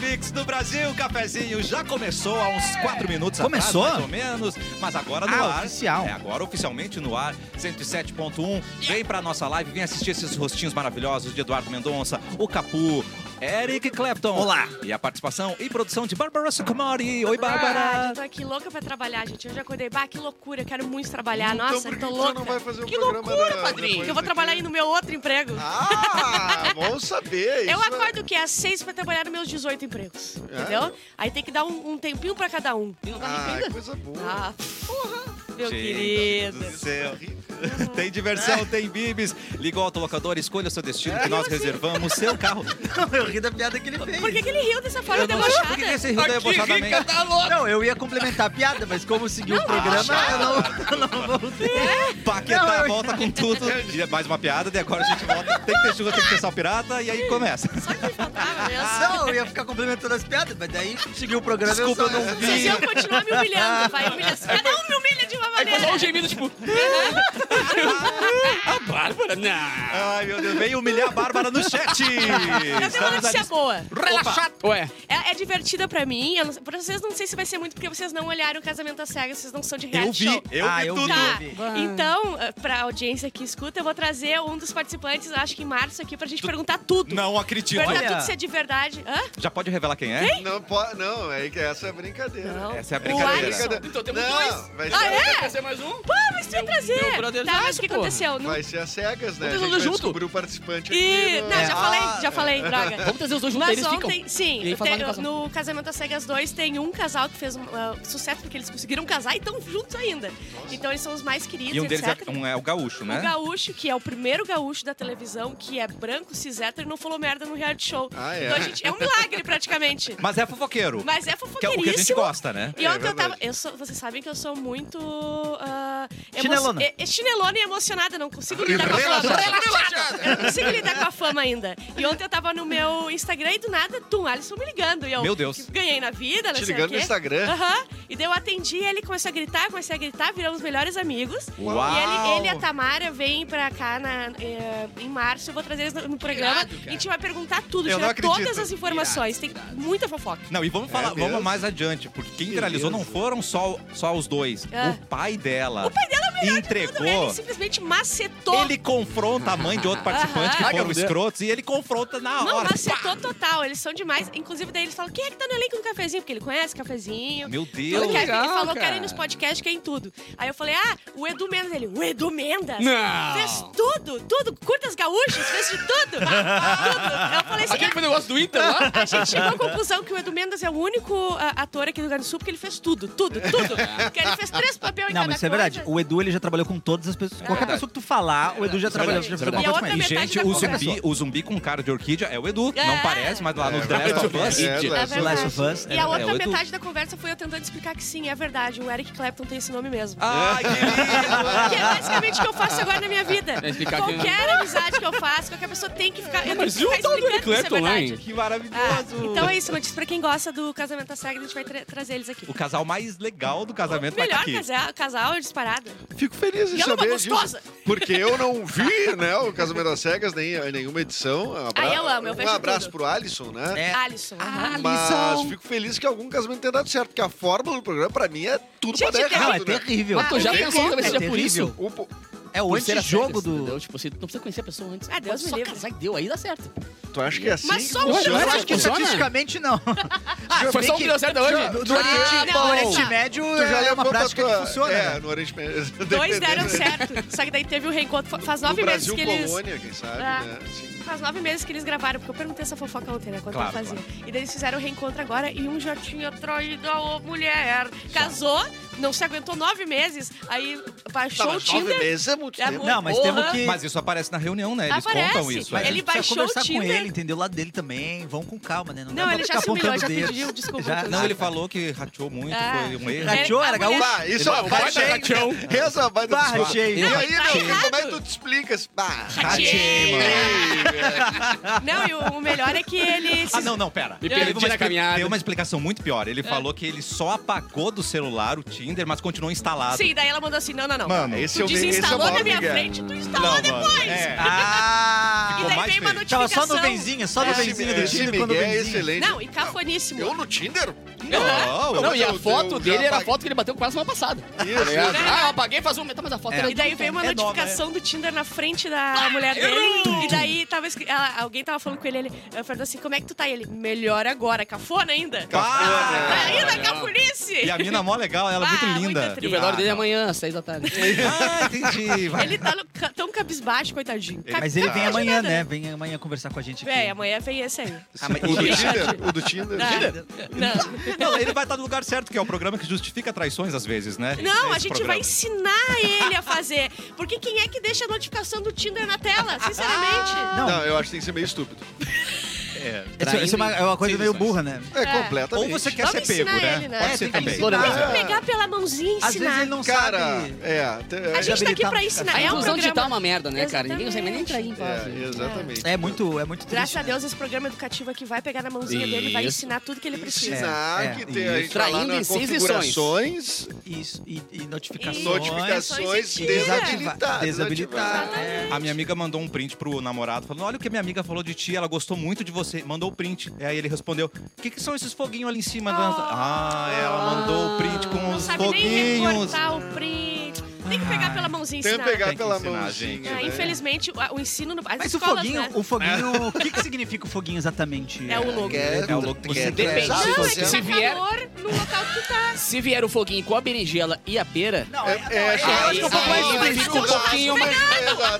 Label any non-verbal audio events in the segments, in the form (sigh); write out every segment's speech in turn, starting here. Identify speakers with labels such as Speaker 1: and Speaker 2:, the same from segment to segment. Speaker 1: Mix do Brasil, o cafezinho já começou há uns 4 minutos
Speaker 2: É. Começou?
Speaker 1: atrás, mais ou menos, mas agora no
Speaker 2: Ah,
Speaker 1: ar.
Speaker 2: oficial.
Speaker 1: É, agora oficialmente no ar, 107.1. Vem pra nossa live, vem assistir esses rostinhos maravilhosos de Eduardo Mendonça, o Capu, Eric Clapton.
Speaker 2: Olá.
Speaker 1: E a participação e produção de Bárbara Sucumori. Oi,
Speaker 3: Ah,
Speaker 1: Bárbara.
Speaker 3: eu tô aqui louca pra trabalhar, gente. Eu já acordei. Bah, que loucura, eu quero muito trabalhar.
Speaker 4: Então
Speaker 3: Nossa,
Speaker 4: por
Speaker 3: eu
Speaker 4: que
Speaker 3: tô
Speaker 4: que você
Speaker 3: louca.
Speaker 4: não vai fazer o
Speaker 3: que
Speaker 4: programa
Speaker 3: loucura,
Speaker 4: da-
Speaker 3: padrinho.
Speaker 4: depois
Speaker 3: Eu vou
Speaker 4: daqui?
Speaker 3: trabalhar aí no meu outro emprego.
Speaker 4: Ah, bom saber.
Speaker 3: Eu
Speaker 4: isso é-
Speaker 3: acordo que às seis pra trabalhar nos meus 18 empregos. Entendeu? Aí tem que dar um, um tempinho pra cada um.
Speaker 4: Ah, que coisa boa.
Speaker 3: Ah, porra, meu
Speaker 1: Gente
Speaker 3: querido.
Speaker 1: do céu. (laughs) Tem diversão, tem bibis. Liga o autolocador, escolha o seu destino que nós reservamos seu carro.
Speaker 2: Não, eu ri da piada que ele fez.
Speaker 3: Por que, que ele riu dessa forma
Speaker 1: Eu não sei
Speaker 3: debochada?
Speaker 1: por que esse é rio debochadamente.
Speaker 2: Não, eu ia complementar a piada, mas como seguiu o programa, eu não, eu não vou ter.
Speaker 1: Paquetá
Speaker 2: Não, eu-
Speaker 1: volta com (laughs) tudo. E é mais uma piada, e agora a gente volta. Tem que ter chuva, tem que ter sal pirata, e aí começa.
Speaker 3: Só que faltava
Speaker 4: (laughs)
Speaker 3: mesmo.
Speaker 2: Não, eu ia ficar complementando as piadas, mas daí seguiu o programa.
Speaker 1: Desculpa,
Speaker 2: eu, só...
Speaker 1: eu não vi.
Speaker 3: Vocês iam continuar me humilhando, vai. Humilhação. Cada um me humilha de uma
Speaker 5: Aí
Speaker 3: maneira.
Speaker 5: passou um gemido, tipo. a Bárbara, não.
Speaker 1: Ai, meu Deus, vem humilhar a Bárbara no
Speaker 3: (laughs)
Speaker 1: chat.
Speaker 3: Cadê uma
Speaker 1: Estamos à
Speaker 3: notícia
Speaker 1: dis-
Speaker 3: boa?
Speaker 5: Relaxado. Ué,
Speaker 3: É, é divertida pra mim. Eu não- pra vocês não sei se vai ser muito, porque vocês não olharam Casamento às Cegas, vocês não são de reality
Speaker 1: Eu vi,
Speaker 3: show.
Speaker 1: eu
Speaker 2: Ah,
Speaker 1: vi
Speaker 2: eu
Speaker 1: tudo.
Speaker 3: Tá,
Speaker 2: vi.
Speaker 3: então, eh, pra audiência que escuta, eu vou trazer um dos participantes, acho que em março aqui, pra gente perguntar tudo.
Speaker 1: Não acredito.
Speaker 3: Perguntar
Speaker 2: Olha.
Speaker 3: tudo se é de verdade. Hã?
Speaker 1: Já pode revelar quem é?
Speaker 4: Não, pode, não, é que essa é brincadeira.
Speaker 3: Não.
Speaker 1: Essa é a
Speaker 3: O
Speaker 1: brincadeira.
Speaker 3: Alisson.
Speaker 5: então temos dois.
Speaker 4: Não, vai ser,
Speaker 3: Ah, é?
Speaker 5: Quer ser mais um?
Speaker 3: Pô, mas tu ia
Speaker 5: meu
Speaker 3: trazer.
Speaker 5: brother
Speaker 3: Tá,
Speaker 5: faz
Speaker 3: mas
Speaker 5: isso,
Speaker 3: o que
Speaker 5: porra.
Speaker 3: aconteceu? Não...
Speaker 4: vai ser as cegas, né?
Speaker 5: Vamos
Speaker 4: A gente
Speaker 5: fazer
Speaker 4: vai
Speaker 5: junto?
Speaker 4: descobrir o participante
Speaker 3: um E...
Speaker 4: aqui.
Speaker 3: Não,
Speaker 4: no-
Speaker 1: É.
Speaker 4: Ah,
Speaker 3: já
Speaker 1: Ah,
Speaker 3: falei, já falei, Braga.
Speaker 5: Vamos trazer os dois juntos, aí
Speaker 3: Mas
Speaker 5: eles ficam.
Speaker 3: ontem, sim,
Speaker 5: E aí faz
Speaker 3: tem-
Speaker 5: uma ligação.
Speaker 3: no Casamento às Cegas 2 tem um casal que fez um, ah, sucesso porque eles conseguiram casar e estão juntos ainda. Então eles são os mais queridos,
Speaker 1: E um deles
Speaker 3: etc.
Speaker 1: é, um é o gaúcho, né?
Speaker 3: O gaúcho, que é o primeiro gaúcho da televisão, que é branco, cis hétero e não falou merda no reality show.
Speaker 4: Ah, é?
Speaker 3: Então, gente, é um milagre praticamente.
Speaker 1: Mas é fofoqueiro.
Speaker 3: Mas
Speaker 1: Que
Speaker 3: é
Speaker 1: é o que a gente
Speaker 3: fofoqueiríssimo.
Speaker 1: gosta, né?
Speaker 3: E
Speaker 4: É
Speaker 3: ontem eu tava.
Speaker 4: verdade.
Speaker 3: Eu sou, vocês sabem que eu sou muito. ah, emo-
Speaker 2: Chinelona.
Speaker 3: e- e chinelona e emocionada, não consigo lidar com a fama. Eu não consigo lidar com a fama ainda. E ontem eu tava no meu Instagram e do nada, Tum, Alisson me ligando. E eu
Speaker 1: Meu Deus.
Speaker 3: ganhei na vida, não
Speaker 4: Te
Speaker 3: sei o
Speaker 4: ligando
Speaker 3: quê.
Speaker 4: no Instagram?
Speaker 3: Aham. E daí eu atendi ele começou a gritar, comecei a gritar, viramos melhores amigos.
Speaker 1: Uau.
Speaker 3: E ele, ele e a Tamara vêm pra cá na- eh, em março. Eu vou trazer eles no, no programa.
Speaker 5: irado,
Speaker 3: e
Speaker 5: cara.
Speaker 3: a gente vai perguntar tudo,
Speaker 1: Eu não
Speaker 3: tirar
Speaker 1: acredito.
Speaker 3: todas as informações. Tem muita fofoca.
Speaker 1: Não, e vamos falar, vamos
Speaker 4: mesmo?
Speaker 1: mais adiante, porque quem
Speaker 4: Que
Speaker 1: viralizou não
Speaker 4: beleza.
Speaker 1: foram só, só os dois.
Speaker 3: Ah.
Speaker 1: O pai dela.
Speaker 3: O pai dela é o melhor de tudo.
Speaker 1: entregou.
Speaker 3: Ele simplesmente macetou.
Speaker 1: Ele confronta a mãe de outro participante
Speaker 3: Aham.
Speaker 1: que foram escrotos e ele confronta na
Speaker 3: Ah. Não,
Speaker 1: hora.
Speaker 3: macetou total. Eles são demais. Inclusive, daí eles falam, quem é que tá no elenco do cafezinho? Porque ele conhece cafezinho.
Speaker 1: Meu
Speaker 3: Tudo
Speaker 1: Deus.
Speaker 3: que é-
Speaker 5: legal,
Speaker 3: ele falou,
Speaker 5: cara.
Speaker 3: quero ir nos podcasts, quer ir em tudo. Aí eu falei, ah, o Edu Mendes. Ele, o Edu Mendes?
Speaker 5: Não.
Speaker 3: Fez tudo, tudo. Curtas gaúchas, fez de tudo. (laughs) tudo. Eu falei assim,
Speaker 5: Aquele foi o negócio do Inter lá?
Speaker 3: A gente chegou à conclusão que o Edu Mendes é o único ah, ator aqui do Rio Grande do Sul porque ele fez tudo, tudo,
Speaker 2: (laughs)
Speaker 3: tudo. Porque ele fez três papéis em
Speaker 2: Não,
Speaker 3: cada
Speaker 2: mas isso é
Speaker 3: coisa. É.
Speaker 2: verdade. O Edu ele já trabalhou com todas as pessoas. Qualquer
Speaker 1: verdade.
Speaker 2: pessoa que tu falar, o Edu já trabalhou.
Speaker 1: verdade,
Speaker 2: Já
Speaker 1: é
Speaker 2: fez alguma
Speaker 1: verdade.
Speaker 2: coisa com
Speaker 3: E a
Speaker 2: ele.
Speaker 1: E,
Speaker 3: outra
Speaker 1: gente,
Speaker 3: metade
Speaker 1: o
Speaker 3: da
Speaker 1: zumbi, o zumbi com cara de orquídea é o Edu. Não
Speaker 3: É.
Speaker 1: parece, mas lá no
Speaker 4: É,
Speaker 1: The Last
Speaker 2: (laughs)
Speaker 1: of Us.
Speaker 4: é,
Speaker 3: É verdade.
Speaker 4: Last of
Speaker 2: Last of Us, é
Speaker 3: e a
Speaker 2: verdade.
Speaker 3: outra
Speaker 1: É, o Edu-
Speaker 3: metade da conversa foi eu tentando explicar que sim, é verdade. O Eric Clapton tem esse nome mesmo.
Speaker 5: Ah.
Speaker 1: Ai, querido.
Speaker 3: Que é basicamente o que eu faço agora na minha vida.
Speaker 5: É explicar que- Ah,
Speaker 3: Qualquer amizade que eu faço, qualquer pessoa tem que ficar. Eu tenho que
Speaker 5: Mas e o
Speaker 3: ficar
Speaker 5: tal do
Speaker 3: explicando
Speaker 5: Eric
Speaker 3: que isso é
Speaker 5: Clapton lá,
Speaker 3: verdade.
Speaker 5: hein?
Speaker 1: Que
Speaker 3: Ah,
Speaker 1: maravilhoso.
Speaker 3: então é isso, notícia pra quem gosta do casamento à cega, a gente vai tra- trazer eles aqui.
Speaker 1: O casal mais legal do
Speaker 5: tá
Speaker 1: casamento vai estar
Speaker 3: é- Melhor
Speaker 1: aqui.
Speaker 3: casal, casal disparado.
Speaker 4: Fico feliz em
Speaker 3: E ela é uma
Speaker 4: saber
Speaker 3: gostosa.
Speaker 4: disso. Porque eu não vi, né, o Casamento das Cegas, nem nenhuma edição. Um abra-
Speaker 3: Ah, eu amo, eu vejo
Speaker 4: Um abraço
Speaker 3: tudo.
Speaker 4: pro Alisson, né?
Speaker 2: É.
Speaker 3: Alisson. aham.
Speaker 4: Mas fico feliz que algum casamento tenha dado certo, porque a fórmula do programa, pra mim, é tudo
Speaker 3: Gente,
Speaker 4: pra dar
Speaker 3: tem-
Speaker 4: errado,
Speaker 2: Não,
Speaker 4: né?
Speaker 2: é terrível.
Speaker 3: Mas
Speaker 5: Tu já
Speaker 4: É
Speaker 5: pensou que
Speaker 4: terrível.
Speaker 5: talvez seja por isso?
Speaker 4: O po-
Speaker 2: É o
Speaker 5: Por ser as
Speaker 2: antijogo
Speaker 5: cegas,
Speaker 3: assim,
Speaker 2: do.
Speaker 5: entendeu? Tipo, você não precisa conhecer a pessoa antes.
Speaker 3: Ah, Deus
Speaker 5: Pode
Speaker 3: me
Speaker 5: só
Speaker 3: livre.
Speaker 5: casar e deu, aí dá certo.
Speaker 4: Tu acha que é assim?
Speaker 3: Mas
Speaker 4: que
Speaker 3: só um
Speaker 4: funciona?
Speaker 5: chute,
Speaker 2: Eu
Speaker 5: Mas
Speaker 2: acho que
Speaker 5: funciona?
Speaker 2: estatisticamente não. (laughs)
Speaker 5: Ah, foi
Speaker 2: bem
Speaker 5: só um
Speaker 2: que-
Speaker 5: milhão certo hoje?
Speaker 2: No Oriente,
Speaker 3: Ah, não,
Speaker 2: no
Speaker 3: olha
Speaker 2: Oriente
Speaker 3: só.
Speaker 2: Médio
Speaker 4: Tu já
Speaker 2: é uma
Speaker 4: levou pra
Speaker 2: prática
Speaker 4: tua-
Speaker 2: que funciona.
Speaker 4: É,
Speaker 2: né?
Speaker 4: no Oriente Médio.
Speaker 3: Dois deram
Speaker 4: dependendo. né?
Speaker 3: certo. Só que daí teve o reencontro. fa- Faz
Speaker 4: No
Speaker 3: nove meses
Speaker 4: Brasil,
Speaker 3: que eles.
Speaker 4: colônia, quem sabe,
Speaker 3: Ah.
Speaker 4: né? Assim.
Speaker 3: Faz nove meses que eles gravaram, porque eu perguntei essa fofoca ontem, né? Quando
Speaker 1: Claro,
Speaker 3: eu fazia. E daí eles fizeram o reencontro agora e um já tinha traído a mulher. Casou, não se aguentou nove meses, aí
Speaker 4: Tá,
Speaker 3: baixou o
Speaker 4: mas nove
Speaker 3: Tinder.
Speaker 4: meses é muito
Speaker 3: É
Speaker 4: tempo.
Speaker 3: muito.
Speaker 2: Não, mas
Speaker 5: Porra.
Speaker 2: temos que.
Speaker 1: Mas isso aparece na reunião, né? Eles
Speaker 3: Aparece.
Speaker 1: contam isso.
Speaker 2: Mas
Speaker 1: é.
Speaker 2: a
Speaker 3: Ele
Speaker 2: gente precisa
Speaker 3: baixou o
Speaker 2: conversar com
Speaker 3: Tinder.
Speaker 2: ele, entendeu? O lado dele também. Vão com calma, né?
Speaker 3: Não,
Speaker 2: dá pra
Speaker 3: ele já
Speaker 2: ficar
Speaker 3: se humilhou,
Speaker 2: apontando
Speaker 3: já
Speaker 2: o dedo.
Speaker 3: pediu desculpa
Speaker 2: Já-
Speaker 3: pra
Speaker 1: Não,
Speaker 2: Não,
Speaker 1: ele falou que rateou muito,
Speaker 3: Ah.
Speaker 1: foi um erro.
Speaker 2: Rateou,
Speaker 3: A
Speaker 2: era
Speaker 3: mulher-
Speaker 2: gaúcho.
Speaker 4: Bah, isso é uma
Speaker 5: Vai,
Speaker 4: baita
Speaker 5: vai,
Speaker 4: ratião. Essa é uma baita
Speaker 2: Bah,
Speaker 4: desculpa.
Speaker 2: rachei.
Speaker 4: E aí,
Speaker 3: Tá
Speaker 4: né,
Speaker 3: errado.
Speaker 4: como é que tu te explica? esse- Bah,
Speaker 1: Rateei, mano.
Speaker 4: rachei,
Speaker 3: Não, e o, o melhor é que ele. se-
Speaker 1: (laughs) Ah, não, não, pera.
Speaker 5: Me
Speaker 1: Teve
Speaker 5: perdi
Speaker 1: uma
Speaker 5: na
Speaker 1: expli-
Speaker 5: caminhada.
Speaker 1: Teve uma explicação muito pior.
Speaker 3: É.
Speaker 1: Ele falou que ele só apagou do celular o Tinder, mas continuou instalado.
Speaker 3: Sim, daí ela mandou assim: não, não, não.
Speaker 1: Mano,
Speaker 4: Esse é
Speaker 3: tu
Speaker 4: o esse é o
Speaker 3: desinstalou
Speaker 4: maior
Speaker 3: na minha
Speaker 4: Miguel.
Speaker 3: frente, tu instalou
Speaker 1: Não, mano,
Speaker 3: depois.
Speaker 1: é.
Speaker 2: Ah!
Speaker 3: E
Speaker 1: Ficou
Speaker 3: daí
Speaker 1: mais
Speaker 3: vem uma
Speaker 1: feio.
Speaker 2: Tava
Speaker 3: notificação. É.
Speaker 2: só nuvenzinha, só
Speaker 4: Esse-
Speaker 2: nuvenzinha do
Speaker 4: esse
Speaker 2: Tinder quando
Speaker 4: Miguel é
Speaker 2: nuvenzinho.
Speaker 4: excelente.
Speaker 3: Não, e cafoníssimo.
Speaker 4: Eu no Tinder?
Speaker 1: Não,
Speaker 5: Não,
Speaker 4: mas
Speaker 5: e a
Speaker 4: eu-
Speaker 5: foto
Speaker 4: eu já
Speaker 5: dele era a
Speaker 4: apaguei.
Speaker 5: foto que ele bateu com ela semana passada.
Speaker 4: Isso.
Speaker 5: ligado? Ah, eu apaguei faz um mês. Tá, mas a foto era
Speaker 3: E daí veio uma
Speaker 1: É nova,
Speaker 3: notificação do Tinder na frente da mulher dele. E daí tava escri- ela- alguém tava falando com ele, ele eu falei assim, como é que tu tá? E ele, melhor agora, cafona ainda.
Speaker 1: Pá!
Speaker 3: Tá ainda, cafunice!
Speaker 1: E a mina mó legal, ela é muito
Speaker 3: Ah, muito
Speaker 1: linda.
Speaker 3: tri.
Speaker 5: E o velório dele é amanhã, às seis da tarde.
Speaker 1: Ah, entendi. Vai.
Speaker 3: Ele tá no ca- tão cabisbaixo, coitadinho.
Speaker 2: Mas ele vem
Speaker 3: Cabisbaixo
Speaker 2: amanhã,
Speaker 3: tá nada,
Speaker 2: né? Vem amanhã conversar com a gente aqui.
Speaker 3: Véi, amanhã vem esse aí.
Speaker 1: Ah, mas-
Speaker 4: O do
Speaker 1: e-
Speaker 4: Tinder? O do Tinder?
Speaker 3: Ah, Não.
Speaker 1: Não, ele vai estar no lugar certo, que é o programa que justifica traições às vezes, né?
Speaker 3: Não, a
Speaker 1: Esse
Speaker 3: gente
Speaker 1: programa.
Speaker 3: vai ensinar ele a fazer. Porque quem é que deixa a notificação do Tinder na tela? Sinceramente.
Speaker 2: Não,
Speaker 4: Não, eu acho que tem que ser meio estúpido.
Speaker 2: isso, isso é uma, é uma coisa meio burra, né?
Speaker 4: É,
Speaker 3: É.
Speaker 4: completamente.
Speaker 1: Ou você quer
Speaker 3: Vamos
Speaker 1: ser pego,
Speaker 3: ensinar
Speaker 1: né?
Speaker 3: ele, né?
Speaker 1: Pode
Speaker 2: É,
Speaker 1: ser
Speaker 2: tem que
Speaker 1: também.
Speaker 2: explorar.
Speaker 3: Tem
Speaker 4: Ah.
Speaker 3: que pegar pela mãozinha e
Speaker 2: Às vezes ele
Speaker 3: ensinar.
Speaker 2: não
Speaker 4: Cara,
Speaker 2: sabe.
Speaker 4: é. até-
Speaker 3: A gente tá aqui
Speaker 2: habilitar
Speaker 3: pra
Speaker 2: os
Speaker 3: ensinar.
Speaker 5: A
Speaker 3: É um
Speaker 5: inclusão digital é
Speaker 3: programa.
Speaker 5: uma merda, né, cara? Ninguém consegue nem trair em paz.
Speaker 3: né?
Speaker 4: É, exatamente.
Speaker 2: É muito, é muito
Speaker 3: Graças
Speaker 2: triste,
Speaker 3: a
Speaker 2: né?
Speaker 3: Deus, esse programa educativo aqui vai pegar na mãozinha dele, vai
Speaker 5: Isso.
Speaker 3: ensinar tudo que ele precisa.
Speaker 2: É,
Speaker 4: Ensinar
Speaker 2: é,
Speaker 4: que tem a gente
Speaker 5: isso.
Speaker 4: lá
Speaker 5: Traindo em
Speaker 4: nas
Speaker 5: seis
Speaker 4: configurações,
Speaker 2: Isso, e, e notificações.
Speaker 3: E
Speaker 4: notificações,
Speaker 3: Notificações e
Speaker 4: desabilitar.
Speaker 2: desativar. Desabilitar, é.
Speaker 1: A minha amiga mandou um print pro namorado, falando: Olha o que a minha amiga falou de ti, ela gostou muito de você. Mandou o print. Aí ele respondeu: O que, que são esses foguinhos ali em cima? da- Ah, ela mandou o print com
Speaker 3: Não
Speaker 1: os
Speaker 3: sabe nem
Speaker 1: foguinhos.
Speaker 3: recortar o print. Tem que pegar pela mãozinha e
Speaker 4: Tem
Speaker 3: ensinar.
Speaker 4: que pegar
Speaker 1: Tem que
Speaker 4: pela
Speaker 1: ensinar,
Speaker 4: mãozinha.
Speaker 1: gente.
Speaker 3: Ah,
Speaker 4: né?
Speaker 3: Infelizmente, o- a- o ensino... No, as
Speaker 2: Mas
Speaker 3: escolas,
Speaker 2: o foguinho,
Speaker 3: né?
Speaker 2: o foguinho, o que, que significa o foguinho exatamente?
Speaker 3: É o logo.
Speaker 1: É, o logo que
Speaker 2: Você
Speaker 1: é.
Speaker 5: depende.
Speaker 3: Não, é que
Speaker 5: Se
Speaker 3: tá
Speaker 5: vier-
Speaker 3: calor no local que tu tá.
Speaker 5: Se vier o foguinho com a berinjela e a pera,
Speaker 2: Não,
Speaker 4: É,
Speaker 2: é, não, aí
Speaker 4: é,
Speaker 2: eu acho
Speaker 5: aí-
Speaker 2: que é um pouco mais
Speaker 5: aí-
Speaker 2: explícito.
Speaker 5: fica um pouquinho mais-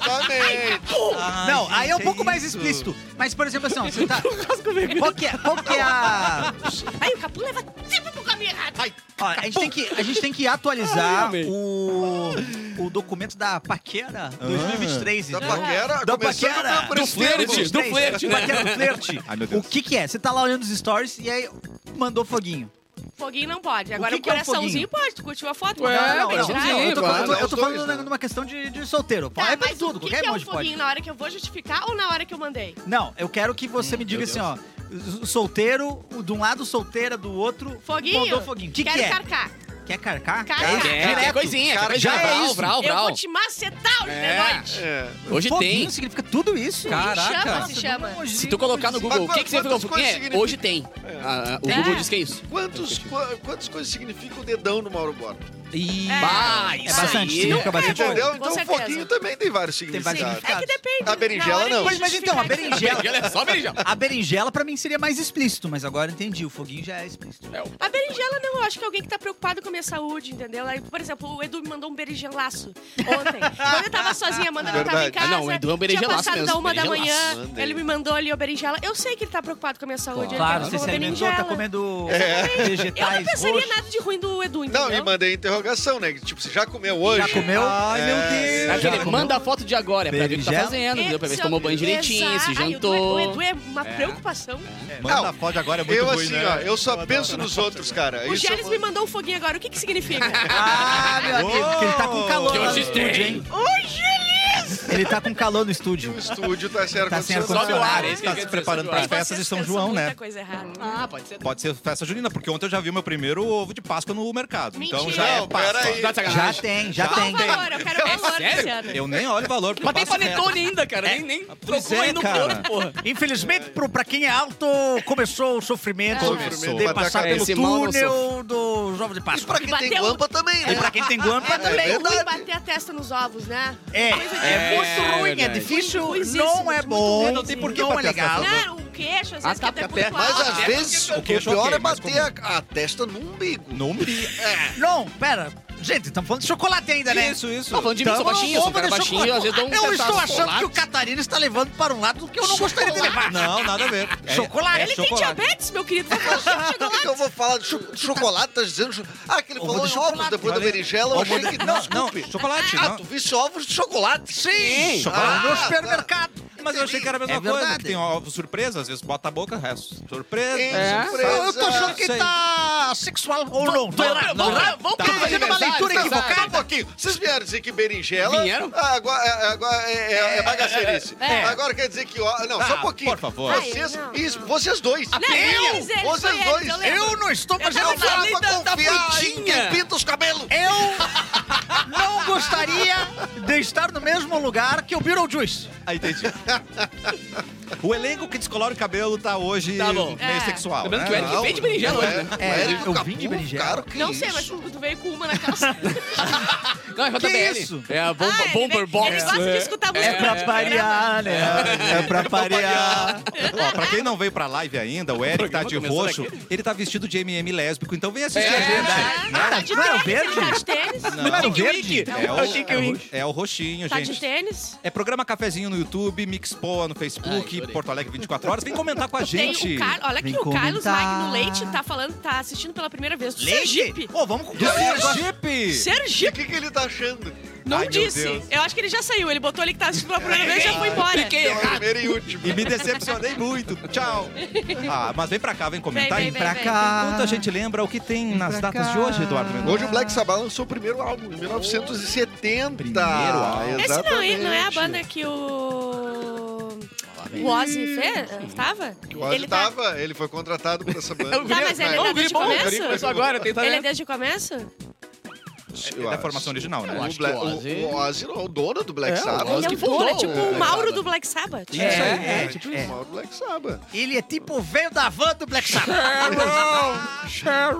Speaker 4: Exatamente.
Speaker 1: Ai,
Speaker 2: Não, aí é um
Speaker 1: gente,
Speaker 2: pouco mais
Speaker 1: isso.
Speaker 2: explícito. Mas, por exemplo, assim, ó, você tá. Qual que é, qual que é a.
Speaker 3: Aí tá- o Capu leva sempre pro caminho errado.
Speaker 2: Ó, a, gente tem que, a gente tem que atualizar o, o documento da Paquera 2023.
Speaker 4: Da
Speaker 2: né?
Speaker 4: paquera,
Speaker 2: Da
Speaker 4: começando
Speaker 2: paquera.
Speaker 4: pela
Speaker 5: Do
Speaker 4: presidente.
Speaker 5: flerte, do flerte, né?
Speaker 2: Paquera do flerte.
Speaker 1: Ai, meu
Speaker 2: O
Speaker 1: Deus.
Speaker 2: que que é? Você tá lá olhando os stories e aí mandou foguinho.
Speaker 3: Foguinho não pode. Agora
Speaker 2: que
Speaker 3: o,
Speaker 2: que é o
Speaker 3: coraçãozinho pode. Tu curtiu a foto?
Speaker 5: Ué,
Speaker 3: mandou
Speaker 5: não,
Speaker 3: pra
Speaker 5: é
Speaker 3: tirar.
Speaker 5: foguinho.
Speaker 2: eu tô,
Speaker 4: claro.
Speaker 2: eu tô- eu tô
Speaker 4: Os
Speaker 2: falando
Speaker 4: dois, né?
Speaker 2: numa questão de, de solteiro.
Speaker 3: Tá,
Speaker 2: é pra
Speaker 3: mas
Speaker 2: tudo,
Speaker 3: o que,
Speaker 2: qualquer
Speaker 3: que é o
Speaker 2: emoji pode.
Speaker 3: foguinho na hora que eu vou justificar ou na hora que eu mandei?
Speaker 2: Não, eu quero que você me diga assim, ó. s- Solteiro, o- de um lado solteira, do outro.
Speaker 3: Foguinho?
Speaker 2: Mandou foguinho. O que,
Speaker 3: Quero
Speaker 2: que é?
Speaker 3: carcar.
Speaker 2: Quer carcar?
Speaker 3: Carcar.
Speaker 5: é,
Speaker 2: Direto.
Speaker 5: é coisinha.
Speaker 4: Cara,
Speaker 5: coisinha.
Speaker 2: já é
Speaker 5: Vral,
Speaker 2: isso.
Speaker 3: Eu
Speaker 5: vral, vral.
Speaker 3: vou te macetar hoje
Speaker 5: Ah, É.
Speaker 3: de noite.
Speaker 4: É.
Speaker 5: Hoje
Speaker 2: foguinho
Speaker 5: tem.
Speaker 2: significa tudo isso.
Speaker 3: Chama,
Speaker 1: Caraca.
Speaker 3: se chama.
Speaker 5: Se tu colocar no Google o que, que significa o
Speaker 4: Mas
Speaker 5: foguinho,
Speaker 4: quantas
Speaker 5: é,
Speaker 4: coisas
Speaker 5: hoje tem.
Speaker 4: É.
Speaker 5: Ah, ah, o
Speaker 3: É.
Speaker 5: Google diz que é isso.
Speaker 4: Quantos, qua- quantas coisas significa o dedão do Mauro Borba?
Speaker 2: E...
Speaker 3: É.
Speaker 5: Bah,
Speaker 2: É
Speaker 5: isso
Speaker 2: bastante,
Speaker 5: aí. um
Speaker 2: significa bastante coisa.
Speaker 4: Entendeu?
Speaker 3: com
Speaker 4: Então o
Speaker 3: certeza.
Speaker 4: foguinho também tem vários
Speaker 2: Tem vários
Speaker 4: significados.
Speaker 3: É que
Speaker 2: significados.
Speaker 3: depende.
Speaker 4: A berinjela,
Speaker 3: Na hora
Speaker 4: não.
Speaker 3: que
Speaker 2: Mas, mas então, a
Speaker 3: justificar que- tá
Speaker 2: berinjela.
Speaker 5: Berinjela é só berinjela.
Speaker 2: A berinjela pra mim seria mais explícito, mas agora entendi, o foguinho já é explícito.
Speaker 5: É,
Speaker 3: A berinjela não, eu acho que é alguém que tá preocupado com a minha saúde, entendeu? Aí, por exemplo, o Edu me mandou um beringelaço ontem. Quando eu tava sozinha, a Amanda não tava em
Speaker 4: Verdade.
Speaker 5: Ah,
Speaker 3: casa.
Speaker 5: não, o Edu é um beringelaço
Speaker 3: Tinha passado
Speaker 5: mesmo,
Speaker 3: da uma da
Speaker 5: beringelaço.
Speaker 3: manhã,
Speaker 4: Manda
Speaker 3: ele
Speaker 4: aí.
Speaker 3: me mandou ali a berinjela. Eu sei que ele tá preocupado com a minha saúde.
Speaker 2: Claro,
Speaker 3: ele
Speaker 2: você
Speaker 3: me
Speaker 2: se
Speaker 3: mandou uma
Speaker 2: alimentou, tá
Speaker 3: berinjela.
Speaker 2: comendo
Speaker 1: É.
Speaker 3: Eu não
Speaker 2: vegetais
Speaker 3: pensaria
Speaker 2: roxos.
Speaker 3: nada de ruim do Edu, entendeu?
Speaker 4: Não, me mandei interrogação, né? Tipo, você já comeu hoje?
Speaker 2: Já comeu? Ai,
Speaker 4: É.
Speaker 5: É
Speaker 2: meu
Speaker 5: Aquele, manda a foto de agora, é pra ver o que tá
Speaker 2: Berinjela?
Speaker 5: fazendo, entendeu? Pra ver se
Speaker 3: Esse
Speaker 5: tomou
Speaker 3: é o-
Speaker 5: banho direitinho,
Speaker 3: Exato.
Speaker 5: se
Speaker 3: Ai, o Edu é-
Speaker 5: jantou.
Speaker 3: O Edu é uma preocupação.
Speaker 1: Manda
Speaker 4: Não,
Speaker 1: a foto agora, é muito
Speaker 4: Eu
Speaker 1: ruim,
Speaker 4: assim,
Speaker 1: né?
Speaker 4: ó, eu só penso nos outros,
Speaker 5: É
Speaker 4: cara.
Speaker 3: O
Speaker 4: Isso é
Speaker 3: Gélis
Speaker 4: eu-
Speaker 3: me mandou um foguinho agora. O que que
Speaker 5: (laughs)
Speaker 3: significa?
Speaker 2: Ah, meu amigo, porque ele tá com calor
Speaker 5: Que
Speaker 2: lá no
Speaker 5: hoje
Speaker 2: estúdio,
Speaker 5: tem.
Speaker 2: hein?
Speaker 3: Ô, Gélis!
Speaker 2: Ele tá com calor no estúdio.
Speaker 4: O estúdio tá sem
Speaker 2: Tá sem
Speaker 4: ar-condicionado.
Speaker 5: Sobe o ar,
Speaker 2: ar-condicionado.
Speaker 5: é isso que
Speaker 1: Tá se
Speaker 5: eu quero dizer,
Speaker 1: preparando
Speaker 5: sobe o
Speaker 1: pra
Speaker 5: ar.
Speaker 3: Vocês
Speaker 1: festa de São
Speaker 3: pensam
Speaker 1: João,
Speaker 3: muita
Speaker 1: né?
Speaker 3: coisa errada.
Speaker 5: Ah, pode ser.
Speaker 1: Pode ser festa junina, porque ontem eu já vi o meu primeiro ovo de Páscoa no mercado. Então
Speaker 3: Mentira.
Speaker 1: já é
Speaker 4: Não,
Speaker 1: Páscoa.
Speaker 4: peraí.
Speaker 5: Tá de
Speaker 2: Já
Speaker 5: sacanagem.
Speaker 2: tem, já
Speaker 1: Já
Speaker 3: Qual o
Speaker 2: tem.
Speaker 3: valor? Eu quero
Speaker 5: É
Speaker 3: valor
Speaker 5: sério?
Speaker 3: esse ano.
Speaker 1: Eu nem olho o valor, porque
Speaker 5: Mas tem
Speaker 1: eu passo
Speaker 5: panetone ainda, cara. Nem, nem
Speaker 1: Pois
Speaker 5: trocou
Speaker 1: é,
Speaker 5: aí no
Speaker 1: cara.
Speaker 5: corpo, porra.
Speaker 2: Infelizmente, pro- pra quem é alto, começou o sofrimento
Speaker 1: Começou.
Speaker 2: de passar
Speaker 5: É,
Speaker 2: pelo
Speaker 5: esse mal não
Speaker 2: túnel do Jovem de
Speaker 4: E pra
Speaker 2: Páscoa.
Speaker 4: quem tem
Speaker 3: Bateu.
Speaker 4: guampa também,
Speaker 2: E pra
Speaker 4: né?
Speaker 2: quem tem guampa
Speaker 3: É,
Speaker 2: também.
Speaker 3: é ruim bater a testa nos ovos, né?
Speaker 2: É, é muito ruim, é
Speaker 5: verdade.
Speaker 2: difícil,
Speaker 3: Ruizíssimo,
Speaker 2: não é
Speaker 3: muito
Speaker 2: bom,
Speaker 3: ruim, Não tem por
Speaker 1: que
Speaker 2: não é
Speaker 1: bater essa
Speaker 2: legal.
Speaker 3: Não, Né? o queixo, às
Speaker 5: Ah,
Speaker 3: vezes,
Speaker 5: tá,
Speaker 3: que é até
Speaker 5: porque
Speaker 3: muito
Speaker 5: até-
Speaker 4: Mas
Speaker 3: alto.
Speaker 4: às vezes, o
Speaker 1: queixo,
Speaker 4: pior
Speaker 1: ok,
Speaker 4: é
Speaker 1: mas
Speaker 4: bater a, a testa no umbigo.
Speaker 1: Não brilha.
Speaker 2: Ah. Não, pera. Gente, estamos falando de chocolate ainda, né?
Speaker 1: Isso, isso.
Speaker 5: Tá falando de mim, sou
Speaker 2: Tamo no
Speaker 5: baixinho, sou um
Speaker 2: ombro
Speaker 5: cara
Speaker 2: do
Speaker 5: baixinho,
Speaker 2: chocolate.
Speaker 5: às vezes dou um
Speaker 2: Eu estou
Speaker 5: cachaço,
Speaker 2: achando que o
Speaker 5: chocolate.
Speaker 2: Catarina está levando para um lado que eu não gostaria de levar.
Speaker 1: Não, nada a ver. É-
Speaker 2: Chocolate.
Speaker 1: é
Speaker 2: Ele
Speaker 3: Tem
Speaker 1: chocolate.
Speaker 3: diabetes, meu querido. Vou falar assim,
Speaker 6: (laughs)
Speaker 3: de
Speaker 4: O que, que eu vou falar de cho- chocolate? Tá dizendo. cho- Ah, que ele
Speaker 2: Ovo
Speaker 4: falou
Speaker 2: de
Speaker 4: em ovos
Speaker 2: chocolate,
Speaker 4: depois da
Speaker 1: valeu.
Speaker 4: berinjela. Eu achei que. Não,
Speaker 1: Não, não, chocolate.
Speaker 4: Ah,
Speaker 1: não.
Speaker 4: tu visse ovos de chocolate? Ah,
Speaker 2: Sim,
Speaker 6: Ah, tá.
Speaker 1: chocolate.
Speaker 2: no supermercado.
Speaker 1: Mas eu achei que era a mesma
Speaker 2: É
Speaker 1: coisa,
Speaker 2: verdade.
Speaker 1: que tem ó, surpresa, às vezes bota a boca, é surpresa.
Speaker 5: É.
Speaker 6: Surpresa.
Speaker 2: Eu tô achando que
Speaker 1: Sei.
Speaker 2: tá sexual ou não. Tô errado.
Speaker 5: vamos-
Speaker 2: Não, não.
Speaker 5: vamos-
Speaker 2: Tô
Speaker 5: vamos-
Speaker 2: fazendo uma
Speaker 5: vamos-
Speaker 2: leitura
Speaker 5: vamos-
Speaker 6: Calma um
Speaker 2: equivocada.
Speaker 6: pouquinho. Vocês vieram dizer que berinjela.
Speaker 5: Vieram?
Speaker 6: Ah, Agora, é- agora é, é- é bagaceirice.
Speaker 3: É.
Speaker 6: Agora quer dizer que. ó, não, só
Speaker 1: Ah,
Speaker 6: um pouquinho.
Speaker 1: por favor.
Speaker 6: Vocês,
Speaker 3: Ai, não,
Speaker 6: isso, vocês dois.
Speaker 3: eles, eles,
Speaker 6: Vocês
Speaker 3: foi eles,
Speaker 6: dois.
Speaker 3: eu lembro.
Speaker 2: Eu não estou fazendo
Speaker 5: não
Speaker 2: nada.
Speaker 5: falei da- da
Speaker 2: confiar em
Speaker 5: frutinha.
Speaker 2: quem pinta os cabelos.
Speaker 6: É,
Speaker 2: Eu não gostaria de estar no mesmo lugar que o Beetlejuice.
Speaker 1: Ah, entendi. (laughs) o elenco que descolora o cabelo tá hoje
Speaker 5: Tá bom.
Speaker 1: meio
Speaker 3: É.
Speaker 1: sexual.
Speaker 5: Lembrando
Speaker 1: né?
Speaker 5: que o Eric vem de berinjela hoje, né?
Speaker 2: É,
Speaker 6: Eric
Speaker 2: eu
Speaker 6: Capu,
Speaker 2: vim de berinjela.
Speaker 6: Cara, que
Speaker 3: Não sei, mas
Speaker 6: isso?
Speaker 3: tu veio com uma na calça.
Speaker 5: Não, é
Speaker 2: Que
Speaker 5: JBL.
Speaker 2: isso?
Speaker 5: É a bomba,
Speaker 3: Ah, ele
Speaker 5: Bomber
Speaker 3: vem-
Speaker 5: Box.
Speaker 3: Ele gosta de escutar música.
Speaker 5: É pra
Speaker 3: do
Speaker 2: né? É pra parear.
Speaker 1: Ó, pra quem não veio pra live ainda, o Eric tá
Speaker 5: programa
Speaker 1: de
Speaker 5: começou
Speaker 1: roxo,
Speaker 5: daqui.
Speaker 1: ele tá vestido de MM lésbico, então vem assistir
Speaker 5: É.
Speaker 1: a gente.
Speaker 3: programa. Tá de
Speaker 2: Não era o
Speaker 3: tênis, ele tá
Speaker 2: verde?
Speaker 3: de tênis.
Speaker 2: Não era o verde?
Speaker 1: É
Speaker 5: Eu achei que eu ia-
Speaker 1: o, é o roxinho,
Speaker 3: Tá de
Speaker 1: gente.
Speaker 3: tênis.
Speaker 1: É programa Cafezinho no YouTube, Mixpoa no
Speaker 5: Ai,
Speaker 1: Facebook,
Speaker 5: adorei.
Speaker 1: Porto Alegre 24 horas. Vem comentar com a
Speaker 3: Tem
Speaker 1: gente.
Speaker 3: o Car... Olha
Speaker 2: Vem
Speaker 3: aqui, o Carlos
Speaker 2: comentar.
Speaker 3: Magno Leite tá falando, tá assistindo pela primeira vez. Do
Speaker 2: Leite?
Speaker 3: Sergipe.
Speaker 2: Pô, vamos
Speaker 1: Do
Speaker 2: concluir o negócio.
Speaker 1: Sergipe!
Speaker 6: O
Speaker 3: Sergipe,
Speaker 6: que, que ele tá achando?
Speaker 3: não
Speaker 1: Ai, meu
Speaker 3: disse.
Speaker 1: Deus.
Speaker 3: Eu acho que ele já saiu. Ele botou ali que tá assistindo pela primeira vez e já foi embora.
Speaker 5: Fiquei
Speaker 6: É o
Speaker 5: errado.
Speaker 6: primeiro e último.
Speaker 1: E me decepcionei muito. Tchau. Ah, mas vem pra cá, vem comentar.
Speaker 3: Vem,
Speaker 1: E
Speaker 3: vem,
Speaker 1: pra
Speaker 3: vem.
Speaker 1: cá. Enquanto a gente lembra o que tem nas
Speaker 2: pra
Speaker 1: datas
Speaker 2: cá.
Speaker 1: de hoje, Eduardo Mendonça.
Speaker 6: Hoje o Black Sabbath lançou o primeiro álbum, em 1970.
Speaker 1: Primeiro álbum.
Speaker 3: Esse não, hein? não é a
Speaker 6: Exatamente.
Speaker 3: banda que o. O Ozzy fez? Tava?
Speaker 6: Quase ele
Speaker 3: tá-
Speaker 6: tava, É, ele foi contratado por essa banda.
Speaker 3: Tá, mas ele
Speaker 5: Ô,
Speaker 3: tá
Speaker 5: o guri
Speaker 3: desde o
Speaker 5: bom, o
Speaker 3: começo?
Speaker 5: guri começou agora, tem
Speaker 3: Ele é
Speaker 5: talento.
Speaker 3: desde o começo?
Speaker 6: Eu
Speaker 1: da
Speaker 6: acho.
Speaker 1: formação original, né?
Speaker 5: Eu
Speaker 6: É, O,
Speaker 5: acho
Speaker 6: Black,
Speaker 5: que o Ozzy-
Speaker 6: o, o Ozzy não, o dono do
Speaker 5: É,
Speaker 6: Black
Speaker 5: o
Speaker 6: Sabbath.
Speaker 5: Ozzy
Speaker 3: Ele é
Speaker 5: que
Speaker 3: o dono,
Speaker 5: fundou,
Speaker 3: é tipo
Speaker 5: é,
Speaker 3: o Mauro
Speaker 5: exato.
Speaker 3: do Black Sabbath.
Speaker 1: Isso aí.
Speaker 2: é,
Speaker 6: tipo o mal do Black Sabbath.
Speaker 2: Ele é tipo o velho da van do Black Sabbath.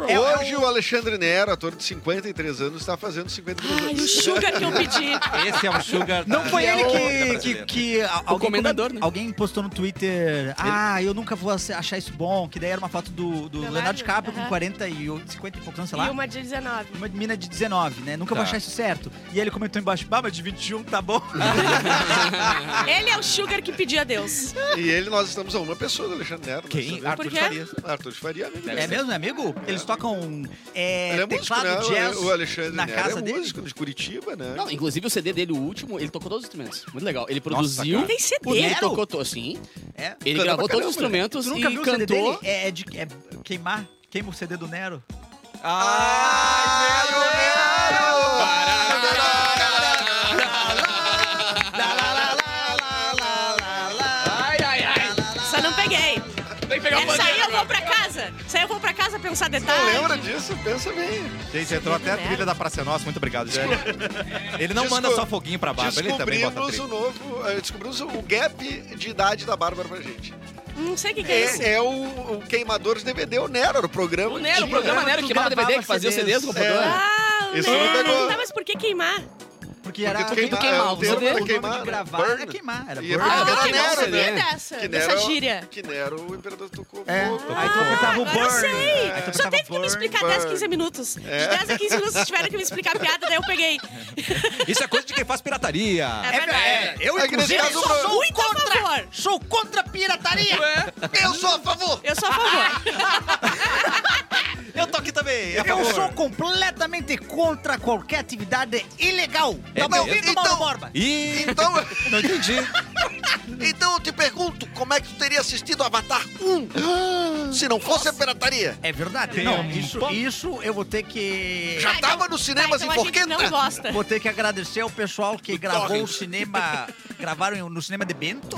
Speaker 2: É o-
Speaker 6: Hoje o Alexandre Nero, ator de 53 anos, está fazendo 53
Speaker 3: Ai, É. o
Speaker 6: anos.
Speaker 3: Sugar que eu pedi.
Speaker 1: Esse é o Sugar.
Speaker 2: Não
Speaker 1: da-
Speaker 2: foi
Speaker 1: que é
Speaker 2: ele
Speaker 1: o-
Speaker 2: que, que,
Speaker 1: brasileiro.
Speaker 2: que a- alguém
Speaker 5: comendador,
Speaker 2: comen-
Speaker 5: né?
Speaker 2: Alguém postou no Twitter, ah, eu nunca vou ace- achar isso bom, que daí era uma foto do, do
Speaker 3: Leonardo,
Speaker 2: Leonardo DiCaprio com
Speaker 3: aham.
Speaker 2: 40 e ou- 50 e poucos anos, sei
Speaker 3: E
Speaker 2: lá.
Speaker 3: uma de 19.
Speaker 2: Uma mina de 19, né? Nunca vou
Speaker 1: Tá.
Speaker 2: achar isso certo. E ele comentou embaixo, bah, mas de 21 tá bom.
Speaker 3: Ele é o Sugar que pediu a Deus.
Speaker 6: E ele, nós estamos a uma pessoa do Alexandre Nero.
Speaker 1: Quem?
Speaker 6: Nós
Speaker 1: Arthur
Speaker 3: Por
Speaker 1: de
Speaker 3: quê?
Speaker 1: Farias.
Speaker 6: estamos- Arthur de Faria.
Speaker 2: (laughs)
Speaker 6: amigo.
Speaker 2: é mesmo, é amigo? Eles tocam é,
Speaker 6: Ele é músico,
Speaker 2: teclado
Speaker 6: né?
Speaker 2: jazz
Speaker 6: O Alexandre
Speaker 2: na
Speaker 6: Nero
Speaker 2: casa
Speaker 6: é
Speaker 2: dele.
Speaker 6: músico de Curitiba, né?
Speaker 5: Não, inclusive o CD dele, o último, ele tocou todos os instrumentos. Muito legal. Ele produziu.
Speaker 1: cara.
Speaker 3: Tem CD?
Speaker 5: ele
Speaker 2: Nero?
Speaker 5: tocou to- sim.
Speaker 2: É.
Speaker 5: Ele
Speaker 6: Canta
Speaker 5: gravou
Speaker 6: pra
Speaker 5: todos os
Speaker 6: caramba, né?
Speaker 5: instrumentos
Speaker 2: Tu nunca
Speaker 5: e
Speaker 2: viu o CD dele?
Speaker 5: cantou.
Speaker 2: É, é de é queimar, queima o CD do Nero.
Speaker 1: Ai, meu
Speaker 5: Ai, ai, ai.
Speaker 3: Só não peguei.
Speaker 5: Tem que pegar a
Speaker 3: Essa aí
Speaker 5: bandeira
Speaker 3: eu vou pra
Speaker 5: agora.
Speaker 3: casa. Essa aí eu vou pra casa pensar
Speaker 6: Não
Speaker 3: detalhes.
Speaker 6: lembra disso? Pensa bem.
Speaker 1: Gente, entrou até a trilha da Praça é Nossa. Muito obrigado, gente. Ele não
Speaker 6: Desco-
Speaker 1: manda só foguinho pra barba, ele também bota
Speaker 6: Descobrimos o
Speaker 1: trilha.
Speaker 6: novo. eh, Descobrimos o gap de idade da Bárbara pra gente.
Speaker 3: Não sei o que, que é isso.
Speaker 6: É, é o, o queimador de DVD, o Nero, era o programa.
Speaker 5: O Nero, o
Speaker 6: Tinha-
Speaker 5: programa Nero
Speaker 2: tu
Speaker 5: que queimava
Speaker 2: gravava
Speaker 5: DVD, que fazia os CDs
Speaker 2: CDs.
Speaker 5: no computador.
Speaker 3: Ah,
Speaker 6: Isso não
Speaker 3: né?
Speaker 6: pegou.
Speaker 3: Tá, mas por que queimar?
Speaker 2: Porque era
Speaker 6: tu queima-
Speaker 5: tu queimava,
Speaker 6: é, o
Speaker 5: o
Speaker 6: termo
Speaker 5: CD.
Speaker 6: pra
Speaker 5: O
Speaker 2: nome
Speaker 6: queimar,
Speaker 2: de
Speaker 6: né?
Speaker 2: gravar era
Speaker 6: Burn.
Speaker 2: queimar, era
Speaker 6: E é
Speaker 2: burn.
Speaker 6: porque
Speaker 5: Ah,
Speaker 6: era
Speaker 5: que
Speaker 6: Nero,
Speaker 5: massa,
Speaker 6: né?
Speaker 5: né?
Speaker 3: Dessa,
Speaker 6: Que
Speaker 3: dessa
Speaker 6: Nero-
Speaker 3: gíria.
Speaker 6: Que Nero, o imperador Ah, tocou
Speaker 2: É.
Speaker 6: fogo.
Speaker 2: Aí tu
Speaker 6: tocou
Speaker 2: apertava o
Speaker 3: Agora eu
Speaker 2: burn.
Speaker 3: sei.
Speaker 2: Aí tu
Speaker 3: Só
Speaker 2: apertava
Speaker 3: teve que me
Speaker 2: burn,
Speaker 3: explicar
Speaker 6: burn.
Speaker 3: 10, 15 minutos. De 10 a 15 minutos, tiveram que me explicar a piada, daí eu peguei.
Speaker 1: Isso é coisa de quem faz pirataria.
Speaker 3: É verdade.
Speaker 2: É, eu
Speaker 6: É que nesse
Speaker 2: inclusive
Speaker 6: caso,
Speaker 2: sou,
Speaker 6: Bruno-
Speaker 2: sou
Speaker 3: Muito a
Speaker 2: contra,
Speaker 3: favor.
Speaker 2: sou contra a pirataria.
Speaker 6: Eu sou a favor!
Speaker 3: Eu sou a favor.
Speaker 1: Eu tô aqui também.
Speaker 6: É
Speaker 2: Eu sou completamente contra qualquer atividade ilegal.
Speaker 1: É
Speaker 2: tá me
Speaker 1: mesmo?
Speaker 2: ouvindo, Mauro
Speaker 6: Então-
Speaker 2: Borba?
Speaker 1: E
Speaker 6: Então,
Speaker 1: (laughs) não entendi.
Speaker 6: então eu te pergunto, como é que tu teria assistido Avatar 1 se não fosse a pirataria?
Speaker 2: É verdade.
Speaker 1: Tem
Speaker 2: Não,
Speaker 1: um
Speaker 2: isso,
Speaker 1: ponto.
Speaker 2: isso eu vou ter que...
Speaker 6: Já
Speaker 3: Ah, então-
Speaker 6: tava nos cinemas
Speaker 3: tá,
Speaker 6: em
Speaker 3: então a gente não
Speaker 6: Forqueta?
Speaker 3: gosta.
Speaker 2: Vou ter que agradecer ao pessoal que gravou o cinema. Gravaram no cinema de Bento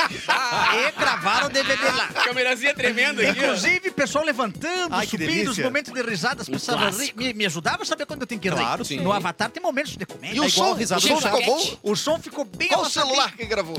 Speaker 2: e gravaram o DVD lá.
Speaker 5: Câmerazinha tremenda aqui. ó.
Speaker 2: Inclusive, o pessoal levantando,
Speaker 1: Ai, que
Speaker 2: subindo, os
Speaker 1: delícia.
Speaker 2: momentos de risadas, precisava rir.
Speaker 5: clássico.
Speaker 2: Me, me ajudava a saber quando eu tenho que rir.
Speaker 1: Claro, sim.
Speaker 2: No Avatar tem momentos de comédia.
Speaker 6: E o
Speaker 2: É igual
Speaker 6: som?
Speaker 2: a risada do
Speaker 6: O som
Speaker 2: Chaves.
Speaker 6: ficou bom?
Speaker 2: O som ficou bem
Speaker 6: Qual o
Speaker 2: avançadinho.
Speaker 6: celular que gravou?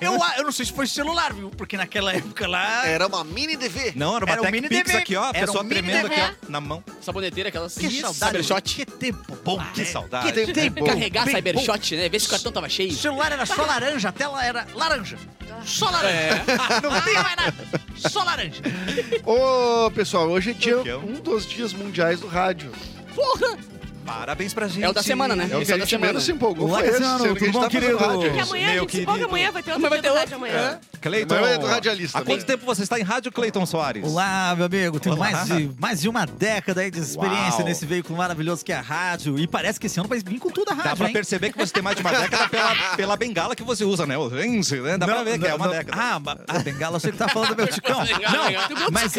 Speaker 2: Eu, a- eu não sei se foi celular, viu? Porque naquela época lá...
Speaker 6: Era uma mini DV.
Speaker 1: Não, era uma
Speaker 2: Era um
Speaker 1: Tech
Speaker 2: mini
Speaker 1: Pix
Speaker 2: DV.
Speaker 1: aqui, ó. A
Speaker 2: Era um
Speaker 1: pessoa
Speaker 2: mini
Speaker 1: tremendo
Speaker 3: DV.
Speaker 1: aqui, ó, na mão.
Speaker 5: Saboneteira, aquelas...
Speaker 2: Que saudade.
Speaker 5: Cybershot.
Speaker 2: Que tempo bom.
Speaker 1: Ah, é. Que
Speaker 2: né?
Speaker 1: saudade.
Speaker 2: Que tempo
Speaker 5: Carregar
Speaker 2: bem bom.
Speaker 5: Cybershot, né? Ver se o cartão tava cheio.
Speaker 2: O celular era só laranja, a tela era laranja. Só laranja. (laughs) Não tem mais nada. Só laranja.
Speaker 6: Ô, pessoal, hoje é dia
Speaker 1: Campeão.
Speaker 6: um dos dias mundiais do rádio.
Speaker 5: Porra!
Speaker 1: Parabéns pra gente.
Speaker 5: É o da semana, né?
Speaker 6: É o
Speaker 5: Esse
Speaker 6: que a gente menos se empolgou
Speaker 2: Olá,
Speaker 6: foi esse,
Speaker 2: Cassiano,
Speaker 6: sendo que
Speaker 2: tudo
Speaker 6: a gente
Speaker 2: bom,
Speaker 6: tá fazendo
Speaker 2: querido?
Speaker 6: rádio.
Speaker 3: Porque amanhã,
Speaker 1: Meu
Speaker 3: a gente se empolga,
Speaker 1: querido.
Speaker 3: amanhã vai ter
Speaker 5: Amanhã
Speaker 3: outro
Speaker 5: vai
Speaker 3: dia do
Speaker 5: ter
Speaker 3: rádio amanhã.
Speaker 1: Cleiton.
Speaker 6: Mas é do radialista,
Speaker 1: Há quanto
Speaker 6: né?
Speaker 1: tempo você está em rádio, Cleiton Soares?
Speaker 2: Olá, meu amigo. Tenho
Speaker 1: Olá.
Speaker 2: mais de, mais de uma década aí de experiência
Speaker 1: Uau.
Speaker 2: nesse veículo maravilhoso que é a rádio. E parece que esse ano vai vir com tudo a
Speaker 1: Dá
Speaker 2: rádio,
Speaker 1: pra
Speaker 2: hein?
Speaker 1: perceber que você tem mais de uma década pela, pela bengala que você usa, né? O lenço, né? Dá pra
Speaker 2: Não,
Speaker 1: ver que
Speaker 2: não,
Speaker 1: é uma
Speaker 2: não.
Speaker 1: década.
Speaker 2: Ah, ma- a bengala, eu sei que tá falando do meu ticão.
Speaker 5: Legal, legal.
Speaker 2: Não, mas,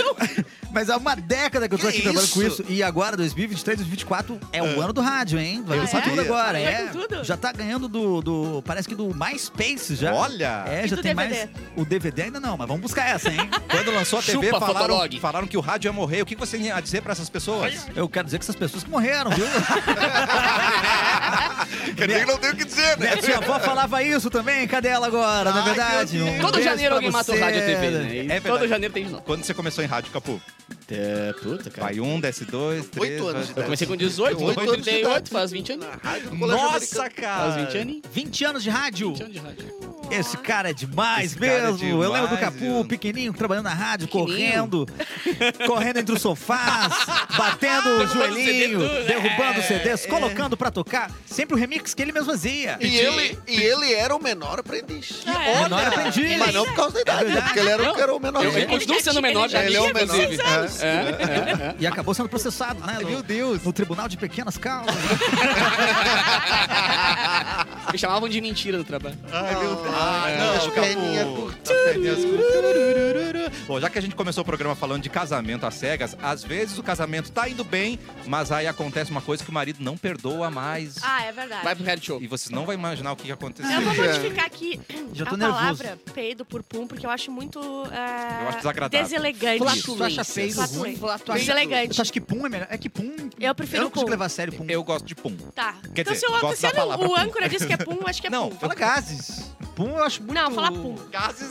Speaker 2: mas há uma década que eu tô
Speaker 1: Que
Speaker 2: aqui trabalhando com
Speaker 1: isso?
Speaker 2: isso. E agora, 2023, 2024, é o ano do rádio, hein? Vai
Speaker 3: Ah,
Speaker 2: vir com
Speaker 3: é?
Speaker 2: tudo agora.
Speaker 3: Vai
Speaker 2: é.
Speaker 3: com tudo?
Speaker 2: Já tá ganhando do, do- Parece que do MySpace já.
Speaker 1: Olha!
Speaker 2: É,
Speaker 3: E
Speaker 2: já
Speaker 3: do
Speaker 2: tem
Speaker 3: DVD?
Speaker 2: mais. O DVD ainda não, mas vamos buscar essa, hein?
Speaker 1: (laughs) Quando lançou a TV,
Speaker 5: Chupa,
Speaker 1: falaram,
Speaker 5: Fotolog.
Speaker 1: falaram que o rádio ia morrer. O que você ia dizer pra essas pessoas?
Speaker 2: Eu quero dizer que essas pessoas que morreram,
Speaker 1: (laughs)
Speaker 2: viu?
Speaker 4: Quer dizer, não tem o que dizer, né?
Speaker 2: Minha tia avó falava isso também, cadê ela agora, na
Speaker 1: Ai,
Speaker 2: verdade?
Speaker 1: meu
Speaker 2: Um
Speaker 1: Deus.
Speaker 5: Todo
Speaker 2: beijo
Speaker 5: janeiro
Speaker 2: pra
Speaker 5: alguém mata o
Speaker 2: você.
Speaker 5: rádio e a TV, né? E
Speaker 1: É
Speaker 5: todo
Speaker 1: verdade.
Speaker 5: janeiro tem de novo.
Speaker 1: Quando você começou em rádio, Capu?
Speaker 5: É, puta, cara.
Speaker 1: Vai um, desce dois, três...
Speaker 4: Oito anos
Speaker 1: vai-
Speaker 4: de
Speaker 5: Eu
Speaker 4: idade.
Speaker 5: comecei com 18,
Speaker 4: Oito
Speaker 5: com
Speaker 4: anos de
Speaker 5: 38,
Speaker 4: idade.
Speaker 5: faz 20 anos.
Speaker 4: Rádio do Colégio
Speaker 1: Nossa, cara!
Speaker 5: Faz 20 anos.
Speaker 2: 20 anos de rádio.
Speaker 5: 20 anos de rádio.
Speaker 2: Esse cara é demais
Speaker 1: Esse cara é
Speaker 2: mesmo. Eu lembro do
Speaker 1: demais,
Speaker 2: Capu,
Speaker 1: viu?
Speaker 2: pequenininho, trabalhando na rádio,
Speaker 5: Pequenininho.
Speaker 2: correndo, correndo entre os sofás, batendo o
Speaker 5: Derrubando
Speaker 2: joelhinho,
Speaker 5: CD tudo,
Speaker 2: derrubando
Speaker 5: é,
Speaker 2: CDs, americano pra tocar, sempre o remix que ele mesmo fazia.
Speaker 4: E ele, e ele era o menor aprendiz.
Speaker 3: Ah, é?
Speaker 2: um Menor
Speaker 4: Olha,
Speaker 2: aprendiz. É
Speaker 4: Mas não por causa da idade, né? porque ele era, o- era o menor.
Speaker 5: Eu, eu continuo
Speaker 3: já
Speaker 5: sendo
Speaker 3: tinha-
Speaker 5: menor da
Speaker 3: ele é um
Speaker 4: já
Speaker 5: minha,
Speaker 4: tinha
Speaker 5: inclusive.
Speaker 4: 16 anos.
Speaker 5: É, é, é.
Speaker 2: E acabou sendo processado, né? Meu Deus! No Tribunal de Pequenas Causas.
Speaker 5: Me chamavam de mentira no trabalho.
Speaker 1: Ai, meu Deus.
Speaker 4: Ah,
Speaker 1: É,
Speaker 4: não,
Speaker 1: o Capu.
Speaker 4: perninha curta.
Speaker 1: Perninhas curtas. Bom, já que a gente começou o programa falando de casamento às cegas, às vezes o casamento tá indo bem, mas aí acontece uma coisa que o marido não perdoa mais.
Speaker 3: Ah, é verdade.
Speaker 5: Vai pro reality show.
Speaker 1: E vocês não vão imaginar o que que aconteceu. (laughs)
Speaker 3: Eu vou
Speaker 1: Eu
Speaker 3: modificar aqui
Speaker 2: Já
Speaker 3: a
Speaker 2: tô nervoso.
Speaker 3: palavra peido por pum, porque eu acho muito eh,
Speaker 1: Eu acho desagradável.
Speaker 3: deselegante.
Speaker 2: Tu acha feio,
Speaker 3: Flatulência.
Speaker 2: ruim? Tu acha-
Speaker 3: Deselegante.
Speaker 2: Tu acha que pum é melhor? É que pum...
Speaker 3: Eu prefiro
Speaker 2: Eu não consigo
Speaker 3: pum.
Speaker 2: levar a sério pum.
Speaker 1: Eu gosto de pum.
Speaker 3: Tá.
Speaker 1: Quer
Speaker 3: então,
Speaker 1: dizer,
Speaker 3: se, eu,
Speaker 1: gosto
Speaker 3: se
Speaker 1: da
Speaker 3: eu não-
Speaker 1: palavra
Speaker 3: o
Speaker 1: pum.
Speaker 3: âncora disse que é pum, acho que é
Speaker 1: Não,
Speaker 3: pum.
Speaker 2: Fala gases. Pum eu acho muito...
Speaker 3: Não, fala pum.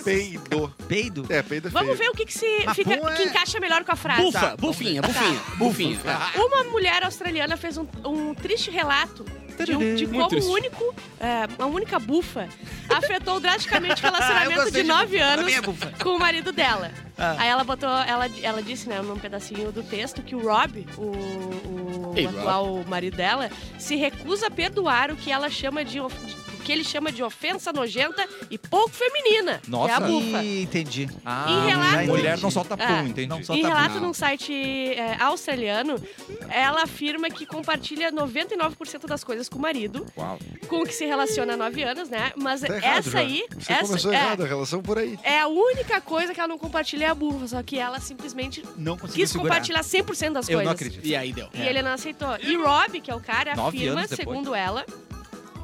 Speaker 6: Peido.
Speaker 2: Peido?
Speaker 6: É, peido é
Speaker 3: Vamos ver
Speaker 6: feio.
Speaker 3: o que, que se
Speaker 2: Mas
Speaker 3: fica,
Speaker 2: pum é-
Speaker 3: que encaixa melhor com a frase.
Speaker 5: Bufa, bufinha, bufinha, bufinha.
Speaker 3: Uma mulher australiana fez um, um triste relato de, um- de
Speaker 5: Muito
Speaker 3: como
Speaker 5: triste.
Speaker 3: um único, é, uma única bufa afetou drasticamente o relacionamento de
Speaker 2: Ah, gostei de
Speaker 3: nove
Speaker 2: bufa, é da
Speaker 3: anos
Speaker 2: minha bufa.
Speaker 3: com o marido dela.
Speaker 2: Ah.
Speaker 3: Aí ela botou, ela, ela disse, né, num pedacinho do texto, que o Rob, o, o
Speaker 5: Ei,
Speaker 3: atual marido dela, se recusa a perdoar o que ela chama de. of- o que ele chama de ofensa nojenta e pouco feminina. que é a
Speaker 1: Nossa.
Speaker 3: bufa.
Speaker 2: Ih, entendi.
Speaker 3: Em relato-
Speaker 1: Ah, mulher não solta pum,
Speaker 3: Ah,
Speaker 1: entendi.
Speaker 2: não solta-
Speaker 3: Em
Speaker 2: tá
Speaker 3: relato
Speaker 2: bom.
Speaker 3: num site é, australiano, ela afirma que compartilha 99% das coisas com o marido,
Speaker 1: Uau.
Speaker 3: com o que se relaciona há 9 anos, né? Mas
Speaker 6: Tá errado,
Speaker 3: essa
Speaker 6: já.
Speaker 3: aí,
Speaker 6: Você
Speaker 3: essa
Speaker 6: começou
Speaker 3: é,
Speaker 6: errado, a relação por aí.
Speaker 3: é a única coisa que ela não compartilha é a burra, só que ela simplesmente
Speaker 2: Não consegui
Speaker 3: quis
Speaker 2: segurar.
Speaker 3: compartilhar 100% das
Speaker 1: Eu
Speaker 3: coisas.
Speaker 1: não acredito. É.
Speaker 5: E aí deu.
Speaker 3: E ele não aceitou. E Rob, que é o cara,
Speaker 1: Nove
Speaker 3: afirma,
Speaker 1: anos depois.
Speaker 3: segundo ela,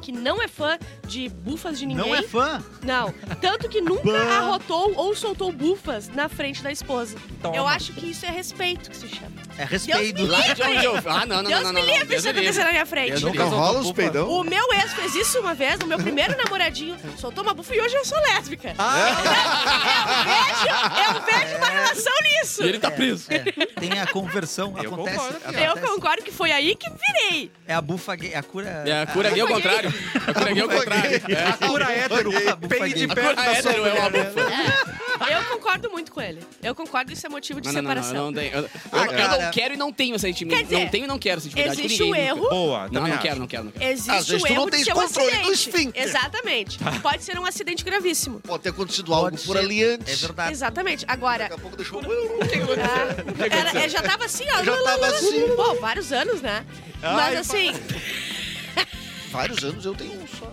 Speaker 3: que não é fã de bufas de ninguém.
Speaker 2: Não é fã?
Speaker 3: Não. Tanto que nunca
Speaker 2: Bah.
Speaker 3: arrotou ou soltou bufas na frente da esposa.
Speaker 1: Toma.
Speaker 3: Eu acho que isso é respeito que se chama.
Speaker 2: É respeito.
Speaker 5: Lá de onde eu... Ah, não, não,
Speaker 3: Deus
Speaker 5: não, não, não,
Speaker 3: me
Speaker 5: não.
Speaker 3: livre
Speaker 5: Deus
Speaker 3: isso
Speaker 5: me livre.
Speaker 3: acontecer na minha frente.
Speaker 1: Eu
Speaker 6: Não
Speaker 1: Resolveu
Speaker 6: rola os
Speaker 1: bufa.
Speaker 6: peidão?
Speaker 3: O meu ex fez isso uma vez, o meu primeiro namoradinho soltou uma bufa e hoje eu sou lésbica.
Speaker 1: Ah.
Speaker 3: Eu, vejo, eu vejo uma relação nisso.
Speaker 5: E ele tá preso.
Speaker 2: É, Tem a conversão,
Speaker 1: Eu
Speaker 2: acontece.
Speaker 1: concordo,
Speaker 3: Eu
Speaker 2: acontece.
Speaker 3: concordo que foi aí que virei.
Speaker 2: É a bufa gay, a cura...
Speaker 5: É, a cura gay é o contrário. A cura gay é o contrário. É.
Speaker 1: Cura hétero, peide
Speaker 5: A
Speaker 1: perto
Speaker 5: cura
Speaker 1: da sua
Speaker 5: hétero é uma
Speaker 3: né?
Speaker 1: mulher.
Speaker 5: bufa.
Speaker 3: Eu concordo muito com ele. Eu concordo, isso é motivo de
Speaker 5: Não, não, não, não,
Speaker 3: separação.
Speaker 5: não tem. Eu, eu-
Speaker 2: Ah,
Speaker 5: eu
Speaker 2: cara.
Speaker 5: não quero e não tenho essa
Speaker 3: Quer
Speaker 5: intimidade.
Speaker 3: dizer,
Speaker 5: Não tenho e não quero essa intimidade com
Speaker 3: Existe o
Speaker 5: ninguém, então. nunca.
Speaker 3: erro.
Speaker 1: Boa,
Speaker 5: Não,
Speaker 1: também
Speaker 5: não
Speaker 1: acho.
Speaker 5: quero, não quero, não quero.
Speaker 4: Às
Speaker 3: Existe
Speaker 4: vezes
Speaker 3: o
Speaker 4: tu não
Speaker 3: erro
Speaker 4: tem
Speaker 3: de ser um
Speaker 4: controle do
Speaker 3: acidente.
Speaker 4: esfíncter.
Speaker 3: Exatamente. Pode ser um acidente gravíssimo.
Speaker 4: Pode ter acontecido
Speaker 2: Pode
Speaker 4: algo por
Speaker 2: ser.
Speaker 4: ali
Speaker 2: É
Speaker 4: antes.
Speaker 2: verdade.
Speaker 3: Exatamente. Agora,
Speaker 4: Tá. Daqui a pouco deixou...
Speaker 3: Ah, era- é, já tava assim, ó.
Speaker 4: Já
Speaker 3: lá, lá,
Speaker 4: tava
Speaker 3: lá,
Speaker 4: assim.
Speaker 3: Bom, vários anos, né? Mas assim,
Speaker 4: Vários anos eu tenho um só.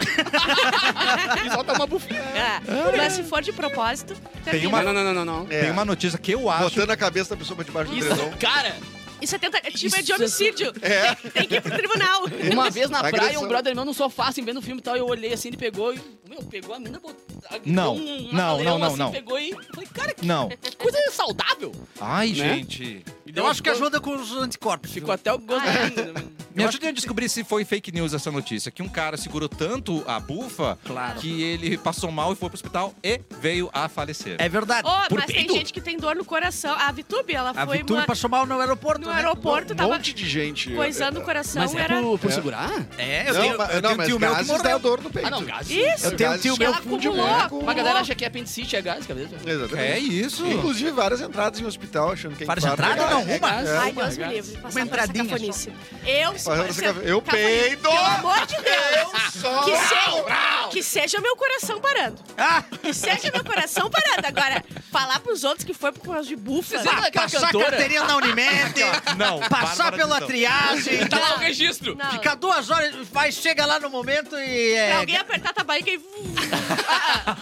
Speaker 5: E solta uma bufinha.
Speaker 3: é, mas se for de propósito,
Speaker 1: Tem
Speaker 3: termina.
Speaker 1: uma-
Speaker 5: Não, não, não, não, não.
Speaker 1: Tem uma notícia que eu acho
Speaker 6: É, Botando a cabeça da pessoa pra debaixo do um
Speaker 5: Isso,
Speaker 6: edredom.
Speaker 5: cara,
Speaker 3: Isso é tentativa
Speaker 5: Isso
Speaker 3: de homicídio.
Speaker 6: É.
Speaker 3: Tem, tem que ir pro tribunal.
Speaker 5: uma vez na
Speaker 6: Agressão.
Speaker 5: praia, um brother meu não só fácil vendo o filme e tal, eu olhei assim, ele pegou e. Meu, pegou a mina, botou.
Speaker 1: Não,
Speaker 5: deu
Speaker 1: não,
Speaker 5: um
Speaker 1: não,
Speaker 5: mata-leão
Speaker 1: não,
Speaker 5: assim,
Speaker 1: não.
Speaker 5: Pegou e. Falei, cara, que
Speaker 1: Não.
Speaker 5: coisa saudável.
Speaker 1: Ai,
Speaker 5: Né?
Speaker 1: gente.
Speaker 5: E deu
Speaker 2: Eu acho que
Speaker 5: ficou-
Speaker 2: ajuda com os anticorpos.
Speaker 5: Ficou até o gosto da mina.
Speaker 1: Me ajudem a descobrir se foi fake news essa notícia. Que um cara segurou tanto a bufa
Speaker 5: Claro.
Speaker 1: que ele passou mal e foi pro hospital e veio a falecer.
Speaker 2: É verdade.
Speaker 3: Oh,
Speaker 1: Por
Speaker 3: mas tem
Speaker 1: peido?
Speaker 3: gente que tem dor no coração. A Vitube, ela
Speaker 2: A
Speaker 3: foi
Speaker 2: Vitube
Speaker 3: uma-
Speaker 2: passou mal no aeroporto,
Speaker 3: no
Speaker 2: né?
Speaker 3: aeroporto,
Speaker 6: um
Speaker 3: tava
Speaker 6: monte de gente.
Speaker 3: coisando o coração.
Speaker 5: Mas é
Speaker 3: era...
Speaker 5: por, por
Speaker 6: É.
Speaker 5: segurar?
Speaker 2: É, eu
Speaker 6: Não,
Speaker 2: tenho,
Speaker 6: mas,
Speaker 2: eu
Speaker 6: não,
Speaker 2: tenho um
Speaker 6: mas
Speaker 2: tio meu que
Speaker 6: gases dá
Speaker 2: morreu.
Speaker 6: dor no peito.
Speaker 5: Ah, não, gás.
Speaker 3: Isso,
Speaker 6: É,
Speaker 2: tenho um
Speaker 6: gases
Speaker 2: tio
Speaker 6: que
Speaker 2: meu
Speaker 6: ela funde
Speaker 3: acumulou.
Speaker 6: muito com-
Speaker 5: Mas a galera acha que é apendicite, é gás, cabeça.
Speaker 6: Exatamente.
Speaker 1: É isso.
Speaker 6: Inclusive, várias entradas em hospital achando que é
Speaker 2: Várias
Speaker 6: infarto.
Speaker 2: entradas?
Speaker 6: É,
Speaker 2: Não,
Speaker 6: é
Speaker 2: uma.
Speaker 6: gás.
Speaker 3: Ai,
Speaker 5: Uma
Speaker 3: Deus me
Speaker 5: gás.
Speaker 3: livre. Passar por essa
Speaker 2: entradinha só.
Speaker 3: cafonice. Eu Alisson.
Speaker 6: Fazendo
Speaker 3: você-
Speaker 6: esse café. Eu
Speaker 3: Café-
Speaker 6: peido!
Speaker 3: Pelo amor de Deus!
Speaker 6: sou-
Speaker 3: Que seja, que seja meu coração parando.
Speaker 2: Ah,
Speaker 3: Que seja meu coração parando. Agora, falar pros outros que foi por causa de bufa.
Speaker 5: Vocês lembram daquela
Speaker 2: passar
Speaker 5: cantora?
Speaker 2: carteirinha na Unimed,
Speaker 1: Ah, Não,
Speaker 2: (laughs) passar
Speaker 1: Bárbara então.
Speaker 2: pela
Speaker 1: Titão.
Speaker 2: triagem,
Speaker 5: Tá lá o registro.
Speaker 3: Não.
Speaker 2: ficar duas horas, vai, chega lá no momento e... é,
Speaker 3: Pra alguém apertar tua barriga e...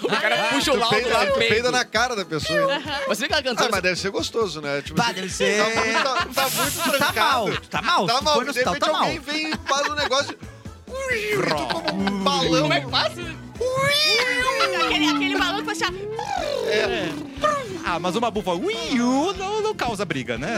Speaker 5: O cara puxa o
Speaker 6: Tu
Speaker 5: laudo lá
Speaker 6: peida, tu peida
Speaker 5: peida
Speaker 6: na cara da pessoa.
Speaker 5: É. Mas vê aquela
Speaker 6: Ah,
Speaker 5: cantora.
Speaker 6: mas deve ser gostoso, né? Tipo,
Speaker 2: Bah,
Speaker 6: assim,
Speaker 2: deve ser-
Speaker 6: Tá muito, tá, tá muito
Speaker 2: Tu tá mal,
Speaker 6: trancado.
Speaker 2: tu tá mal.
Speaker 6: Tá
Speaker 2: tu
Speaker 6: mal.
Speaker 2: foi no
Speaker 6: De
Speaker 2: hospital,
Speaker 6: repente
Speaker 2: tá mal.
Speaker 6: alguém vem e faz um negócio. Ui, e tu toma um balão.
Speaker 5: Como é que passa?
Speaker 3: aquele, aquele assim, balão que você...
Speaker 1: Ah, mas uma bufa ui, u, não, não causa briga, né?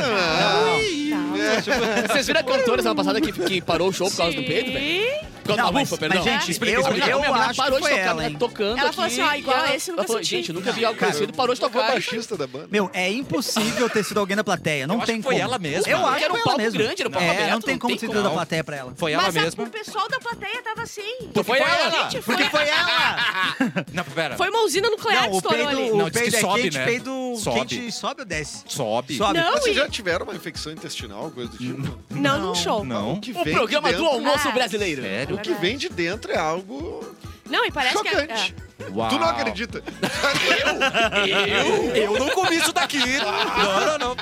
Speaker 5: Vocês viram a cantora semana passada que, que parou o show por causa do peito, velho? Por causa
Speaker 2: Não,
Speaker 5: da
Speaker 2: mas-
Speaker 5: bufa,
Speaker 2: mas,
Speaker 5: perdão.
Speaker 2: gente,
Speaker 5: Explica,
Speaker 2: eu-
Speaker 5: explica.
Speaker 2: eu
Speaker 5: Não, minha mulher
Speaker 2: acho que
Speaker 5: parou de
Speaker 2: foi
Speaker 5: tocar,
Speaker 2: ela,
Speaker 5: né?
Speaker 2: hein?
Speaker 5: tocando
Speaker 3: Ela falou
Speaker 5: aqui,
Speaker 3: assim, ó, igual
Speaker 5: e ela- "Ah,
Speaker 3: esse eu nunca
Speaker 5: ela falou,
Speaker 3: senti.
Speaker 5: Gente, nunca vi algo
Speaker 2: Cara,
Speaker 5: parecido, parou de
Speaker 6: Foi
Speaker 5: tocar.
Speaker 6: baixista da banda.
Speaker 2: Meu, é impossível ter sido alguém da plateia. Não
Speaker 1: Eu acho
Speaker 2: tem
Speaker 1: que foi
Speaker 2: como.
Speaker 1: ela mesma.
Speaker 2: Eu
Speaker 1: Porque
Speaker 2: acho
Speaker 5: era um
Speaker 2: que foi
Speaker 5: palco
Speaker 2: ela mesma.
Speaker 5: grande, era um palco
Speaker 2: é, Não
Speaker 5: abriado,
Speaker 2: tem
Speaker 5: não
Speaker 2: como
Speaker 5: tem
Speaker 2: ter sido
Speaker 5: como.
Speaker 2: da plateia pra ela.
Speaker 1: Foi ela
Speaker 3: Mas a- o
Speaker 1: mesma.
Speaker 3: pessoal da plateia tava assim.
Speaker 5: Então foi ela.
Speaker 3: Gente, foi,
Speaker 2: Porque foi ela!
Speaker 1: Não, pera.
Speaker 3: foi uma usina nuclear
Speaker 2: Não,
Speaker 3: que
Speaker 2: o
Speaker 3: estourou ali.
Speaker 2: peido,
Speaker 1: Não,
Speaker 2: o
Speaker 1: diz que
Speaker 2: peido é
Speaker 1: sobe,
Speaker 2: quente,
Speaker 1: né?
Speaker 2: peido
Speaker 1: Sobe.
Speaker 2: quente sobe ou desce?
Speaker 1: Sobe.
Speaker 2: Sobe.
Speaker 3: Não,
Speaker 6: Vocês
Speaker 3: e...
Speaker 6: já tiveram uma infecção intestinal, coisa do tipo?
Speaker 3: Não, num show.
Speaker 1: Não.
Speaker 6: que
Speaker 5: O
Speaker 6: vem
Speaker 5: Um programa
Speaker 6: de
Speaker 5: do
Speaker 6: dentro-
Speaker 5: almoço brasileiro.
Speaker 1: Sério?
Speaker 6: O que vem de dentro é algo
Speaker 3: Não, e parece que... é-
Speaker 6: chocante. Tu não acredita.
Speaker 1: Eu? Eu não comi isso daqui. Não, não, não.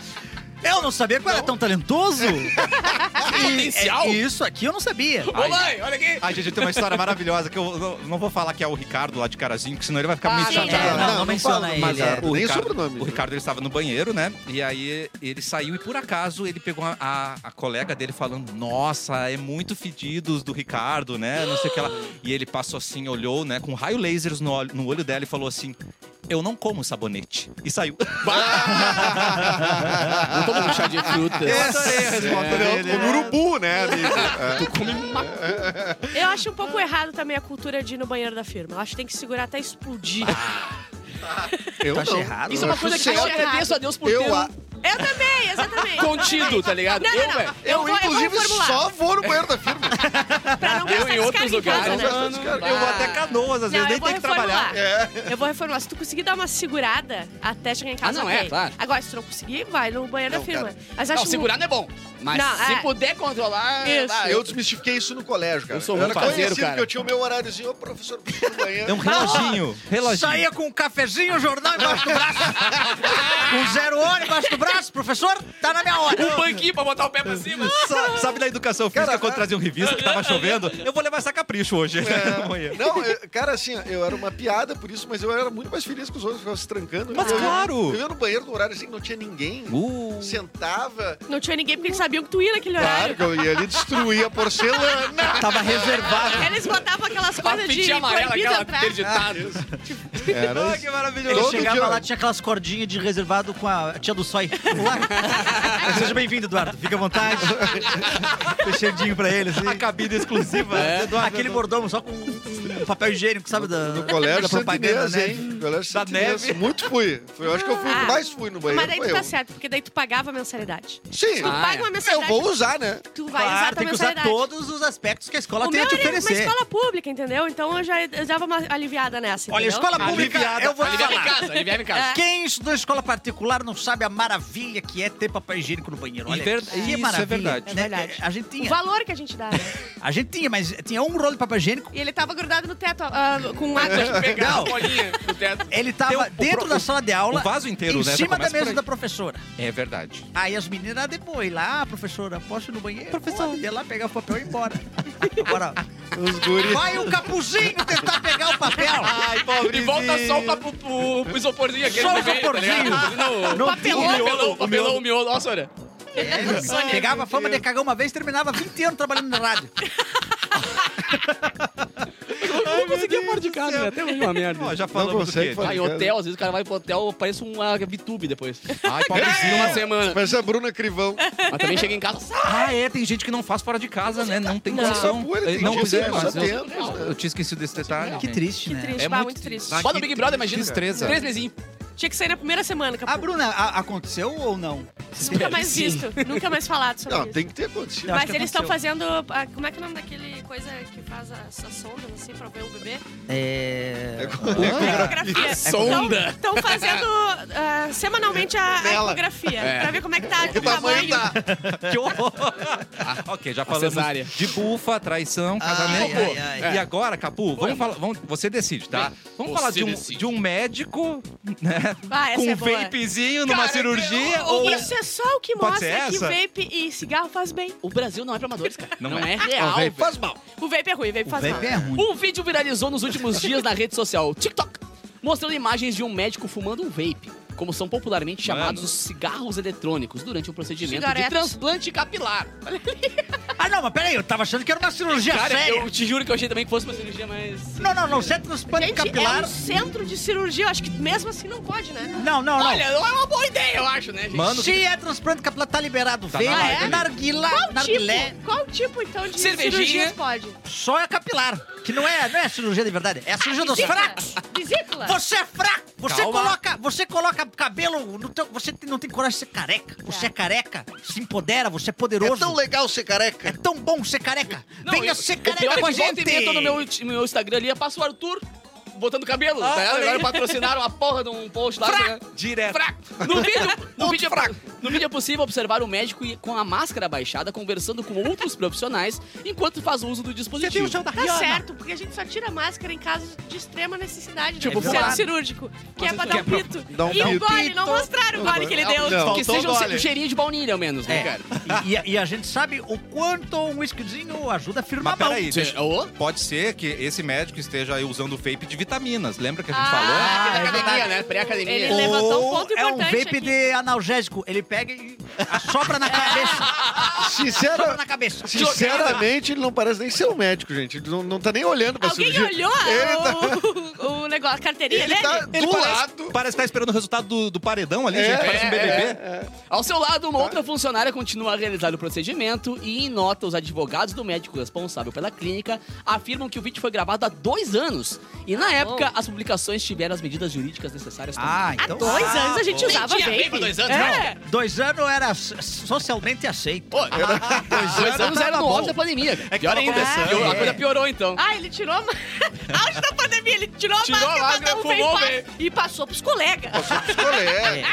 Speaker 2: Eu não sabia que eu era tão talentoso. (laughs)
Speaker 5: Potencial?
Speaker 2: É, isso aqui eu não sabia.
Speaker 5: Ô, mãe, olha aqui.
Speaker 1: Ai, gente, tem uma
Speaker 6: (laughs)
Speaker 1: história maravilhosa que eu não, não vou falar que é o Ricardo lá de Carazinho, porque senão ele vai ficar
Speaker 5: Ah,
Speaker 1: muito
Speaker 5: sim,
Speaker 1: chateado.
Speaker 5: é,
Speaker 2: não, não menciona
Speaker 6: fala,
Speaker 2: ele,
Speaker 6: mas
Speaker 2: é.
Speaker 6: é, nem
Speaker 1: Ricardo-
Speaker 6: sobrenome.
Speaker 1: O Ricardo ele estava no banheiro, né? E aí ele saiu e por acaso ele pegou a, a- a colega dele falando: Nossa, é muito fedidos do Ricardo, né? Não sei o que lá. E ele passou assim, olhou, né? Com raio lasers no, olho- no olho dela e falou assim: Eu não como sabonete. E saiu.
Speaker 5: Não toma um chá de frutas.
Speaker 1: adorei a resposta
Speaker 6: Ele é um urubu, né? amigo? É.
Speaker 3: Eu acho um pouco errado também a cultura de ir no banheiro da firma. Eu acho que tem que segurar até explodir.
Speaker 6: Eu
Speaker 2: Tu acha
Speaker 6: não.
Speaker 2: errado?
Speaker 5: Isso é uma coisa que eu
Speaker 3: Certo.
Speaker 5: agradeço a Deus por
Speaker 6: Eu
Speaker 5: ter um
Speaker 6: a-
Speaker 3: Eu também, exatamente.
Speaker 5: contido, tá ligado?
Speaker 3: Não,
Speaker 5: eu,
Speaker 3: não,
Speaker 5: velho.
Speaker 3: não.
Speaker 6: Eu,
Speaker 3: vou-
Speaker 6: inclusive,
Speaker 3: vou formular.
Speaker 6: só vou no banheiro da firma.
Speaker 3: Pra não gastar
Speaker 5: em
Speaker 3: descarga em
Speaker 5: outros lugares,
Speaker 3: casa,
Speaker 5: não
Speaker 3: né?
Speaker 1: é
Speaker 5: gasto.
Speaker 1: Eu vou até canoas, às vezes
Speaker 3: Não, eu
Speaker 1: nem
Speaker 3: vou
Speaker 1: tem que trabalhar.
Speaker 3: reformular. Eu vou reformular. Se tu conseguir dar uma segurada até chegar em casa,
Speaker 5: É. Ah, não,
Speaker 3: ok.
Speaker 5: é, claro.
Speaker 3: Agora, se tu não conseguir, vai no banheiro da
Speaker 6: Não,
Speaker 3: firma.
Speaker 6: cara.
Speaker 3: Mas acho
Speaker 5: Não, segurar não é bom. Mas
Speaker 3: Não,
Speaker 5: se
Speaker 3: é.
Speaker 5: puder controlar... é,
Speaker 3: Isso.
Speaker 5: vai.
Speaker 6: Eu desmistifiquei isso no colégio, cara.
Speaker 5: Eu sou
Speaker 6: era
Speaker 5: muito fazeiro,
Speaker 6: conhecido
Speaker 5: cara.
Speaker 6: que eu tinha o meu horáriozinho. Ô, professor, preciso do banheiro.
Speaker 1: É um reloginho. Reloginho.
Speaker 2: Saía com um cafezinho, um jornal embaixo do (laughs) braço. um zero hora embaixo do braço. Professor, tá na minha hora.
Speaker 5: Um banquinho pra botar o pé pra cima.
Speaker 1: Sa- Sabe da educação física
Speaker 6: Cara, né?
Speaker 1: quando trazia um revista que tava chovendo? Eu vou levar essa capricho hoje.
Speaker 6: É.
Speaker 1: (laughs) Amanhã.
Speaker 6: Não, eu- cara, assim, eu era uma piada por isso, mas eu era muito mais feliz que os outros, ficava se trancando.
Speaker 1: Mas
Speaker 6: eu, ia-
Speaker 1: claro.
Speaker 6: Eu ia no banheiro no horário assim, não tinha ninguém.
Speaker 2: Um
Speaker 1: Uh.
Speaker 6: Sentava.
Speaker 3: Não tinha ninguém porque eles sabiam que tu ia naquele
Speaker 6: Claro
Speaker 3: horário.
Speaker 6: que eu ia ali destruir a porcelana.
Speaker 2: Tava reservado.
Speaker 3: Eles botavam aquelas
Speaker 5: Com Ah. a
Speaker 3: coisas de
Speaker 5: fitinha amarela,
Speaker 3: proibido
Speaker 5: aquela
Speaker 3: entrar.
Speaker 5: interditada.
Speaker 6: Era
Speaker 1: Ah,
Speaker 6: isso.
Speaker 1: que maravilhoso.
Speaker 2: Ele
Speaker 6: Todo
Speaker 2: chegava
Speaker 6: dia.
Speaker 2: lá, tinha aquelas cordinhas de reservado com a tia do sói.
Speaker 1: (laughs)
Speaker 2: Lá. Seja bem-vindo, Eduardo. Fica à vontade. Fechadinho pra ele, assim.
Speaker 1: A cabine exclusiva.
Speaker 5: É.
Speaker 1: É. Eduardo,
Speaker 2: Aquele mordomo só com um papel higiênico, sabe? Da,
Speaker 6: No colégio
Speaker 2: da
Speaker 6: propaganda,
Speaker 2: propaganda, né?
Speaker 6: hein? Colégio
Speaker 1: Da
Speaker 6: Santinês.
Speaker 1: neve.
Speaker 6: Muito fui. Foi- Eu acho que eu fui o que mais fui no banheiro.
Speaker 3: Ah. Mas daí
Speaker 6: foi
Speaker 3: tu tá
Speaker 6: eu.
Speaker 3: certo, porque daí tu pagava a mensalidade.
Speaker 6: Sim.
Speaker 3: Tu
Speaker 5: Ah,
Speaker 3: paga
Speaker 5: é.
Speaker 3: uma
Speaker 6: eu
Speaker 3: mensalidade,
Speaker 6: vou usar, né?
Speaker 3: tu vai usar a
Speaker 2: Claro,
Speaker 3: tua
Speaker 2: tem que usar
Speaker 3: mensalidade.
Speaker 2: todos os aspectos que a escola
Speaker 3: o
Speaker 2: tem
Speaker 3: meu
Speaker 2: a te
Speaker 3: era uma
Speaker 2: oferecer.
Speaker 3: escola pública, entendeu? Então eu já eu dava uma aliviada nessa.
Speaker 2: Olha, a
Speaker 3: entendeu?
Speaker 2: escola pública,
Speaker 1: Aliviada.
Speaker 2: eu vou te
Speaker 5: Aliviava em
Speaker 2: falar.
Speaker 5: casa, aliviava em casa.
Speaker 2: Quem estudou escola particular não sabe a maravilha que é ter papel higiênico no banheiro.
Speaker 1: E
Speaker 2: Olha,
Speaker 1: ver-
Speaker 2: que
Speaker 1: isso é
Speaker 2: maravilha.
Speaker 1: verdade.
Speaker 3: É
Speaker 2: né?
Speaker 3: verdade.
Speaker 2: A gente
Speaker 3: O
Speaker 2: tinha,
Speaker 3: valor que a gente dá, né?
Speaker 2: a gente tinha, mas tinha um rolo de papel higiênico.
Speaker 3: E ele tava grudado no teto ah, com água.
Speaker 5: Pegar a
Speaker 2: Não.
Speaker 5: bolinha no teto.
Speaker 2: Ele
Speaker 1: Tem o-
Speaker 2: tava
Speaker 1: o
Speaker 2: dentro
Speaker 1: pro-
Speaker 2: da sala de aula,
Speaker 1: o vaso inteiro,
Speaker 2: em
Speaker 1: né? Já
Speaker 2: cima da
Speaker 1: começa por
Speaker 2: mesa
Speaker 1: aí.
Speaker 2: da professora.
Speaker 1: É verdade.
Speaker 2: Aí as meninas depois, lá, "Ah, professora, posso ir no banheiro? Professor. Pode, ia lá pegar o papel e ir embora. Agora,
Speaker 6: Os guris.
Speaker 2: vai o capuzinho tentar pegar o papel.
Speaker 6: (laughs)
Speaker 5: E volta só o papo- pro, pro isoporzinho aquele
Speaker 2: Só o
Speaker 5: no meio, tá ligado?
Speaker 2: isoporzinho.
Speaker 5: No-
Speaker 2: Não
Speaker 5: O
Speaker 2: tinha.
Speaker 5: miolo, o papelão, o miolo. Nossa, olha.
Speaker 2: É, pegava a fama de cagar uma vez, terminava 20 anos trabalhando na rádio.
Speaker 5: Eu não conseguia pôr de casa, né? Até hoje é uma merda.
Speaker 1: Ó, já falamos do
Speaker 6: consegue
Speaker 1: quê?
Speaker 6: falar.
Speaker 5: Ah, em hotel, às vezes o cara vai pro hotel, parece uma VTube depois.
Speaker 1: Ai, pobrezinho.
Speaker 5: Uma semana.
Speaker 6: Mas a Bruna Crivão.
Speaker 5: Mas também chega em casa, sabe?
Speaker 1: Ah, é, tem gente que não faz fora de casa, né? Não tem
Speaker 3: Não.
Speaker 1: condição.
Speaker 6: Só poeira, tem
Speaker 1: Não,
Speaker 6: gente
Speaker 1: pois
Speaker 6: que
Speaker 1: é,
Speaker 6: só
Speaker 1: mas
Speaker 6: tem,
Speaker 5: um
Speaker 1: eu, eu tinha esquecido desse detalhe.
Speaker 2: Que
Speaker 1: né?
Speaker 2: triste, né?
Speaker 3: triste,
Speaker 1: É
Speaker 3: bah,
Speaker 1: muito
Speaker 3: muito triste.
Speaker 1: triste.
Speaker 5: Bota no Big Brother, imagina.
Speaker 1: Destreza.
Speaker 5: Três mesinhos.
Speaker 3: Tinha que sair na primeira semana,
Speaker 2: A
Speaker 3: capô.
Speaker 2: Bruna, a- aconteceu ou não?
Speaker 3: Nunca mais
Speaker 5: Sim.
Speaker 3: visto, nunca mais falado sobre
Speaker 6: Não,
Speaker 3: isso.
Speaker 6: tem que ter acontecido.
Speaker 2: acho
Speaker 3: Mas
Speaker 2: que
Speaker 3: eles estão
Speaker 2: aconteceu.
Speaker 3: fazendo. ah, Como é que é o nome daquele coisa que faz as as sondas, assim, pra ver o bebê?
Speaker 2: É.
Speaker 3: Ecografia.
Speaker 5: sonda.
Speaker 3: Estão fazendo ah, semanalmente a, a
Speaker 4: Dela.
Speaker 3: ecografia.
Speaker 5: É.
Speaker 3: Pra ver como é que tá o
Speaker 4: Que tamanho
Speaker 3: tamanho.
Speaker 4: tá?
Speaker 1: Que horror! Ah, ok, já falamos
Speaker 5: cesárea.
Speaker 1: de bufa, traição,
Speaker 2: Ai,
Speaker 1: casamento.
Speaker 2: ai, ai.
Speaker 1: E agora, Capu, vamos falar. Vamos, você decide, tá? Vamos
Speaker 7: você
Speaker 1: falar de um,
Speaker 7: decide.
Speaker 1: de um médico, né?
Speaker 3: Ah, essa
Speaker 1: com
Speaker 3: é
Speaker 1: um
Speaker 3: boa.
Speaker 1: vapezinho numa
Speaker 7: Cara,
Speaker 1: cirurgia.
Speaker 7: eu-
Speaker 1: ou...
Speaker 3: Isso é só o que
Speaker 1: Pode
Speaker 3: mostra
Speaker 1: ser
Speaker 3: que
Speaker 1: essa?
Speaker 3: vape e cigarro faz bem.
Speaker 5: O Brasil não é pra amadores, cara.
Speaker 1: Não
Speaker 5: Não,
Speaker 1: é.
Speaker 5: é. real.
Speaker 4: Faz mal.
Speaker 3: O vape é ruim, o vape faz mal.
Speaker 2: Vape é ruim.
Speaker 5: Um vídeo viralizou nos últimos dias na rede social TikTok, mostrando imagens de um médico fumando um vape, como são popularmente
Speaker 1: Mano.
Speaker 5: chamados os cigarros eletrônicos, durante um procedimento
Speaker 3: Cigaretos.
Speaker 5: de transplante capilar.
Speaker 2: Ah, não, mas peraí, eu tava achando que era uma cirurgia
Speaker 5: Cara,
Speaker 2: séria.
Speaker 5: eu te juro que eu achei também que fosse uma cirurgia mais...
Speaker 2: Não, não, não, centro dos pânico
Speaker 3: Gente,
Speaker 2: capilar.
Speaker 3: é um centro de cirurgia. Eu acho que mesmo assim não pode, né?
Speaker 2: Não, não, não.
Speaker 5: Olha, não é uma boa ideia, eu acho, né, gente?
Speaker 1: Mano,
Speaker 2: Se é transplante capilar, tá liberado.
Speaker 1: Tá
Speaker 2: Veio,
Speaker 1: na live.
Speaker 2: narguila, narguilé.
Speaker 3: Tipo, qual tipo, então, de
Speaker 5: Cervejinha.
Speaker 3: cirurgias pode?
Speaker 2: Só é capilar. Que não é, não é cirurgia de verdade, é a cirurgia dos
Speaker 3: Vesícula.
Speaker 2: fracos.
Speaker 3: Vesícula.
Speaker 2: Você é fraco! Você
Speaker 1: Calma.
Speaker 2: coloca, você coloca cabelo no teu. Você tem- não tem coragem de ser careca.
Speaker 3: Tá.
Speaker 2: Você é careca, se empodera, você é poderoso.
Speaker 4: É tão legal ser
Speaker 2: É
Speaker 4: careca.
Speaker 2: tão bom ser careca.
Speaker 5: Não,
Speaker 2: Venha
Speaker 5: eu-
Speaker 2: ser
Speaker 5: o pior
Speaker 2: careca
Speaker 5: é
Speaker 2: com a
Speaker 5: que volta e meia,
Speaker 2: gente.
Speaker 5: eu tô no meu, int- meu Instagram ali, eu passo o Arthur botando cabelo.
Speaker 1: Ah,
Speaker 5: tá ligado?
Speaker 1: olha aí.
Speaker 5: Agora patrocinaram a porra de um post lá. né?
Speaker 1: direto.
Speaker 5: Fraco. No vídeo, no,
Speaker 4: Ponto
Speaker 5: vídeo
Speaker 4: fraco.
Speaker 5: É, no vídeo é possível observar o médico e- com a máscara baixada conversando com outros profissionais enquanto faz uso
Speaker 2: Você
Speaker 5: do
Speaker 2: viu
Speaker 5: dispositivo.
Speaker 2: o show da
Speaker 3: Tá
Speaker 2: Rihanna?
Speaker 3: certo, porque a gente só tira a máscara em casos de extrema necessidade, tipo,
Speaker 5: Tipo,
Speaker 3: né?
Speaker 5: fumar.
Speaker 3: centro cirúrgico, que é pra dar um pito.
Speaker 6: Dá um
Speaker 3: e o
Speaker 6: pito.
Speaker 3: gole, não mostraram o gole que ele deu.
Speaker 7: Não.
Speaker 5: que
Speaker 7: Faltou
Speaker 5: seja um
Speaker 7: o
Speaker 5: che-
Speaker 7: gole.
Speaker 5: um cheirinho de baunilha, ao menos, né,
Speaker 2: É,
Speaker 5: cara?
Speaker 2: e, e a- e a gente sabe o quanto um whiskyzinho ajuda a firmar
Speaker 1: Mas
Speaker 2: a mão.
Speaker 1: peraí, deixa- é
Speaker 5: Sim, ô.
Speaker 1: pode ser que esse médico esteja aí usando vape de vitaminas. Lembra que a gente
Speaker 3: Ah,
Speaker 1: falou?
Speaker 3: é
Speaker 5: Ah,
Speaker 3: verdade.
Speaker 5: academia, né? Pré-academia.
Speaker 3: Ele
Speaker 2: Ou
Speaker 3: levantou um ponto
Speaker 2: é um
Speaker 3: importante
Speaker 2: vape
Speaker 3: aqui. É.
Speaker 2: de analgésico. Ele pega e assopra na cabeça. assopra
Speaker 6: Sincera-
Speaker 2: na cabeça.
Speaker 6: (laughs) sinceramente, ele não parece nem ser um médico, gente. Ele não, não tá nem olhando pra
Speaker 3: Alguém
Speaker 6: cirurgia.
Speaker 3: olhou a- o, o negócio, a carteirinha
Speaker 6: Ele
Speaker 3: dele?
Speaker 6: tá
Speaker 5: né?
Speaker 1: Ele
Speaker 6: do
Speaker 1: parece,
Speaker 6: lado.
Speaker 1: parece que tá esperando o resultado do, do paredão ali,
Speaker 6: É,
Speaker 1: gente. Parece um
Speaker 5: é,
Speaker 1: BBB.
Speaker 5: Ao seu lado, uma outra funcionária continua a realizar o procedimento e, em nota, os advogados do médico responsável pela clínica afirmam que o vídeo foi gravado há dois anos e, na época, as publicações tiveram as medidas jurídicas necessárias também.
Speaker 2: Ah,
Speaker 3: Há
Speaker 2: então.
Speaker 3: dois anos a gente
Speaker 5: Nem
Speaker 3: usava
Speaker 5: tinha
Speaker 3: vape.
Speaker 5: vape há dois anos,
Speaker 3: é.
Speaker 2: Dois anos era so- socialmente aceito.
Speaker 5: Pô, dois anos era no auge da pandemia. cara. Pior ainda.
Speaker 3: tava
Speaker 5: Pior- A
Speaker 2: é.
Speaker 5: coisa piorou, então.
Speaker 3: Ah, ele tirou a ma- (laughs) Auge da pandemia, ele tirou a
Speaker 5: Tirou a
Speaker 3: máscara,
Speaker 5: máscara,
Speaker 3: mandou um
Speaker 5: fumou
Speaker 3: vape e passou pros colegas.
Speaker 6: Escolher.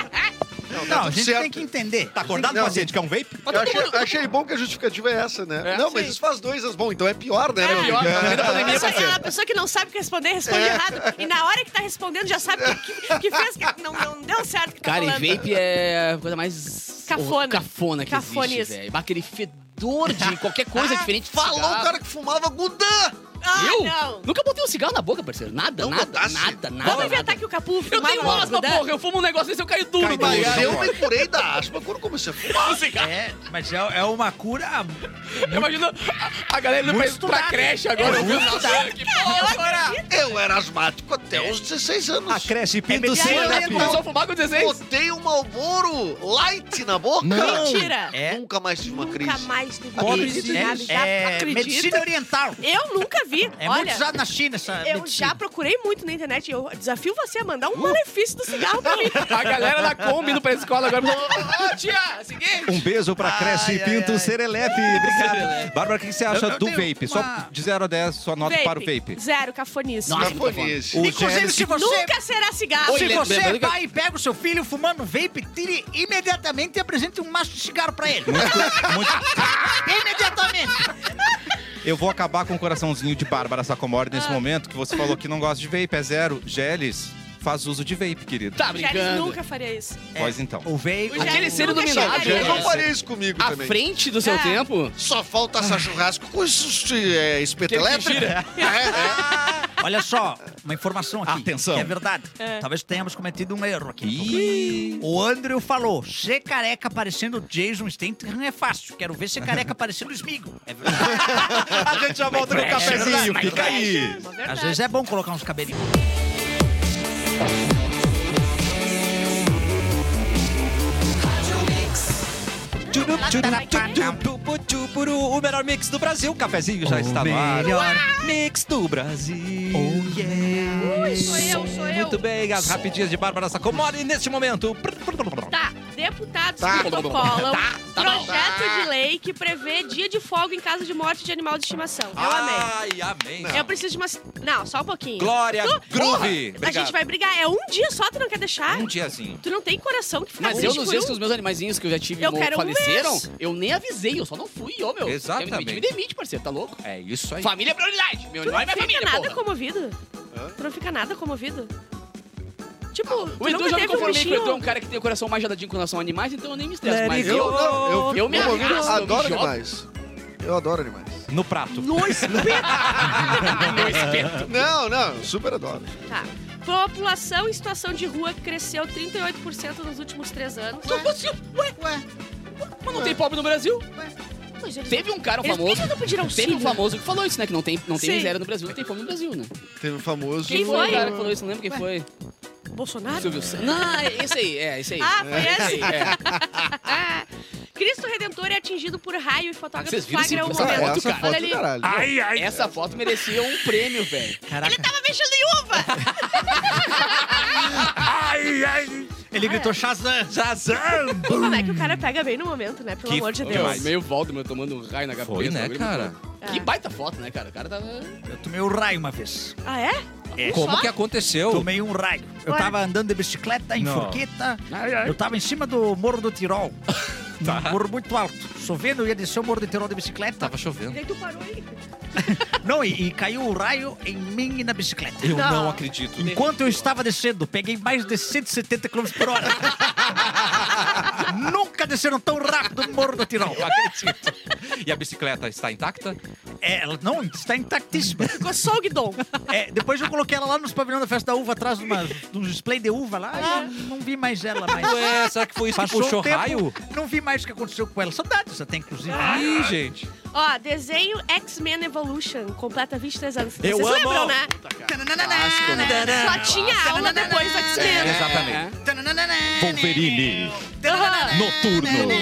Speaker 2: Não,
Speaker 6: tá
Speaker 2: a
Speaker 6: tudo
Speaker 2: gente
Speaker 6: certo.
Speaker 2: tem que entender.
Speaker 1: Tá acordado,
Speaker 6: Não.
Speaker 1: paciente? Quer um vape?
Speaker 5: Mas
Speaker 6: Eu
Speaker 5: todo
Speaker 6: achei,
Speaker 5: mundo-
Speaker 6: achei bom que a justificativa é essa, né?
Speaker 5: É.
Speaker 6: não, mas isso faz dois anos. Bom, então é pior, né?
Speaker 5: É
Speaker 6: meu?
Speaker 5: pior, tá vendo a
Speaker 3: A
Speaker 5: pandemia É.
Speaker 3: pessoa,
Speaker 5: parceiro?
Speaker 3: a pessoa que não sabe o que responder, responde errado. E na hora que tá respondendo, já sabe que, que, que fez, que não, não deu certo o que tá
Speaker 5: Cara, e
Speaker 3: falando.
Speaker 5: vape é a coisa mais...
Speaker 3: Cafona.
Speaker 5: Cafona que
Speaker 3: Cafona
Speaker 5: existe,
Speaker 3: isso.
Speaker 5: velho. Bah, Aquele fedor de
Speaker 3: (laughs)
Speaker 5: qualquer coisa diferente de
Speaker 4: Falou o
Speaker 5: cigarro.
Speaker 4: cara que fumava Gudan.
Speaker 3: Ah,
Speaker 5: Eu?
Speaker 3: não.
Speaker 5: Nunca botei um cigarro na boca, parceiro. Nada,
Speaker 4: Não
Speaker 5: nada,
Speaker 4: botasse?
Speaker 5: nada, nada.
Speaker 3: Vamos inventar que o Capu
Speaker 5: Eu
Speaker 3: fumava
Speaker 5: tenho asma,
Speaker 3: algodão?
Speaker 5: porra. Eu fumo um negócio desse, eu caio duro.
Speaker 1: Cai
Speaker 5: tá
Speaker 1: duro.
Speaker 5: ligado?
Speaker 4: Eu me curei da asma quando comecei a fumar.
Speaker 2: É, mas é, é uma cura.
Speaker 5: (laughs) Eu imagino a, a galera indo pra,
Speaker 2: Muito
Speaker 5: pra
Speaker 2: estudado.
Speaker 5: creche agora. ouvindo essa música. Que porra, agora.
Speaker 4: Eu era asmático até os 16
Speaker 1: A
Speaker 4: anos.
Speaker 1: creche Pinto
Speaker 2: É
Speaker 1: Seco.
Speaker 2: mediano.
Speaker 5: Começou a fumar com 16?
Speaker 4: Botei um Malboro Light na boca.
Speaker 1: Não.
Speaker 3: Mentira.
Speaker 2: É,
Speaker 4: Nunca mais tive uma
Speaker 3: Nunca
Speaker 4: crise.
Speaker 3: mais teve
Speaker 1: Pobre
Speaker 3: crise
Speaker 1: de-
Speaker 3: de nada. Já
Speaker 2: é,
Speaker 3: acredito.
Speaker 2: medicina oriental.
Speaker 3: Eu nunca vi.
Speaker 2: É muito
Speaker 3: Olha,
Speaker 2: usado na China essa
Speaker 3: eu
Speaker 2: medicina.
Speaker 3: já procurei muito na internet. Eu desafio você a
Speaker 2: Uh.
Speaker 3: mandar um malefício do cigarro pra mim.
Speaker 5: A galera da Kombi indo pra escola agora. Ô, ô, tia, seguinte.
Speaker 1: Um beijo pra Cresce
Speaker 2: Ai, ai,
Speaker 1: Pinto
Speaker 2: ai.
Speaker 1: Serelepe. Obrigado. Bárbara, o que você acha
Speaker 2: Eu- eu
Speaker 1: do
Speaker 2: tenho
Speaker 1: vape?
Speaker 2: uma-
Speaker 1: Só de 0 a 10, sua nota para o vape.
Speaker 3: Zero, cafonice.
Speaker 5: Nossa, então tá
Speaker 6: Cafonice.
Speaker 1: O
Speaker 2: Inclusive,
Speaker 1: Gélice-
Speaker 2: se você,
Speaker 3: Nunca será cigarro.
Speaker 2: se
Speaker 5: Oi,
Speaker 2: você
Speaker 5: lembrando que-
Speaker 2: vai e pega o seu filho fumando vape, tire imediatamente e apresente um maço de cigarro pra ele.
Speaker 1: Muito-
Speaker 2: imediatamente.
Speaker 1: Eu vou acabar com o coraçãozinho de Bárbara Sacomori nesse momento, que você falou que não gosta de vape, é zero. Geles, faz uso de vape, querido.
Speaker 5: Tá
Speaker 3: Charles
Speaker 5: brincando.
Speaker 3: nunca faria isso.
Speaker 1: Pois então.
Speaker 2: O vape...
Speaker 3: O
Speaker 5: Aquele
Speaker 3: Gélice
Speaker 5: ser
Speaker 3: nunca
Speaker 5: iluminado.
Speaker 3: chegaria
Speaker 6: Eu não
Speaker 3: É.
Speaker 6: faria isso comigo
Speaker 5: À
Speaker 6: também.
Speaker 5: frente do seu
Speaker 3: É.
Speaker 5: tempo.
Speaker 4: Só falta essa churrasco com esse é, espeto
Speaker 5: Aquele que
Speaker 6: (laughs)
Speaker 4: elétrico.
Speaker 5: gira.
Speaker 4: É,
Speaker 2: Olha só, uma informação aqui.
Speaker 1: Atenção.
Speaker 2: que é verdade.
Speaker 3: É.
Speaker 2: Talvez tenhamos cometido um erro aqui.
Speaker 1: Ih,
Speaker 2: O Andrew falou, ser careca parecendo Jason Statham é fácil. Quero ver ser careca parecendo Smigo. É verdade.
Speaker 1: a gente já volta no cafezinho, fica aí.
Speaker 3: Uma
Speaker 2: Às
Speaker 3: verdade.
Speaker 2: vezes é bom colocar uns cabelinhos.
Speaker 1: O melhor mix do Brasil, cafezinho já está no ar. Mix do Brasil.
Speaker 2: Oh, yeah.
Speaker 3: Sou eu, sou eu.
Speaker 1: Muito bem, as rapidinhas de Bárbara Sacomori neste momento.
Speaker 3: Tá, Deputados
Speaker 6: Tá.
Speaker 3: protocolam
Speaker 5: tá bom.
Speaker 3: projeto de lei que prevê dia de folga em caso de morte de animal de estimação. Eu
Speaker 5: Ah,
Speaker 3: amei.
Speaker 1: Ai, amém.
Speaker 3: Eu preciso de uma. Não, só um pouquinho.
Speaker 1: Glória
Speaker 3: Tu-
Speaker 1: Groove.
Speaker 3: A
Speaker 1: Obrigado.
Speaker 3: gente vai brigar. É um dia só, tu não quer deixar?
Speaker 1: Um diazinho.
Speaker 3: Tu não tem coração que fica
Speaker 5: Mas eu,
Speaker 3: triste
Speaker 5: nos
Speaker 3: por
Speaker 5: dias
Speaker 3: um.
Speaker 5: que os meus animaizinhos que eu já tive
Speaker 3: Eu
Speaker 5: mo-
Speaker 3: quero um
Speaker 5: faleceram,
Speaker 3: mês.
Speaker 5: eu nem avisei, eu só não fui, ô meu.
Speaker 1: Exatamente.
Speaker 5: Quer Me demite, me demite, parceiro, tá louco?
Speaker 1: É isso aí.
Speaker 5: Família é prioridade. Meu
Speaker 3: Tu
Speaker 5: animal
Speaker 3: não
Speaker 5: é minha
Speaker 3: fica
Speaker 5: família,
Speaker 3: nada
Speaker 5: porra.
Speaker 3: comovido?
Speaker 6: Hã?
Speaker 3: Tu não fica nada comovido? Tipo, tu
Speaker 5: O Edu
Speaker 3: nunca
Speaker 5: já me
Speaker 3: teve um
Speaker 5: conformei que o Edu é um
Speaker 3: bichinho...
Speaker 5: cara que tem o coração mais geladinho com relação a animais, então eu nem me estresso.
Speaker 1: Let
Speaker 5: Mas
Speaker 1: it go.
Speaker 5: eu...
Speaker 6: Eu não, eu fico
Speaker 5: Eu me
Speaker 6: comovido,
Speaker 5: arrasto, eu me
Speaker 6: adoro
Speaker 5: jogo.
Speaker 6: animais. Eu adoro animais.
Speaker 1: No prato.
Speaker 3: No
Speaker 1: (laughs)
Speaker 3: espeto!
Speaker 5: Meu espeto.
Speaker 6: Não, não, eu super adoro.
Speaker 3: tá. População em situação de rua cresceu 38% nos últimos três anos.
Speaker 5: Tu conseguiu... Ué? Mas não tem pobre no Brasil?
Speaker 3: Pois eles-
Speaker 5: Teve um cara, um
Speaker 3: Eles por que
Speaker 5: famoso...
Speaker 3: que não pediram
Speaker 5: Teve um
Speaker 3: auxílio?
Speaker 5: famoso que falou isso, né? Que não tem, não tem
Speaker 3: Sim.
Speaker 5: miséria no Brasil, não tem fome no Brasil, né?
Speaker 6: Teve o famoso.
Speaker 3: Quem
Speaker 5: Foi
Speaker 3: Foi?
Speaker 5: um cara que falou isso, não lembro quem foi.
Speaker 3: Bolsonaro?
Speaker 5: Silvio Santos. Não, é esse aí, é esse aí.
Speaker 3: Ah, foi esse?
Speaker 5: É.
Speaker 3: Ah, (laughs) Cristo Redentor é atingido por raio e fotógrafo
Speaker 5: Vocês viram esse-
Speaker 3: flagra o
Speaker 5: essa-
Speaker 6: Essa,
Speaker 3: momento.
Speaker 5: Roberto,
Speaker 6: essa
Speaker 5: cara.
Speaker 6: foto
Speaker 3: Olha
Speaker 6: do
Speaker 3: ali.
Speaker 6: caralho.
Speaker 5: Essa foto merecia um prêmio, velho.
Speaker 2: Caraca,
Speaker 3: Tava mexendo em uva!
Speaker 2: ele gritou Shazam.
Speaker 3: Como é que o cara pega bem no momento, né? Pelo
Speaker 1: Que
Speaker 3: amor de
Speaker 1: foda.
Speaker 3: Deus.
Speaker 1: Demais.
Speaker 5: Meio Valdemar tomando um raio na cabeça.
Speaker 1: Foi, né, cara?
Speaker 5: Que baita foto, né, cara? O cara tava...
Speaker 2: Eu tomei um raio uma vez.
Speaker 3: Ah, é?
Speaker 1: Como que aconteceu?
Speaker 2: Tomei um raio. Eu
Speaker 3: Ué.
Speaker 2: tava andando de bicicleta em
Speaker 1: Oh. Não.
Speaker 2: Forqueta. Eu tava em cima do Morro do Tirol.
Speaker 1: (laughs) Tá.
Speaker 2: Um morro muito alto. Chovendo, eu ia descer o Morro do Tirol de bicicleta.
Speaker 1: Tava chovendo.
Speaker 3: Daí tu parou aí.
Speaker 2: Não, e, e caiu o raio em mim e na bicicleta.
Speaker 1: Eu
Speaker 3: Não.
Speaker 1: não acredito.
Speaker 2: Enquanto eu estava descendo, peguei mais de 170 km
Speaker 1: (laughs)
Speaker 2: por hora. Nunca desceram tão rápido no Morro do Tirol.
Speaker 1: Eu (laughs) acredito. E a bicicleta está intacta?
Speaker 2: É, ela não está intactíssima.
Speaker 3: Ficou só o guidon.
Speaker 2: É, depois eu coloquei ela lá nos pavilhão da festa da uva, atrás de, uma, de um display de uva lá. e eu não vi mais ela, mas.
Speaker 1: Ué, será é que foi isso que
Speaker 2: Passou
Speaker 1: puxou
Speaker 2: um tempo,
Speaker 1: raio?
Speaker 2: Não vi mais o que aconteceu com ela. Saudades até, inclusive.
Speaker 8: Ah.
Speaker 1: Ih, gente.
Speaker 3: Ó, desenho X-Men Evolution. Completa 23 anos.
Speaker 1: Eu
Speaker 3: Vocês
Speaker 1: amo!
Speaker 3: lembram, né?
Speaker 5: Clássico, né?
Speaker 3: Só tinha aula depois do
Speaker 5: É,
Speaker 3: X-Men.
Speaker 1: É, Exatamente.
Speaker 2: Wolverine.
Speaker 1: Noturno.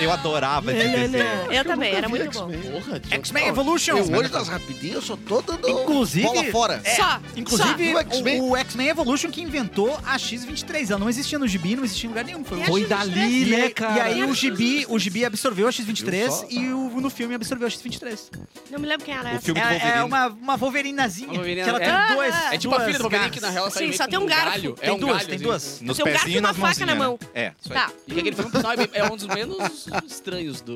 Speaker 1: Eu adorava esse desenho.
Speaker 3: Eu também, era Tá muito
Speaker 6: X-Men.
Speaker 3: bom.
Speaker 5: Porra, que
Speaker 2: X-Men
Speaker 5: jogo-
Speaker 2: Evolution.
Speaker 4: Eu hoje nas rapidinhas eu sou todo do
Speaker 2: Inclusive-
Speaker 4: bola fora.
Speaker 2: É,
Speaker 3: Só.
Speaker 2: Inclusive,
Speaker 4: Só. O X-Men.
Speaker 2: o, o X-Men Evolution que inventou a X-23. Ela não existia no gibi, não existia em lugar nenhum. Foi, um-
Speaker 1: Foi
Speaker 3: X23,
Speaker 1: dali,
Speaker 2: E,
Speaker 1: né,
Speaker 2: aí- e
Speaker 1: cara?
Speaker 2: aí o gibi, o gibi absorveu a
Speaker 1: Viu
Speaker 2: X-23
Speaker 1: só?
Speaker 2: e o- no filme absorveu a X-23.
Speaker 3: Só. Não me lembro quem era
Speaker 1: O
Speaker 3: essa.
Speaker 1: filme do
Speaker 2: É, é
Speaker 1: Wolverine.
Speaker 2: uma, uma Wolverinazinha.
Speaker 5: Uma Wolverina-
Speaker 2: que ela tem
Speaker 3: é.
Speaker 2: duas.
Speaker 3: Ah,
Speaker 5: É tipo a filha do Wolverine
Speaker 2: Wolverine
Speaker 5: que na real sai
Speaker 3: Sim,
Speaker 5: meio
Speaker 3: só
Speaker 5: com
Speaker 3: tem um garfo.
Speaker 5: galho.
Speaker 2: Tem
Speaker 5: é um
Speaker 2: duas,
Speaker 5: galho,
Speaker 2: tem
Speaker 5: assim.
Speaker 2: duas.
Speaker 1: Nos
Speaker 3: Tem um garfo
Speaker 1: pezinhos e
Speaker 3: e uma
Speaker 1: nas
Speaker 3: faca na
Speaker 1: mãozinhas.
Speaker 3: mão.
Speaker 1: né? É, isso aí.
Speaker 3: Tá.
Speaker 5: E aquele filme, por sinal, é bem- é um dos menos estranhos do...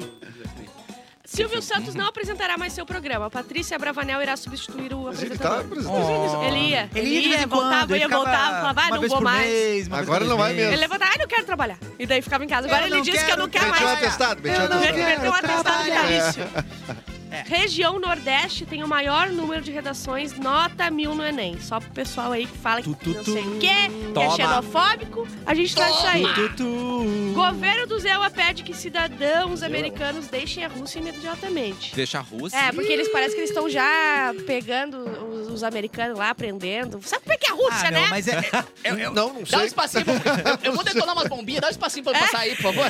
Speaker 3: Silvio
Speaker 1: um
Speaker 3: Santos não apresentará mais seu programa. Patrícia Bravanel irá substituir o
Speaker 6: Mas ele tá
Speaker 3: apresentador.
Speaker 6: presidente.
Speaker 1: Oh.
Speaker 3: Ele ia.
Speaker 2: Ele ia de vez em quando,
Speaker 3: voltava,
Speaker 2: ele
Speaker 3: ia,
Speaker 2: ficava
Speaker 3: voltava, falava, ah,
Speaker 2: uma
Speaker 3: não
Speaker 2: vez
Speaker 3: vou
Speaker 2: por
Speaker 3: mais.
Speaker 2: mês, uma vez
Speaker 6: Agora
Speaker 2: por
Speaker 6: não vai
Speaker 2: mês.
Speaker 6: mesmo.
Speaker 3: Ele levantava, ah, não quero trabalhar. E daí ficava em casa. Agora
Speaker 2: Eu
Speaker 3: ele
Speaker 2: não
Speaker 3: disse que eu não é. quero
Speaker 2: quero
Speaker 6: Meteu um
Speaker 3: mais.
Speaker 6: atestado, meteu um
Speaker 2: Eu não
Speaker 6: atestado.
Speaker 2: quero
Speaker 3: Meteu um atestado
Speaker 2: trabalhar.
Speaker 3: vitalício.
Speaker 1: É.
Speaker 3: Região Nordeste tem o maior número de redações, nota mil no Enem. Só pro pessoal aí que fala que
Speaker 1: Tu, tu,
Speaker 3: não
Speaker 1: tu.
Speaker 3: sei o quê, que é
Speaker 1: Toma.
Speaker 3: xenofóbico, a gente traz isso aí.
Speaker 1: Tu, tu.
Speaker 3: Governo do Zewa pede que cidadãos americanos deixem a Rússia imediatamente.
Speaker 1: Deixa a Rússia.
Speaker 3: É, porque eles parecem que eles estão já pegando os, os americanos lá, aprendendo. Sabe como é que é a Rússia,
Speaker 2: Ah,
Speaker 3: né?
Speaker 2: não, mas
Speaker 3: (laughs)
Speaker 2: é, é-
Speaker 6: Não, não
Speaker 5: Dá um
Speaker 6: sei.
Speaker 5: espacinho. pra- Eu, eu vou detonar umas bombinhas, dá um espacinho pra eu passar aí, por favor.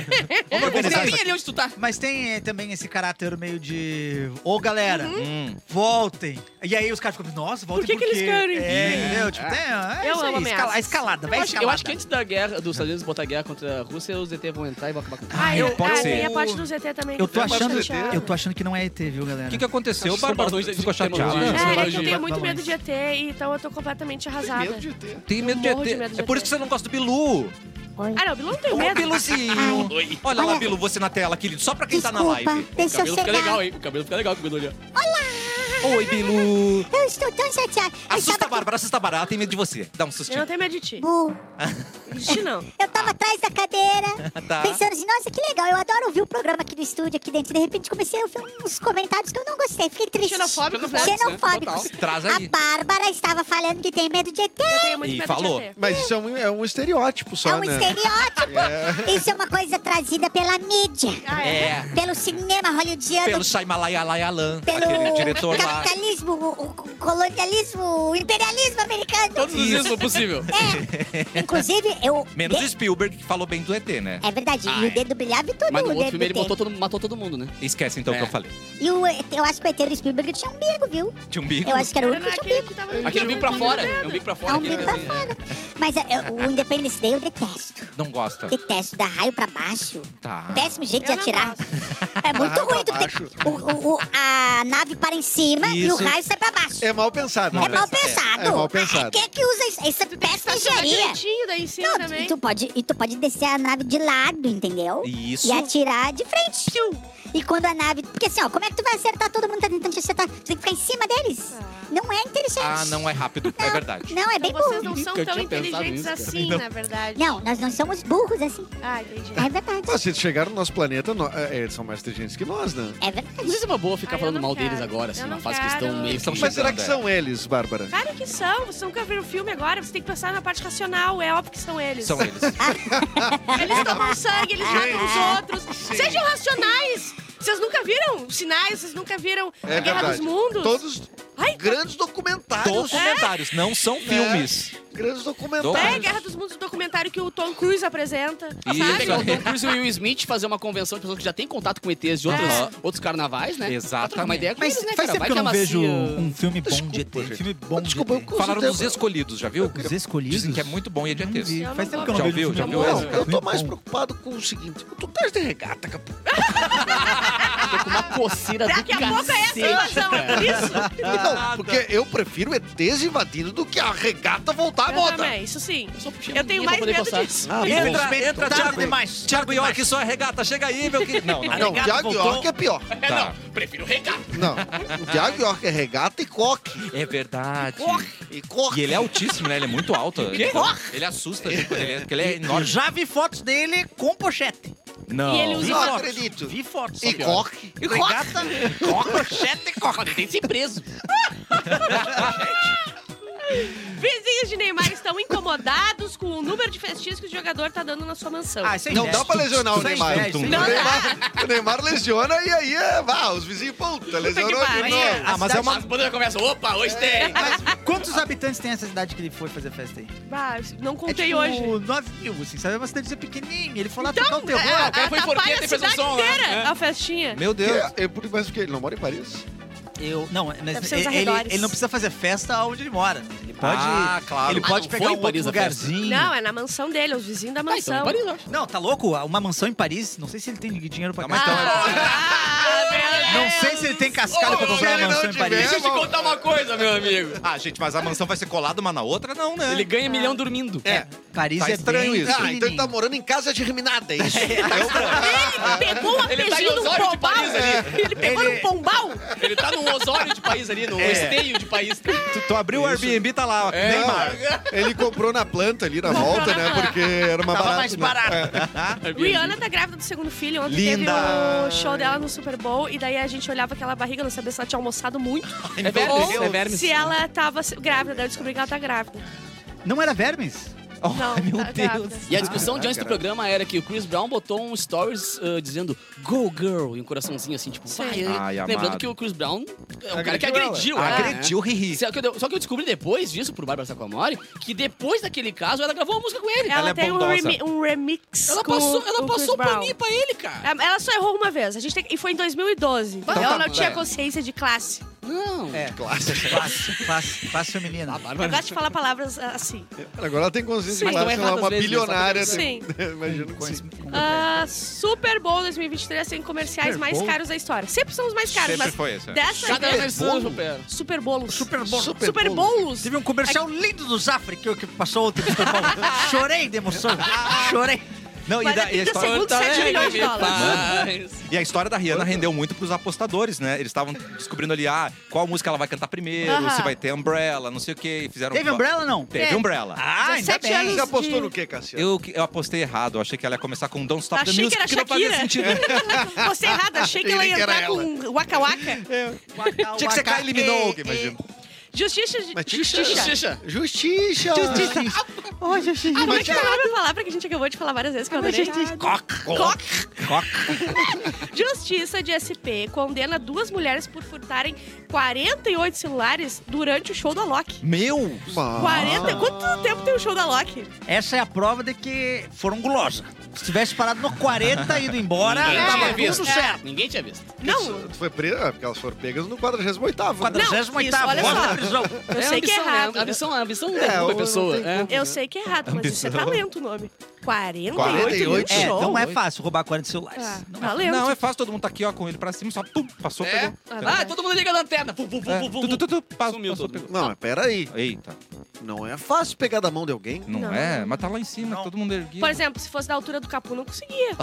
Speaker 2: organizar
Speaker 5: Vamos organizar
Speaker 2: isso
Speaker 5: ali onde tu tá.
Speaker 2: mas tem é, também esse caráter meio de. Ô, galera,
Speaker 1: Hum.
Speaker 2: voltem. E aí os caras ficam, nossa, voltem
Speaker 3: que que
Speaker 2: porque-
Speaker 3: eles querem?
Speaker 2: É, entendeu? Tipo, tem, é
Speaker 3: Eu
Speaker 2: isso aí,
Speaker 3: amo
Speaker 2: escala,
Speaker 3: ameaças.
Speaker 2: escalada, vai
Speaker 5: Eu acho, eu
Speaker 2: escalada.
Speaker 5: acho que antes da guerra, dos Estados Unidos botar guerra contra a Rússia, os DT vão entrar e vão acabar com tudo.
Speaker 3: Ah, eu,
Speaker 1: pode
Speaker 3: ah,
Speaker 1: ser.
Speaker 3: tem a parte do ZT também.
Speaker 2: Eu tô
Speaker 3: fico
Speaker 2: achando,
Speaker 3: chateada.
Speaker 2: eu tô achando que não é ET, viu, galera?
Speaker 1: O que, que aconteceu,
Speaker 5: São
Speaker 1: Bárbara?
Speaker 5: balões de
Speaker 1: Ficou chateada?
Speaker 5: tecnologia.
Speaker 3: É, é que eu
Speaker 5: Balões.
Speaker 3: tenho muito medo de ET, então eu tô completamente arrasada.
Speaker 6: Medo de ter.
Speaker 1: Tem medo de
Speaker 3: Eu morro de medo
Speaker 1: ET.
Speaker 3: de
Speaker 1: É por
Speaker 3: ET.
Speaker 1: isso que você não gosta do Bilu.
Speaker 3: Ah, não, Bilu não tem
Speaker 1: Ô,
Speaker 3: medo.
Speaker 1: Biluzinho. Olha lá, Bilu, você na tela, querido. Só pra quem tá na live.
Speaker 5: O cabelo fica legal, hein? O cabelo fica legal com o cabelo ali, ó.
Speaker 1: Oi, Bilu.
Speaker 7: Eu estou tão chateada. Eu
Speaker 1: Assusta a
Speaker 7: estava,
Speaker 1: Bárbara, assusta a Bárbara. Ela tem medo de você. Dá um
Speaker 3: Eu não
Speaker 1: sustinho.
Speaker 3: tenho medo de ti.
Speaker 7: Bu,
Speaker 3: De ti, não.
Speaker 7: eu tava atrás da cadeira,
Speaker 1: Tá.
Speaker 7: pensando assim, nossa, que legal, eu adoro ouvir o programa aqui do estúdio, aqui dentro. E de repente comecei a ouvir uns comentários que eu não gostei, fiquei triste.
Speaker 3: Xenofóbicos, né?
Speaker 7: Xenofóbicos.
Speaker 5: Total.
Speaker 1: Traz
Speaker 7: A
Speaker 1: aí.
Speaker 7: Bárbara estava falando que tem medo de ET.
Speaker 3: Eu tenho muito
Speaker 1: E
Speaker 3: medo
Speaker 1: falou.
Speaker 3: de ET.
Speaker 6: Mas isso é um, é um estereótipo só,
Speaker 7: É um
Speaker 6: né?
Speaker 7: estereótipo. Isso é uma coisa trazida pela mídia,
Speaker 3: Ah, é?
Speaker 1: É.
Speaker 7: pelo cinema hollywoodiano,
Speaker 1: Pelo Shyamalayalayalan, aquele diretor lá.
Speaker 7: capitalismo, o, o colonialismo, o imperialismo
Speaker 3: (laughs)
Speaker 7: americano.
Speaker 5: Todos os dias possível.
Speaker 7: É. Inclusive, eu.
Speaker 1: Menos
Speaker 7: de-
Speaker 1: o Spielberg, que falou bem do ET, né?
Speaker 7: É verdade,
Speaker 5: Ah,
Speaker 7: e
Speaker 5: é.
Speaker 7: o dedo brilhava e todo
Speaker 5: Mas
Speaker 7: o
Speaker 5: no
Speaker 7: dedo
Speaker 5: outro filme ele
Speaker 7: dele.
Speaker 5: botou todo, matou todo mundo, né?
Speaker 1: Esquece então o que
Speaker 5: É.
Speaker 1: eu falei.
Speaker 7: E o, eu acho que o ET do Spielberg tinha um bico, viu?
Speaker 1: Tinha um bico.
Speaker 7: Eu acho que era o único que tinha um bico.
Speaker 3: Aquele que tava no
Speaker 5: Aquele vim pra fora. Eu vim pra fora.
Speaker 7: É um
Speaker 5: aquele
Speaker 7: bico pra
Speaker 5: assim, é.
Speaker 7: fora. Mas é, o Independence Day eu detesto.
Speaker 1: Não gosta.
Speaker 7: Detesto, dá raio pra baixo.
Speaker 1: Tá.
Speaker 7: Péssimo jeito
Speaker 3: Eu
Speaker 7: de
Speaker 3: não
Speaker 7: atirar. É muito
Speaker 6: Ah. Raio pra
Speaker 7: ruim. Tu
Speaker 6: baixo.
Speaker 7: tem, o- o- o- a nave para em cima e o
Speaker 1: Isso.
Speaker 7: raio sai pra baixo. É,
Speaker 6: É mal pensado. né?
Speaker 7: mal pensado.
Speaker 6: É mal pensado.
Speaker 7: Ah, Quem é que usa isso? Isso é péssima engenharia.
Speaker 3: Direitinho Tá daí em cima
Speaker 7: Não, tu-
Speaker 3: também.
Speaker 7: e tu, pode, e tu pode descer a nave de lado, entendeu?
Speaker 1: Isso.
Speaker 7: E atirar de frente. E quando a nave. Porque assim, ó, como é que tu vai acertar? Todo mundo tá tentando te acertar. Tu tem que ficar em cima deles. Não é inteligente.
Speaker 1: Ah, não é rápido. É verdade.
Speaker 7: Não, é bem
Speaker 3: Então
Speaker 7: burro.
Speaker 3: vocês não são
Speaker 5: Nunca
Speaker 3: tão
Speaker 5: tinha pensado
Speaker 3: inteligentes
Speaker 5: nisso, cara.
Speaker 3: assim, na verdade.
Speaker 7: Não, nós não somos burros assim.
Speaker 3: Ah, entendi.
Speaker 7: É verdade.
Speaker 6: Mas se eles chegaram no nosso planeta, nó- é, eles são mais inteligentes que nós, né?
Speaker 7: É
Speaker 5: Não sei
Speaker 7: verdade.
Speaker 5: se é uma boa ficar
Speaker 3: Ah, eu
Speaker 5: falando
Speaker 3: não
Speaker 5: mal
Speaker 3: quero.
Speaker 5: deles agora, assim,
Speaker 3: Eu
Speaker 5: na
Speaker 3: não
Speaker 5: fase que
Speaker 3: quero.
Speaker 5: estão meio
Speaker 1: Eles são
Speaker 5: que...
Speaker 6: Mas será que
Speaker 1: é.
Speaker 6: são eles, Bárbara?
Speaker 3: Claro que são. Vocês nunca viram o filme agora. Você tem que pensar na parte racional. É óbvio que são eles.
Speaker 1: São eles.
Speaker 3: (laughs) Eles tomam sangue, eles matam os outros. Sejam racionais. Vocês nunca viram os sinais? Vocês nunca viram é
Speaker 2: É
Speaker 3: a Guerra dos Mundos?
Speaker 6: Todos
Speaker 3: Ai,
Speaker 4: Grandes documentários.
Speaker 1: Documentários, não são filmes.
Speaker 6: grandes documentários.
Speaker 3: é Guerra dos Mundos, o documentário que o Tom Cruise apresenta.
Speaker 1: Isso.
Speaker 5: Pegar o
Speaker 3: Sabe?
Speaker 5: Tom Cruise e o Will Smith fazer uma convenção de pessoas que já têm contato com ETs de outros,
Speaker 1: Aham.
Speaker 5: outros carnavais, né? Pra trocar uma
Speaker 1: Exatamente.
Speaker 5: ideia com
Speaker 8: Mas
Speaker 5: eles, né,
Speaker 8: faz
Speaker 5: cara?
Speaker 8: tempo
Speaker 5: Vai
Speaker 8: que eu não
Speaker 5: é
Speaker 8: vejo
Speaker 5: macio.
Speaker 8: um filme bom de ET.
Speaker 6: Desculpa,
Speaker 8: Um
Speaker 6: gente.
Speaker 8: filme bom
Speaker 6: Desculpa,
Speaker 8: de ET.
Speaker 6: eu
Speaker 1: Falaram
Speaker 6: considero-
Speaker 1: dos escolhidos, já viu?
Speaker 8: Os escolhidos.
Speaker 1: Dizem que é muito bom e é de
Speaker 8: Eu não
Speaker 1: ETs.
Speaker 8: vi.
Speaker 3: Eu
Speaker 8: Faz
Speaker 3: não
Speaker 8: tempo que eu não
Speaker 1: vou-
Speaker 2: um
Speaker 8: vejo
Speaker 1: Já
Speaker 8: filme
Speaker 1: viu?
Speaker 8: bom.
Speaker 1: Já
Speaker 4: Não,
Speaker 1: viu?
Speaker 8: Cara,
Speaker 4: eu tô
Speaker 8: muito
Speaker 4: mais
Speaker 8: bom.
Speaker 4: preocupado com o seguinte: tu tá de regata, capô.
Speaker 5: Tô né, com uma coceira do
Speaker 3: Daqui a pouco é essa
Speaker 5: cacete,
Speaker 3: a situação, é
Speaker 5: cara.
Speaker 3: por isso?
Speaker 4: Não, porque eu prefiro ETs invadindo do que a regata voltar à
Speaker 3: Eu
Speaker 4: moda.
Speaker 3: também, isso sim.
Speaker 5: Eu só puxei a
Speaker 3: Eu tenho
Speaker 5: mãozinha pra
Speaker 3: mais
Speaker 5: poder
Speaker 3: medo
Speaker 5: coçar.
Speaker 3: disso.
Speaker 6: Ah, bom.
Speaker 1: Entra, entra,
Speaker 2: Tarde
Speaker 1: Thiago.
Speaker 2: demais.
Speaker 1: Thiago York, só é regata. Chega aí, meu querido. Não, não.
Speaker 2: Ah,
Speaker 1: não.
Speaker 4: Não, o
Speaker 2: Regata
Speaker 4: Diago
Speaker 2: voltou.
Speaker 4: York é pior.
Speaker 1: Tá.
Speaker 5: Prefiro regar.
Speaker 6: Não.
Speaker 4: O Diago York é regata e coque.
Speaker 1: É verdade.
Speaker 4: E coque.
Speaker 1: E ele é altíssimo, né? Ele é muito alto. Ele, ele assusta, tipo, ele é, porque ele é
Speaker 2: Eu
Speaker 1: enorme.
Speaker 2: já vi fotos dele com pochete.
Speaker 1: Não.
Speaker 3: E ele usa-
Speaker 2: Vi
Speaker 4: Não
Speaker 2: fotos.
Speaker 4: acredito.
Speaker 2: Vi fotos.
Speaker 4: E coque.
Speaker 2: é E regata,
Speaker 5: Ah,
Speaker 2: pochete e coca.
Speaker 5: Tem que ser preso.
Speaker 3: Vizinhos de Neymar estão incomodados com o número de festins que o jogador tá dando na sua mansão.
Speaker 2: Ah, isso é
Speaker 6: Não
Speaker 2: inveja.
Speaker 6: dá pra lesionar o
Speaker 2: Isso é
Speaker 6: Neymar.
Speaker 2: inveja, isso é
Speaker 1: Não
Speaker 2: inveja.
Speaker 6: O Neymar, o Neymar lesiona e aí é, vá, os vizinhos, puta, lesionou
Speaker 3: que pariu.
Speaker 6: de novo.
Speaker 2: Ah, mas é uma...
Speaker 5: Mas quando começa, opa, hoje tem.
Speaker 2: Mas quantos habitantes tem essa cidade que ele foi fazer festa aí?
Speaker 3: Bah, Ah, não
Speaker 2: É
Speaker 3: contei
Speaker 2: tipo
Speaker 3: hoje.
Speaker 2: 9 mil, assim, sabe? É uma cidadezinha pequenininha. Ele foi lá tocar o terror.
Speaker 3: é,
Speaker 5: o cara foi
Speaker 3: atrapalha
Speaker 5: forqueta e
Speaker 3: a
Speaker 5: fez um
Speaker 3: cidade
Speaker 2: né?
Speaker 5: som lá.
Speaker 3: inteira,
Speaker 5: É.
Speaker 3: A festinha.
Speaker 1: Meu Deus.
Speaker 6: Que, é, por- mas o que? Ele não mora em Paris?
Speaker 2: Eu, não,
Speaker 3: Deve
Speaker 2: mas
Speaker 3: ser os
Speaker 2: ele,
Speaker 3: arredores.
Speaker 2: ele não precisa fazer festa onde ele mora. né? Ele pode,
Speaker 1: Ah, claro.
Speaker 2: ele
Speaker 5: Ah,
Speaker 2: pode
Speaker 5: não
Speaker 2: pegar
Speaker 5: foi
Speaker 2: um
Speaker 5: em Paris
Speaker 2: outro
Speaker 5: a festa.
Speaker 2: lugarzinho.
Speaker 3: Não, é na mansão dele, é os vizinhos da
Speaker 5: Ah, então,
Speaker 3: mansão.
Speaker 5: é Paris, eu acho.
Speaker 2: Não, tá louco? Uma mansão em Paris? Não sei se ele tem dinheiro pra
Speaker 1: Tá, mas
Speaker 2: gastar.
Speaker 3: Ah, meu
Speaker 2: Não
Speaker 3: Deus.
Speaker 2: sei se ele tem cascalho
Speaker 5: Ô,
Speaker 2: pra
Speaker 6: se
Speaker 2: comprar
Speaker 6: ele
Speaker 2: uma mansão
Speaker 6: não
Speaker 2: em Paris.
Speaker 5: Deixa eu te contar uma coisa, meu amigo.
Speaker 1: Ah, gente, mas a mansão vai ser colada uma na outra? Não, né?
Speaker 5: Ele ganha milhão dormindo.
Speaker 6: É.
Speaker 2: Paris
Speaker 6: Tá
Speaker 2: é
Speaker 6: estranho
Speaker 2: bem
Speaker 6: isso.
Speaker 4: Ah, então ele tá morando em casa de germinada, é isso?
Speaker 3: Ele pegou um
Speaker 5: Ele tá em
Speaker 3: apejinho num
Speaker 5: Osório de
Speaker 3: pombal.
Speaker 5: Paris ali.
Speaker 3: Ele pegou num pombal.
Speaker 5: Ele tá num osório de país ali, num esteio de país.
Speaker 1: Tu, tu abriu o Airbnb, tá lá, ó.
Speaker 5: É.
Speaker 1: Neymar.
Speaker 6: Ah. Ele comprou na planta ali na volta, né? Porque era uma
Speaker 2: Tava
Speaker 6: barata.
Speaker 2: mais
Speaker 6: né?
Speaker 2: barato.
Speaker 3: Rihanna tá grávida do segundo filho. Ontem
Speaker 1: Linda.
Speaker 3: teve o show dela no Super Bowl. E daí a gente olhava aquela barriga, não sabia se ela tinha almoçado muito.
Speaker 5: É vermes,
Speaker 3: ou
Speaker 5: é vermes.
Speaker 3: se ela tava se- grávida. Daí eu descobri que ela tá grávida.
Speaker 2: Não era vermes?
Speaker 3: Não,
Speaker 1: meu
Speaker 3: tá grávida.
Speaker 1: Deus.
Speaker 5: E a discussão de antes do programa era que o Chris Brown botou um stories ah, dizendo Go Girl e um coraçãozinho assim, tipo,
Speaker 3: Sim.
Speaker 5: vai.
Speaker 1: Ai, amado.
Speaker 5: Lembrando que o Chris Brown é um cara que
Speaker 6: Agrediu
Speaker 5: agrediu. ela, né?
Speaker 1: Agrediu, ri-ri.
Speaker 5: Só que, eu, só que eu descobri depois disso, por Bárbara Sacomori, que depois daquele caso ela gravou uma música com ele.
Speaker 3: Ela,
Speaker 1: Ela é
Speaker 3: tem um,
Speaker 1: bondosa.
Speaker 3: remi- um remix.
Speaker 5: Ela
Speaker 3: com
Speaker 5: passou, ela
Speaker 3: o
Speaker 5: passou
Speaker 3: Chris Brown.
Speaker 5: paninho pra ele, cara.
Speaker 3: Ah, Ela só errou uma vez. A gente tem- E foi em 2012. Então,
Speaker 5: Então
Speaker 3: ela
Speaker 5: tá,
Speaker 3: não tinha
Speaker 5: é.
Speaker 3: consciência de classe.
Speaker 5: Não.
Speaker 2: É.
Speaker 6: Classe.
Speaker 2: Classe, classe, classe feminina.
Speaker 5: A
Speaker 3: Eu
Speaker 5: Bárbara.
Speaker 3: gosto de falar palavras ah, assim.
Speaker 6: né. Agora ela tem consciência
Speaker 5: Sim.
Speaker 6: de
Speaker 5: Mas não
Speaker 6: classe,
Speaker 5: é
Speaker 6: ela é
Speaker 5: errado
Speaker 6: uma
Speaker 5: às vezes, né? Só pra
Speaker 6: bilionária.
Speaker 3: dizer.
Speaker 6: tem- (laughs) Imagino que sim.
Speaker 3: Ah, Super Bowl 2023 tem comerciais mais caros da história. Sempre são os mais caros,
Speaker 1: Sempre
Speaker 3: mas
Speaker 1: foi esse, é.
Speaker 3: dessa
Speaker 5: Cada
Speaker 3: vez...
Speaker 5: vez mais supera.
Speaker 3: Super bolos.
Speaker 2: Super Bowl.
Speaker 3: Super, bolos.
Speaker 2: Teve um comercial lindo do Zafre que, que passou ontem no Super Bowl. Chorei de emoção. Chorei.
Speaker 1: Não, e,
Speaker 3: 40
Speaker 1: da, e, a história,
Speaker 3: segundos, 7 milhões de dólares.
Speaker 5: Mas-
Speaker 1: e a história da Rihanna rendeu muito pros apostadores, né? Eles estavam descobrindo ali, ah, qual música ela vai cantar primeiro,
Speaker 3: Aham.
Speaker 1: se vai ter Umbrella, não sei o quê. e Fizeram
Speaker 2: Teve Umbrella, não?
Speaker 1: Teve
Speaker 3: Teve.
Speaker 1: Umbrella.
Speaker 2: Ah, ainda
Speaker 3: 17
Speaker 2: bem.
Speaker 3: anos.
Speaker 6: Você apostou
Speaker 3: de-
Speaker 6: no quê, Cassiano?
Speaker 1: Eu, eu apostei errado, eu achei que ela ia começar com Don't Stop the
Speaker 3: Achei que
Speaker 1: Music,
Speaker 3: era
Speaker 1: não fazia
Speaker 3: Shakira.
Speaker 1: sentido.
Speaker 3: (laughs) Você errado, achei que ela ia
Speaker 6: Ele que era
Speaker 3: entrar com Waka Waka.
Speaker 2: Waka,
Speaker 1: Tinha que ser
Speaker 2: waka,
Speaker 1: Kylie Minogue,
Speaker 2: e-
Speaker 1: imagino.
Speaker 3: Justiça.
Speaker 6: Mas tinha que ser-
Speaker 3: Justiça.
Speaker 6: Justiça!
Speaker 3: Justiça.
Speaker 8: Ô, Justi.
Speaker 3: Ah, como é que é a nova palavra que a gente acabou de falar várias vezes que eu adorei? (laughs) Justiça de SP condena duas mulheres por furtarem 48 celulares durante o show da Loki.
Speaker 1: Meu!
Speaker 3: 40? Quanto tempo tem o show da Loki?
Speaker 2: Essa é a prova de que foram gulosa. Se tivesse parado no 40 e ido
Speaker 5: (laughs)
Speaker 2: embora,
Speaker 5: Ninguém
Speaker 2: tava
Speaker 5: tinha
Speaker 2: tudo
Speaker 5: visto.
Speaker 2: certo.
Speaker 5: Ninguém tinha visto.
Speaker 3: Não,
Speaker 6: Tu foi presa, porque elas foram pegas no né? 48º.
Speaker 3: Não, isso, olha
Speaker 2: volta
Speaker 3: só.
Speaker 2: da prisão.
Speaker 3: eu sei que é
Speaker 5: ambição, né?
Speaker 3: errado.
Speaker 5: A visão, a visão
Speaker 6: É,
Speaker 5: derruba
Speaker 6: eu
Speaker 5: a
Speaker 6: não
Speaker 5: pessoa.
Speaker 6: tenho
Speaker 5: é.
Speaker 3: Eu sei que é errado, mas isso é talento o nome. 48,
Speaker 6: 48?
Speaker 3: num
Speaker 2: É,
Speaker 3: show?
Speaker 2: não é fácil roubar 40 celulares.
Speaker 3: Ah,
Speaker 2: Não é
Speaker 3: talento.
Speaker 1: Não, é fácil, todo mundo tá aqui, ó, com ele pra cima, só pum, passou,
Speaker 5: É.
Speaker 1: pegou.
Speaker 5: Ah, todo mundo liga a lanterna. Pum, pum, pum, pum, pum,
Speaker 1: Tu, tu, tu, tu, pa-
Speaker 5: Sumiu
Speaker 1: passou,
Speaker 5: todo
Speaker 1: pegou.
Speaker 6: Não, mas peraí.
Speaker 1: Eita,
Speaker 6: Não é fácil pegar da mão de alguém.
Speaker 1: não,
Speaker 3: Não.
Speaker 1: é? Mas tá lá em cima,
Speaker 2: Não.
Speaker 1: todo mundo erguido.
Speaker 3: Por exemplo, se fosse da altura do Capu, não conseguia.
Speaker 6: É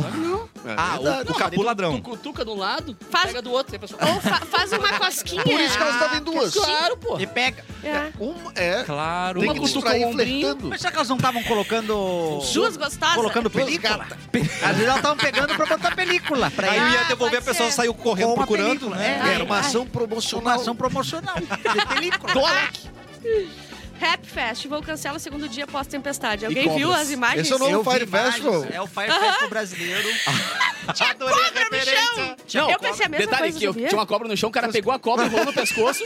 Speaker 1: Ah, o-
Speaker 6: verdade.
Speaker 1: o capu
Speaker 5: Tu
Speaker 1: ladrão.
Speaker 5: cutuca de um lado,
Speaker 3: Faz-
Speaker 5: pega do outro. e a pessoa...
Speaker 3: Ou fa- faz uma cosquinha.
Speaker 6: Por isso que elas estavam em duas.
Speaker 5: Claro, pô.
Speaker 2: E pega.
Speaker 3: É.
Speaker 6: Um é.
Speaker 1: Claro.
Speaker 6: Tem
Speaker 5: Uma
Speaker 6: que
Speaker 5: cutuca o
Speaker 6: distrair
Speaker 5: ombrinho.
Speaker 6: flertando.
Speaker 2: Mas será que elas não estavam colocando.
Speaker 3: Duas gostosas.
Speaker 2: Colocando
Speaker 6: Duas
Speaker 2: película?
Speaker 6: gatas.
Speaker 2: Às vezes elas estavam pegando pra botar película. Pra
Speaker 1: Aí
Speaker 2: ir.
Speaker 1: ia devolver, a
Speaker 3: pode
Speaker 1: pessoa
Speaker 3: ser.
Speaker 1: saiu correndo
Speaker 2: Ou uma
Speaker 1: procurando,
Speaker 2: película,
Speaker 1: né?
Speaker 2: é.
Speaker 6: Era uma ação
Speaker 2: Uma
Speaker 6: promocional.
Speaker 2: ação promocional. De
Speaker 3: Ah!
Speaker 2: película.
Speaker 3: Rap Festival cancela o segundo dia após tempestade.
Speaker 5: E
Speaker 3: Alguém
Speaker 5: cobras.
Speaker 3: viu as imagens?
Speaker 6: Esse eu não-
Speaker 2: Eu vi
Speaker 6: Fire
Speaker 2: imagens,
Speaker 6: Festival.
Speaker 2: É o Fire Festival brasileiro.
Speaker 3: Cobra no chão!
Speaker 5: Não,
Speaker 3: Eu pensei a mesma
Speaker 5: detalhe
Speaker 3: coisa,
Speaker 5: que eu,
Speaker 3: sabia?
Speaker 5: tinha uma cobra no chão, o cara pegou a cobra, rolou no pescoço,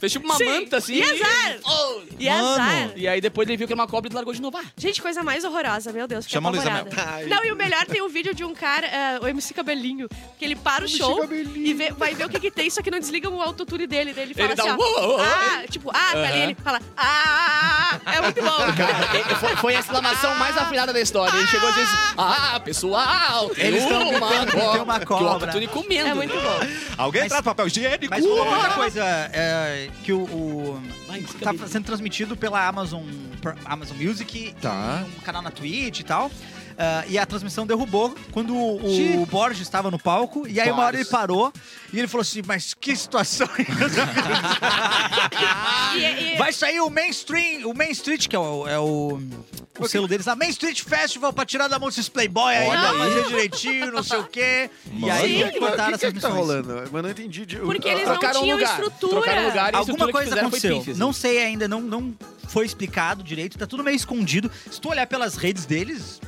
Speaker 5: fez tipo uma
Speaker 3: Sim.
Speaker 5: manta assim.
Speaker 3: E azar!
Speaker 5: Oh!
Speaker 3: E
Speaker 1: Mano.
Speaker 3: azar.
Speaker 5: E aí depois ele viu que era uma cobra e largou de Ah, novar.
Speaker 3: Gente, coisa mais horrorosa, meu Deus. fiquei
Speaker 1: Chama a Luísa
Speaker 3: apavorada. Não, e o melhor tem um vídeo de um cara, eh, o MC Cabelinho, que ele para o
Speaker 6: MC
Speaker 3: show
Speaker 6: Cabelinho.
Speaker 3: e vê- vai ver o que, que tem, só que não desliga o autotune dele. Daí ele fala
Speaker 5: Ele dá
Speaker 3: assim,
Speaker 5: um
Speaker 3: ó,
Speaker 5: uou, uou, uou.
Speaker 3: ah, tipo, ah, tá ali,
Speaker 5: Aham.
Speaker 3: ele fala, ah, ah, ah, ah. é muito
Speaker 2: (laughs)
Speaker 3: bom.
Speaker 5: E- e é, foi, foi a exclamação mais afinada da história. Ele chegou e disse: Ah, pessoal,
Speaker 2: Eles
Speaker 5: eu
Speaker 2: tão
Speaker 5: uma
Speaker 2: brincando que tem uma
Speaker 5: Que o
Speaker 2: cobra.
Speaker 5: Alcatune comendo.
Speaker 3: É muito bom.
Speaker 1: Alguém traz papel higiênico?
Speaker 6: Uh!
Speaker 2: Mas uma outra coisa é, que o, o-
Speaker 5: Vai, fica
Speaker 2: tá
Speaker 5: bem.
Speaker 2: sendo transmitido pela Amazon, por Amazon Music, e
Speaker 6: Tá.
Speaker 2: um canal na Twitch e tal. Ah, e a transmissão derrubou quando o,
Speaker 6: Xiii.
Speaker 2: o Borges estava no palco. E aí uma hora ele parou e ele falou assim, mas que situação! é
Speaker 5: (laughs)
Speaker 3: E- é, e-
Speaker 2: Vai sair o Main Street, o Main Street, que é o... é o- o selo deles lá, Main Street Festival pra tirar da mão esses playboy aí,
Speaker 1: Olha
Speaker 2: pra
Speaker 1: aí.
Speaker 2: fazer direitinho, não sei o quê. E aí
Speaker 6: Mas
Speaker 2: cortaram
Speaker 6: O
Speaker 2: as
Speaker 6: que, que, é que tá
Speaker 2: transmissões.
Speaker 6: rolando? Mas não entendi. de-
Speaker 3: Porque
Speaker 6: Ah,
Speaker 3: eles não
Speaker 5: Trocaram um
Speaker 3: tinham
Speaker 5: lugar.
Speaker 3: estrutura.
Speaker 5: Trocaram um lugar e a estrutura
Speaker 2: Alguma
Speaker 5: que
Speaker 2: coisa
Speaker 5: fizeram
Speaker 2: aconteceu.
Speaker 5: Foi né? pifes,
Speaker 2: Não sei ainda, não, não foi explicado direito, tá tudo meio escondido. Se tu olhar pelas redes deles,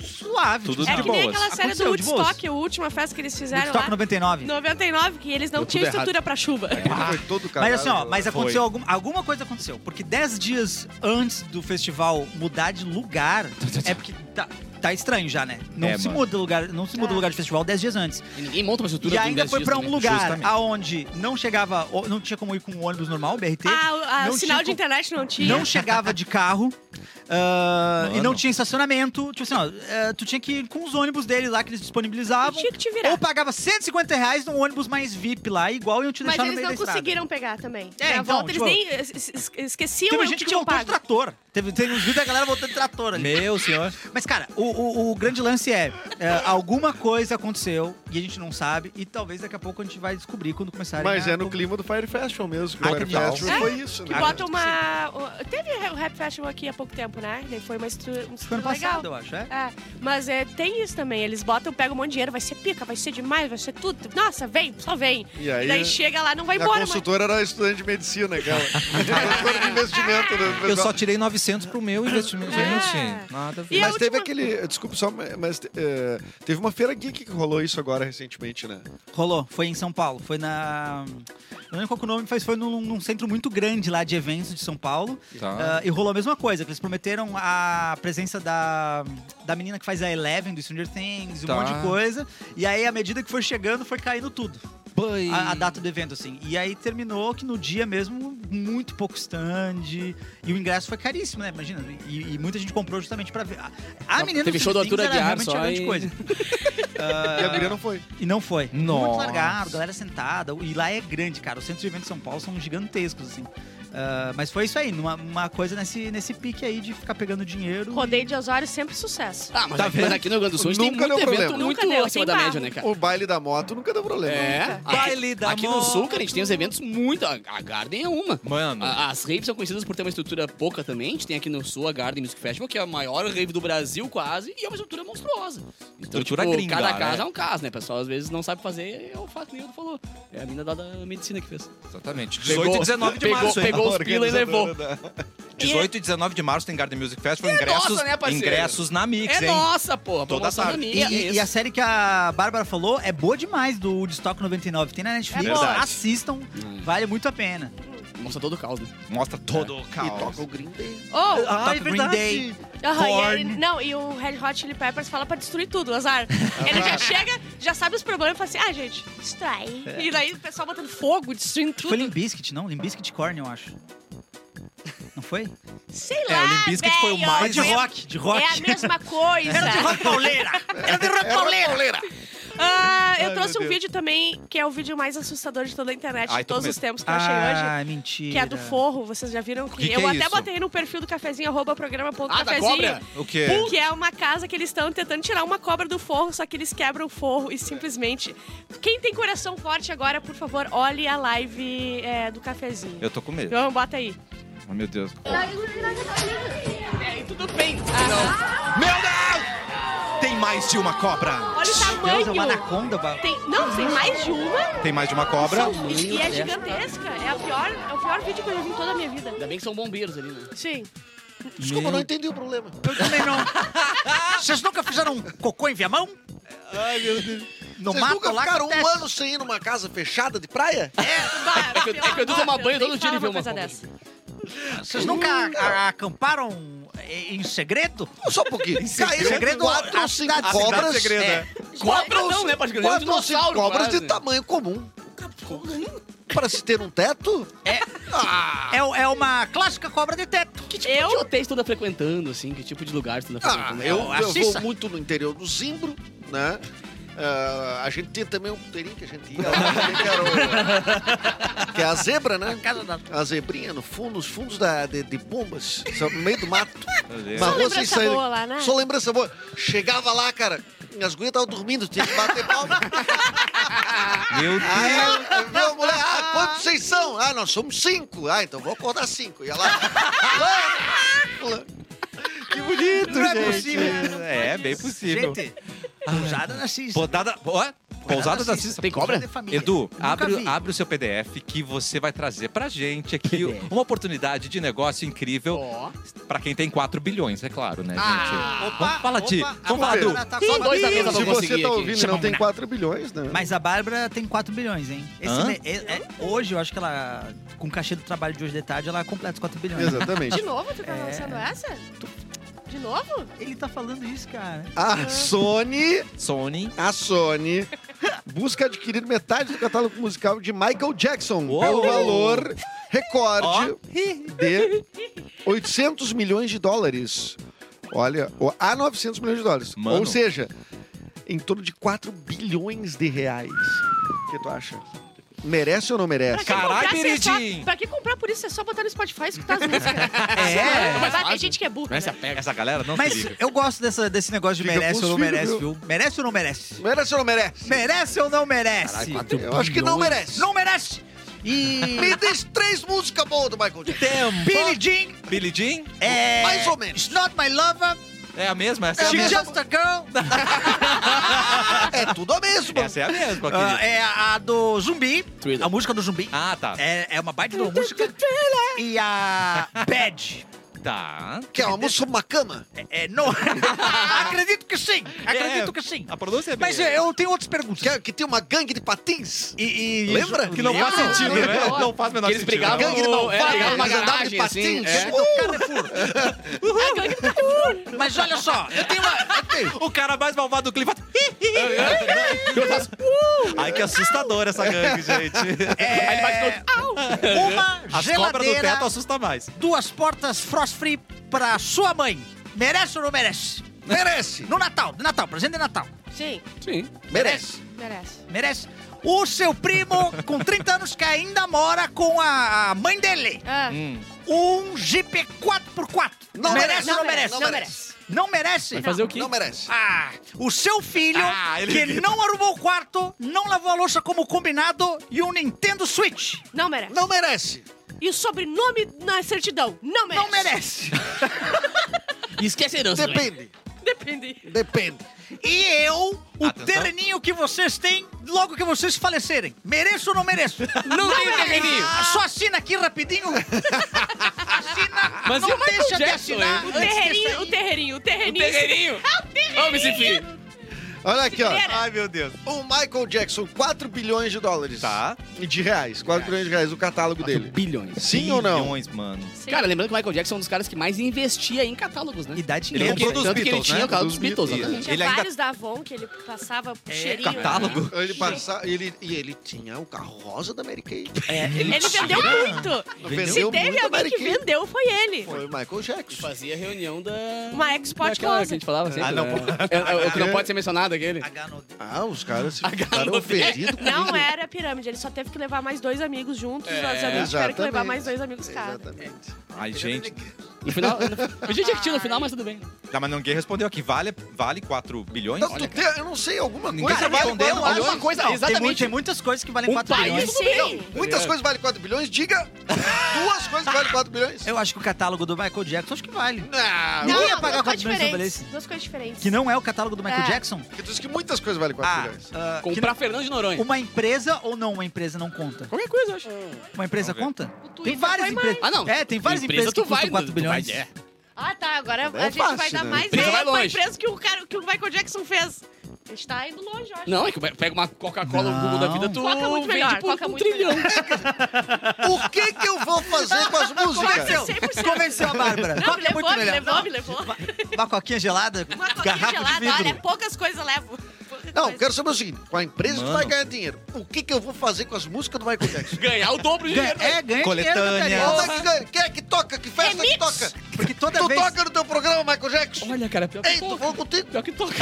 Speaker 2: suave.
Speaker 1: Tudo
Speaker 2: tipo,
Speaker 3: É
Speaker 1: de
Speaker 3: que
Speaker 2: assim,
Speaker 1: boa.
Speaker 3: nem
Speaker 1: boas.
Speaker 3: aquela série do
Speaker 2: Aconteceu, de boas.
Speaker 3: Woodstock, a última festa que eles fizeram
Speaker 2: Woodstock
Speaker 3: lá.
Speaker 2: 99.
Speaker 3: 99, que eles não
Speaker 6: Deu tudo
Speaker 3: tinham estrutura pra chuva.
Speaker 6: Foi todo
Speaker 2: Mas
Speaker 6: cagado,
Speaker 2: assim, ó,
Speaker 6: né?
Speaker 2: mas aconteceu algum, alguma coisa aconteceu. Porque 10 dias antes do festival mudar de
Speaker 5: (laughs)
Speaker 2: lugar, é porque tá, tá estranho já, né? Não
Speaker 1: É,
Speaker 2: se
Speaker 1: mano.
Speaker 2: muda lugar, não se muda
Speaker 3: É.
Speaker 2: lugar de festival 10 dias antes.
Speaker 5: E ninguém monta uma estrutura
Speaker 2: E
Speaker 5: com
Speaker 2: ainda
Speaker 5: 10
Speaker 2: foi
Speaker 5: dias
Speaker 2: pra um
Speaker 5: também.
Speaker 2: lugar
Speaker 1: Justamente.
Speaker 2: aonde não chegava, não tinha como ir com um ônibus normal, BRT.
Speaker 3: Ah, o- ah,
Speaker 2: Não
Speaker 3: o
Speaker 2: tinha
Speaker 3: sinal de
Speaker 2: como-
Speaker 3: internet não tinha.
Speaker 2: não chegava de carro ah,
Speaker 1: Mano.
Speaker 2: e não tinha estacionamento. Tipo assim, ó, eh, tu tinha que ir com os ônibus dele lá que eles disponibilizavam.
Speaker 3: Tinha que te virar.
Speaker 2: Ou pagava 150 reais num ônibus mais VIP lá, igual iam te
Speaker 3: Mas
Speaker 2: deixar no
Speaker 3: eles
Speaker 2: meio
Speaker 3: não
Speaker 2: da estrada.
Speaker 3: conseguiram pegar também.
Speaker 2: É,
Speaker 3: Na
Speaker 2: então,
Speaker 3: volta eles
Speaker 2: tipo-
Speaker 3: nem es- es- esqueciam
Speaker 2: Teve
Speaker 3: o
Speaker 2: gente
Speaker 3: que
Speaker 2: que
Speaker 3: tinham
Speaker 2: voltou de
Speaker 3: pago.
Speaker 2: trator. Teve, teve uns vídeos da galera voltando de trator ali.
Speaker 1: Meu senhor.
Speaker 2: Mas, cara, o, o- o grande lance é, é, alguma coisa aconteceu e a gente não sabe, e talvez daqui a pouco a gente vai descobrir quando começarem
Speaker 6: Mas
Speaker 2: a-
Speaker 6: é no clima do Fire Festival mesmo. Que
Speaker 1: Ah,
Speaker 6: o Fire
Speaker 1: que tal?
Speaker 6: Festival
Speaker 3: É,
Speaker 6: foi isso,
Speaker 3: Que
Speaker 6: né?
Speaker 3: bota uma. o- Teve o Rap Festival aqui há pouco tempo, né? Daí Foi uma estrutura, uma
Speaker 2: Foi ano
Speaker 3: estrutura legal.
Speaker 2: passado, eu acho, é?
Speaker 3: É, mas é, tem isso também. Eles botam, pegam um monte de dinheiro, vai ser pica, vai ser demais, vai ser tudo. Nossa, vem, só vem.
Speaker 6: E aí,
Speaker 3: Daí chega lá, não vai
Speaker 6: a
Speaker 3: embora, mas.
Speaker 6: consultora era estudante de medicina, aquela. consultora de investimento. Né?
Speaker 1: Eu só tirei 900 pro meu investimento.
Speaker 3: É.
Speaker 1: Gente, nada a ver.
Speaker 3: E a
Speaker 6: Mas teve
Speaker 3: última-
Speaker 6: aquele. Desculpa só, mas eh, teve uma feira geek que rolou isso agora recentemente, né?
Speaker 2: Rolou, foi em São Paulo, foi na. Não lembro qual que é o nome, mas foi num, num centro muito grande lá de eventos de São Paulo.
Speaker 1: Tá.
Speaker 2: Ah, e rolou a mesma coisa, que eles prometeram a presença da, da menina que faz a Eleven do Stranger Things, um
Speaker 1: Tá.
Speaker 2: monte de coisa. E aí, à medida que foi chegando, foi caindo tudo.
Speaker 1: Pai.
Speaker 2: A, a data do evento, assim. E aí terminou que no dia mesmo, muito pouco stand. E o ingresso foi caríssimo, né? Imagina. E, e muita gente comprou justamente pra ver. A, a
Speaker 5: Não,
Speaker 2: menina
Speaker 5: teve
Speaker 2: do
Speaker 5: show do
Speaker 2: Stranger
Speaker 5: Arthur
Speaker 2: Things era realmente
Speaker 5: Aguiar só
Speaker 2: a grande
Speaker 5: e-
Speaker 2: coisa.
Speaker 6: E a guria não foi.
Speaker 2: E não foi.
Speaker 1: Nossa.
Speaker 2: Muito largado, galera sentada. E lá é grande, cara. Os centros de eventos de São Paulo são gigantescos, assim. Ah, mas foi isso aí, numa, uma coisa nesse, nesse pique aí de ficar pegando dinheiro.
Speaker 3: Rodeio de Osório sempre sucesso.
Speaker 5: Ah, mas,
Speaker 1: Tá
Speaker 5: mas
Speaker 1: vendo?
Speaker 5: aqui no Rio Grande do Sul a gente tem
Speaker 6: Nunca
Speaker 5: muito
Speaker 6: deu
Speaker 5: evento
Speaker 6: problema.
Speaker 5: muito
Speaker 3: Nunca deu,
Speaker 5: acima
Speaker 3: tem
Speaker 5: da
Speaker 3: barro.
Speaker 5: média, né, cara?
Speaker 6: O baile da moto nunca deu problema.
Speaker 5: É.
Speaker 1: Baile da
Speaker 5: aqui no
Speaker 1: moto.
Speaker 5: sul, cara, a gente tem uns eventos muito. A a Garden é uma.
Speaker 1: Mano.
Speaker 5: A- As raves são conhecidas por ter uma estrutura pouca também. A gente tem aqui no Sul a Garden Music Festival, que é a maior rave do Brasil, quase, e é uma estrutura monstruosa. Então,
Speaker 1: Estrutura
Speaker 5: tipo,
Speaker 1: gringa,
Speaker 5: cada
Speaker 1: né?
Speaker 5: caso é um caso, né? O pessoal às vezes não sabe fazer, é o fato que nem o Edu falou. É a mina da, da medicina que fez.
Speaker 1: Exatamente.
Speaker 5: Pegou-
Speaker 1: 18 e 19 de
Speaker 5: pegou-
Speaker 1: março, hein?
Speaker 5: pegou
Speaker 1: (laughs)
Speaker 5: os pila e levou.
Speaker 6: Organizadora da-
Speaker 1: 18 e 19 de março tem Garden Music Festival.
Speaker 5: E é
Speaker 1: ingressos,
Speaker 5: nossa, né, parceiro?
Speaker 1: ingressos na Mix,
Speaker 5: é
Speaker 1: hein?
Speaker 5: nossa, porra.
Speaker 1: Toda
Speaker 5: promoção da
Speaker 1: tarde.
Speaker 2: E,
Speaker 3: é
Speaker 5: minha, é
Speaker 2: e-
Speaker 5: isso.
Speaker 2: e a série que a Bárbara falou é boa demais do Woodstock 99. Tem na Netflix,
Speaker 1: É boa. Verdade.
Speaker 2: assistam,
Speaker 3: Hum.
Speaker 2: vale muito a pena.
Speaker 5: Mostra todo o caos, né?
Speaker 1: Mostra todo o
Speaker 4: E
Speaker 1: caos.
Speaker 4: toca o Green Day.
Speaker 3: Oh,
Speaker 2: Toca Tá Green Day.
Speaker 3: Aham, e
Speaker 2: Korn.
Speaker 3: ele- não, e o Red Hot Chili Peppers fala pra destruir tudo, azar. Ele já chega, já sabe os problemas e fala assim, ah, gente, destrói. E daí o pessoal botando fogo, destruindo tudo.
Speaker 2: Foi Limbiskit, não? Limbiskit Corn, eu acho. Não foi?
Speaker 3: Sei
Speaker 1: É,
Speaker 3: lá,
Speaker 1: o Limp Bizkit foi o
Speaker 3: Ah, velho,
Speaker 1: mais-
Speaker 2: de
Speaker 3: é-
Speaker 2: rock, de rock.
Speaker 3: É a mesma coisa.
Speaker 2: (laughs) pauleira!
Speaker 4: Era de Rotoleira!
Speaker 3: Ah, eu
Speaker 6: Ai,
Speaker 3: trouxe
Speaker 6: meu
Speaker 3: um
Speaker 6: Deus.
Speaker 3: vídeo também, que é o vídeo mais assustador de toda a internet,
Speaker 1: Ai,
Speaker 3: de
Speaker 1: tô com
Speaker 3: todos os
Speaker 1: medo.
Speaker 3: tempos que eu achei hoje.
Speaker 2: (laughs) Ah, mentira.
Speaker 3: Que é a do forro, vocês já viram? Que,
Speaker 1: Que que
Speaker 3: eu
Speaker 1: é
Speaker 3: até
Speaker 1: isso?
Speaker 3: botei no perfil do cafezinho, arroba programa.cafezinho.
Speaker 5: Ah, da cobra?
Speaker 1: O quê?
Speaker 3: Que é uma casa que eles estão tentando tirar uma cobra do forro, só que eles quebram o forro e simplesmente. Quem tem coração forte agora, por favor, olhe a live é, do cafezinho.
Speaker 1: Eu tô com medo.
Speaker 3: João, bota aí.
Speaker 1: Oh, meu Deus.
Speaker 3: É, e tudo bem.
Speaker 1: Meu Deus! Tem mais de uma cobra!
Speaker 3: Olha o
Speaker 2: Deus, é uma
Speaker 3: tamanho.
Speaker 2: anaconda. ba-
Speaker 3: Tem, não, tem mais de uma.
Speaker 1: Tem mais de uma cobra?
Speaker 3: E, e é gigantesca. É, a pior, é o pior vídeo que eu já vi em toda a minha vida.
Speaker 5: Ainda bem que são bombeiros ali, né?
Speaker 3: Sim.
Speaker 4: Desculpa, não entendi o problema.
Speaker 2: Eu também não. Vocês nunca fizeram um cocô em viamão?
Speaker 6: Ai, meu Deus.
Speaker 2: No
Speaker 4: Vocês
Speaker 2: mato
Speaker 4: nunca
Speaker 2: lá
Speaker 4: ficaram um
Speaker 2: acontece.
Speaker 4: ano sem ir numa casa fechada de (laughs) praia?
Speaker 3: Bah,
Speaker 5: É que eu- é que eu dou
Speaker 3: pelo
Speaker 5: uma
Speaker 3: amor,
Speaker 5: banho todo
Speaker 3: nem
Speaker 5: dia e
Speaker 3: fala
Speaker 5: vê uma
Speaker 3: coisa
Speaker 5: cobra.
Speaker 3: dessa.
Speaker 2: Vocês nunca a- a- acamparam em segredo?
Speaker 4: Só um pouquinho. Caíram
Speaker 2: segredo,
Speaker 4: quatro
Speaker 2: a
Speaker 4: ou cinco
Speaker 2: cidade- a cidade
Speaker 4: cobras.
Speaker 6: segredo,
Speaker 4: É.
Speaker 6: né?
Speaker 5: Cobra não, né? Pode crer, é um
Speaker 4: Quatro ou cinco
Speaker 5: dinossauro
Speaker 4: cobras
Speaker 5: quase.
Speaker 4: de tamanho comum. Para se ter um teto?
Speaker 2: É,
Speaker 4: Ah,
Speaker 2: é, é uma clássica cobra de teto.
Speaker 5: Que tipo de hotéis tu anda frequentando, assim? Que tipo de lugar tu anda
Speaker 4: ah,
Speaker 5: frequentando?
Speaker 4: eu,
Speaker 2: a
Speaker 4: eu
Speaker 2: Cissa.
Speaker 4: vou muito no interior do Zimbro, né? Ah, a gente tinha também um puteirinho que a gente ia (laughs) lá, que, era o- que é a zebra, né?
Speaker 2: Casa da...
Speaker 4: A zebrinha no fundo, nos fundos da, de, de bombas, só no meio do mato.
Speaker 1: Meu Deus.
Speaker 4: Uma
Speaker 3: Só
Speaker 4: rua sem
Speaker 3: lembrança
Speaker 4: saída.
Speaker 3: boa lá, né?
Speaker 4: Só lembrança boa. Chegava lá, cara, as gurias estavam dormindo, tinha que bater palma.
Speaker 1: Meu Deus.
Speaker 4: Aí eu, eu vi a mulher, ah, quantos vocês são? Ah, nós somos cinco. Ah, então vou acordar cinco. Ia lá.
Speaker 6: Que bonito,
Speaker 2: Não é
Speaker 6: gente.
Speaker 2: possível.
Speaker 1: É, bem possível.
Speaker 2: Gente, pousada na Cissa.
Speaker 1: Podada, ó, pousada da Cissa.
Speaker 5: Tem cobra?
Speaker 2: de família.
Speaker 1: Edu,
Speaker 2: Nunca vi.
Speaker 1: abre, abre o seu PDF que você vai trazer pra gente aqui
Speaker 2: PDF.
Speaker 1: uma oportunidade de negócio incrível
Speaker 5: Ó.
Speaker 1: pra quem tem 4 bilhões, é claro, né, gente?
Speaker 5: Ah,
Speaker 1: vamos falar de-
Speaker 2: opa,
Speaker 1: vamos
Speaker 2: a
Speaker 1: falar do-
Speaker 2: Bárbara tá
Speaker 5: Só
Speaker 2: com-
Speaker 5: dois da mesa
Speaker 6: Se
Speaker 5: vão
Speaker 6: você
Speaker 5: conseguir
Speaker 6: tá
Speaker 5: aqui.
Speaker 6: ouvindo e não tem 4 bilhões, né?
Speaker 2: Mas a Bárbara tem 4 bilhões, hein? Esse
Speaker 1: Hã?
Speaker 2: ne- é- é- hoje, eu acho que ela, com o cachê do trabalho de hoje de tarde, ela completa os 4 bilhões.
Speaker 6: Exatamente.
Speaker 3: De novo, tu tá lançando essa? De novo?
Speaker 2: Ele tá falando isso, cara.
Speaker 6: (laughs) A Sony,
Speaker 1: Sony.
Speaker 6: a Sony busca adquirir metade do catálogo musical de Michael Jackson
Speaker 1: Uou!
Speaker 6: pelo valor recorde
Speaker 1: Ó.
Speaker 6: de 800 milhões de dólares. Olha, o- a 900 milhões de dólares.
Speaker 1: Mano.
Speaker 6: Ou seja, em torno de 4 bilhões de reais. O que tu acha? Merece ou não merece?
Speaker 1: Pra Caralho,
Speaker 3: comprar, se é só-
Speaker 1: Biridim!
Speaker 3: pra que comprar por isso? É só botar no Spotify e escutar as músicas.
Speaker 2: É.
Speaker 3: Mas, ah, tem
Speaker 5: fácil.
Speaker 3: gente que é burra.
Speaker 5: Não é se
Speaker 3: Né?
Speaker 5: apega.
Speaker 1: Essa galera não se
Speaker 2: Mas
Speaker 1: liga.
Speaker 2: eu gosto dessa- desse negócio de
Speaker 6: Fica
Speaker 2: merece
Speaker 6: com
Speaker 2: ou
Speaker 6: os
Speaker 2: não
Speaker 6: filhos,
Speaker 2: merece,
Speaker 6: viu?
Speaker 2: viu? Merece ou não merece?
Speaker 4: Merece ou não merece?
Speaker 2: Merece ou não merece?
Speaker 6: Eu acho que não merece.
Speaker 2: Não é merece! E. (laughs)
Speaker 4: Me diz três músicas boas do Michael Jackson.
Speaker 2: Billie Jean
Speaker 1: é um Billie Jean?
Speaker 2: é.
Speaker 4: Mais ou menos.
Speaker 2: It's not my lover,
Speaker 1: É a mesma? Essa é, a
Speaker 2: she's
Speaker 1: mesma?
Speaker 2: just a girl.
Speaker 4: É tudo a mesma.
Speaker 1: Essa é a mesma,
Speaker 2: Ah,
Speaker 1: querido.
Speaker 2: é a do zumbi.
Speaker 5: Thriller.
Speaker 2: A música do zumbi.
Speaker 1: Ah, tá.
Speaker 2: É, é uma baita de uma música. E a Bad.
Speaker 1: Tá.
Speaker 4: Que é uma música sobre uma cama.
Speaker 2: É, é, não. Acredito que sim. Acredito
Speaker 1: É,
Speaker 2: que sim.
Speaker 1: A pronúncia é bem...
Speaker 2: Mas eu tenho outras perguntas.
Speaker 4: Que, que tem uma gangue de patins.
Speaker 2: E, e-
Speaker 4: Lembra?
Speaker 1: Que não faz
Speaker 2: Lembra?
Speaker 1: sentido, né? Não faz o menor
Speaker 5: Que eles
Speaker 1: sentido.
Speaker 5: brigavam,
Speaker 4: Gangue de malvado,
Speaker 5: é, brigavam numa
Speaker 4: eles andavam de
Speaker 5: garagem, assim.
Speaker 4: patins.
Speaker 5: é.
Speaker 6: Então,
Speaker 2: Mas olha só, eu
Speaker 1: (laughs)
Speaker 2: tenho uma.
Speaker 1: O cara mais malvado do clima. Ai, que assustador (laughs) essa gangue, gente.
Speaker 2: É, uma
Speaker 1: As cobras do
Speaker 2: geladeira,
Speaker 1: teto assusta mais.
Speaker 2: duas portas frost free pra sua mãe. Merece ou não merece?
Speaker 4: Merece.
Speaker 2: No Natal, no Natal, presente de Natal.
Speaker 3: Sim,
Speaker 5: Sim.
Speaker 4: Merece.
Speaker 3: merece.
Speaker 2: Merece. O seu primo, com 30 anos, que ainda mora com a a mãe dele.
Speaker 3: Ah,
Speaker 2: Um Jeep 4x4.
Speaker 4: Não
Speaker 2: merece ou não merece?
Speaker 4: merece,
Speaker 3: Não merece.
Speaker 2: Não merece?
Speaker 5: Vai fazer o quê?
Speaker 4: Não merece.
Speaker 2: Ah, o seu filho,
Speaker 1: Ah, ele-
Speaker 2: que não arrumou o quarto, não lavou a louça como combinado, e um Nintendo Switch.
Speaker 3: Não merece.
Speaker 4: Não merece.
Speaker 3: e sobrenome na certidão. Não merece.
Speaker 2: Não merece.
Speaker 5: E esqueceram também.
Speaker 4: Depende,
Speaker 3: Depende.
Speaker 4: depende.
Speaker 2: E eu, o
Speaker 1: Atenção.
Speaker 2: terninho que vocês têm logo que vocês falecerem. Mereço ou não mereço?
Speaker 5: (laughs) Não tem terninho.
Speaker 2: Ah, Só assina aqui rapidinho. assina.
Speaker 5: né? Mas e
Speaker 2: não
Speaker 5: o Michael
Speaker 2: deixa de
Speaker 5: Jackson,
Speaker 2: assinar.
Speaker 5: hein?
Speaker 3: O
Speaker 2: antes de
Speaker 3: terreirinho,
Speaker 2: sair.
Speaker 3: o terreirinho, o né? terreirinho.
Speaker 5: um Terreirinho. Vamos, enfim.
Speaker 6: Olha aqui, ó.
Speaker 3: Era.
Speaker 1: Ai, meu Deus.
Speaker 6: O Michael Jackson, 4 bilhões de dólares.
Speaker 1: Tá.
Speaker 6: E de reais. 4 bilhões de reais, o catálogo dele.
Speaker 5: Bilhões.
Speaker 6: Sim ou não?
Speaker 1: Bilhões, mano.
Speaker 3: Sim.
Speaker 5: Cara, lembrando que o Michael Jackson é um dos caras que mais investia em catálogos, né?
Speaker 2: E dá
Speaker 1: Ele
Speaker 2: dinheiro.
Speaker 5: Tanto que-
Speaker 1: comprou dos
Speaker 5: tanto que ele
Speaker 1: Beatles,
Speaker 5: tinha
Speaker 1: né?
Speaker 5: o catálogo dos
Speaker 6: Dos
Speaker 5: Beatles,
Speaker 1: Beatles.
Speaker 5: exatamente.
Speaker 3: Tinha
Speaker 1: Ele ainda-
Speaker 3: vários da Avon que ele passava pro cheirinho. né?
Speaker 2: catálogo.
Speaker 6: Ele passa, ele, e ele tinha o carro rosa da Mary Kay.
Speaker 3: Ele vendeu muito. Se
Speaker 6: Vendeu
Speaker 3: teve
Speaker 6: muito a
Speaker 3: alguém
Speaker 6: Mary
Speaker 3: que
Speaker 6: Kay.
Speaker 3: vendeu, foi ele.
Speaker 6: Foi o Michael Jackson.
Speaker 5: Fazia reunião da...
Speaker 3: Uma export
Speaker 5: Daquela que a
Speaker 3: closet.
Speaker 5: gente falava sempre,
Speaker 1: Ah, não.
Speaker 5: né? (laughs) É, é, o que não pode ser mencionado, aquele.
Speaker 6: Ah, os caras se ficaram
Speaker 5: Galo Velho.
Speaker 6: ofendidos comigo.
Speaker 3: Não era pirâmide, ele só teve que levar mais dois amigos juntos. os amigos tiveram que levar mais dois amigos cada.
Speaker 6: Exatamente.
Speaker 1: Ai, gente.
Speaker 5: No final... Eu já tinha no final, mas tudo bem.
Speaker 1: Tá, mas ninguém respondeu aqui. Vale, vale 4 bilhões?
Speaker 6: Então, tu tem, eu não sei, alguma
Speaker 1: Ninguém
Speaker 6: coisa
Speaker 1: tá
Speaker 6: vale
Speaker 1: respondendo,
Speaker 6: 4
Speaker 5: olha,
Speaker 6: bilhões.
Speaker 5: uma coisa,
Speaker 2: Tem, mu-
Speaker 5: exatamente.
Speaker 2: tem muitas coisas que valem
Speaker 5: Um
Speaker 2: 4
Speaker 5: país-
Speaker 2: bilhões.
Speaker 3: Sim.
Speaker 6: Muitas
Speaker 1: É.
Speaker 6: coisas valem 4 bilhões, diga duas coisas que valem 4 bilhões.
Speaker 2: Eu acho que o catálogo do Michael Jackson, acho que vale.
Speaker 6: Não,
Speaker 2: Eu ia
Speaker 3: duas
Speaker 2: pagar
Speaker 3: coisas
Speaker 2: 4 milhões de
Speaker 3: diferentes.
Speaker 2: valesse.
Speaker 3: Duas coisas diferentes.
Speaker 2: Que não é o catálogo do Michael
Speaker 3: É.
Speaker 2: Jackson?
Speaker 6: porque tu disse que muitas coisas valem 4
Speaker 2: Ah,
Speaker 6: bilhões.
Speaker 2: ah, que
Speaker 5: Comprar Fernando de Noronha.
Speaker 2: uma empresa ou não uma empresa não conta?
Speaker 5: Qualquer coisa, eu acho.
Speaker 2: Uma empresa
Speaker 1: Vamos
Speaker 2: conta?
Speaker 3: O Twitter
Speaker 2: Tem várias
Speaker 3: foi mais.
Speaker 2: empresas.
Speaker 5: Ah, não.
Speaker 2: É, tem várias
Speaker 5: Empresa,
Speaker 2: empresas que
Speaker 5: tu vai,
Speaker 2: custam 4
Speaker 5: tu
Speaker 2: bilhões.
Speaker 5: vai, é.
Speaker 3: Ah, tá. Agora
Speaker 6: É
Speaker 3: a gente
Speaker 6: fácil,
Speaker 3: vai dar
Speaker 6: né?
Speaker 3: mais
Speaker 5: Empresa vai
Speaker 3: ideia pra
Speaker 5: longe.
Speaker 3: empresa que o, cara, que o Michael Jackson fez. A gente tá indo longe, eu acho.
Speaker 5: Não, é que pega uma Coca-Cola no Google da vida, tu
Speaker 3: Coca é muito
Speaker 5: vende
Speaker 3: melhor,
Speaker 5: por
Speaker 3: Coca é
Speaker 5: um
Speaker 3: muito
Speaker 5: trilhão.
Speaker 6: O que que eu vou fazer com as
Speaker 3: Convenceu,
Speaker 6: músicas?
Speaker 3: 100%.
Speaker 2: Convenceu a Bárbara.
Speaker 3: Não,
Speaker 2: Coca
Speaker 3: me
Speaker 2: é
Speaker 3: levou,
Speaker 2: muito
Speaker 3: me
Speaker 2: melhor.
Speaker 3: levou, me levou.
Speaker 2: Uma coquinha gelada,
Speaker 3: Uma coquinha
Speaker 2: garrafa de
Speaker 3: gelada,
Speaker 2: vidro.
Speaker 3: olha, poucas coisas eu levo. Poucas
Speaker 6: Não,
Speaker 3: coisas.
Speaker 6: eu quero saber o seguinte, com a empresa tu
Speaker 1: Mano.
Speaker 6: vai ganhar dinheiro. O que que eu vou fazer com as músicas do
Speaker 2: (laughs)
Speaker 6: Michael Jackson?
Speaker 5: (laughs) Ganhar o dobro de
Speaker 2: Ganha,
Speaker 5: dinheiro.
Speaker 2: é, ganha
Speaker 1: Coletânea.
Speaker 2: dinheiro,
Speaker 6: Como
Speaker 2: Gabriel.
Speaker 6: é que ganha? Quem é que toca? Que festa
Speaker 3: Remix.
Speaker 6: que toca?
Speaker 2: Porque toda
Speaker 6: Tu
Speaker 2: vez...
Speaker 6: toca no teu programa, Michael Jackson?
Speaker 5: Olha, cara, pior
Speaker 6: Ei,
Speaker 5: que
Speaker 6: tu
Speaker 5: toca.
Speaker 6: falou contigo?
Speaker 5: Pior que toca.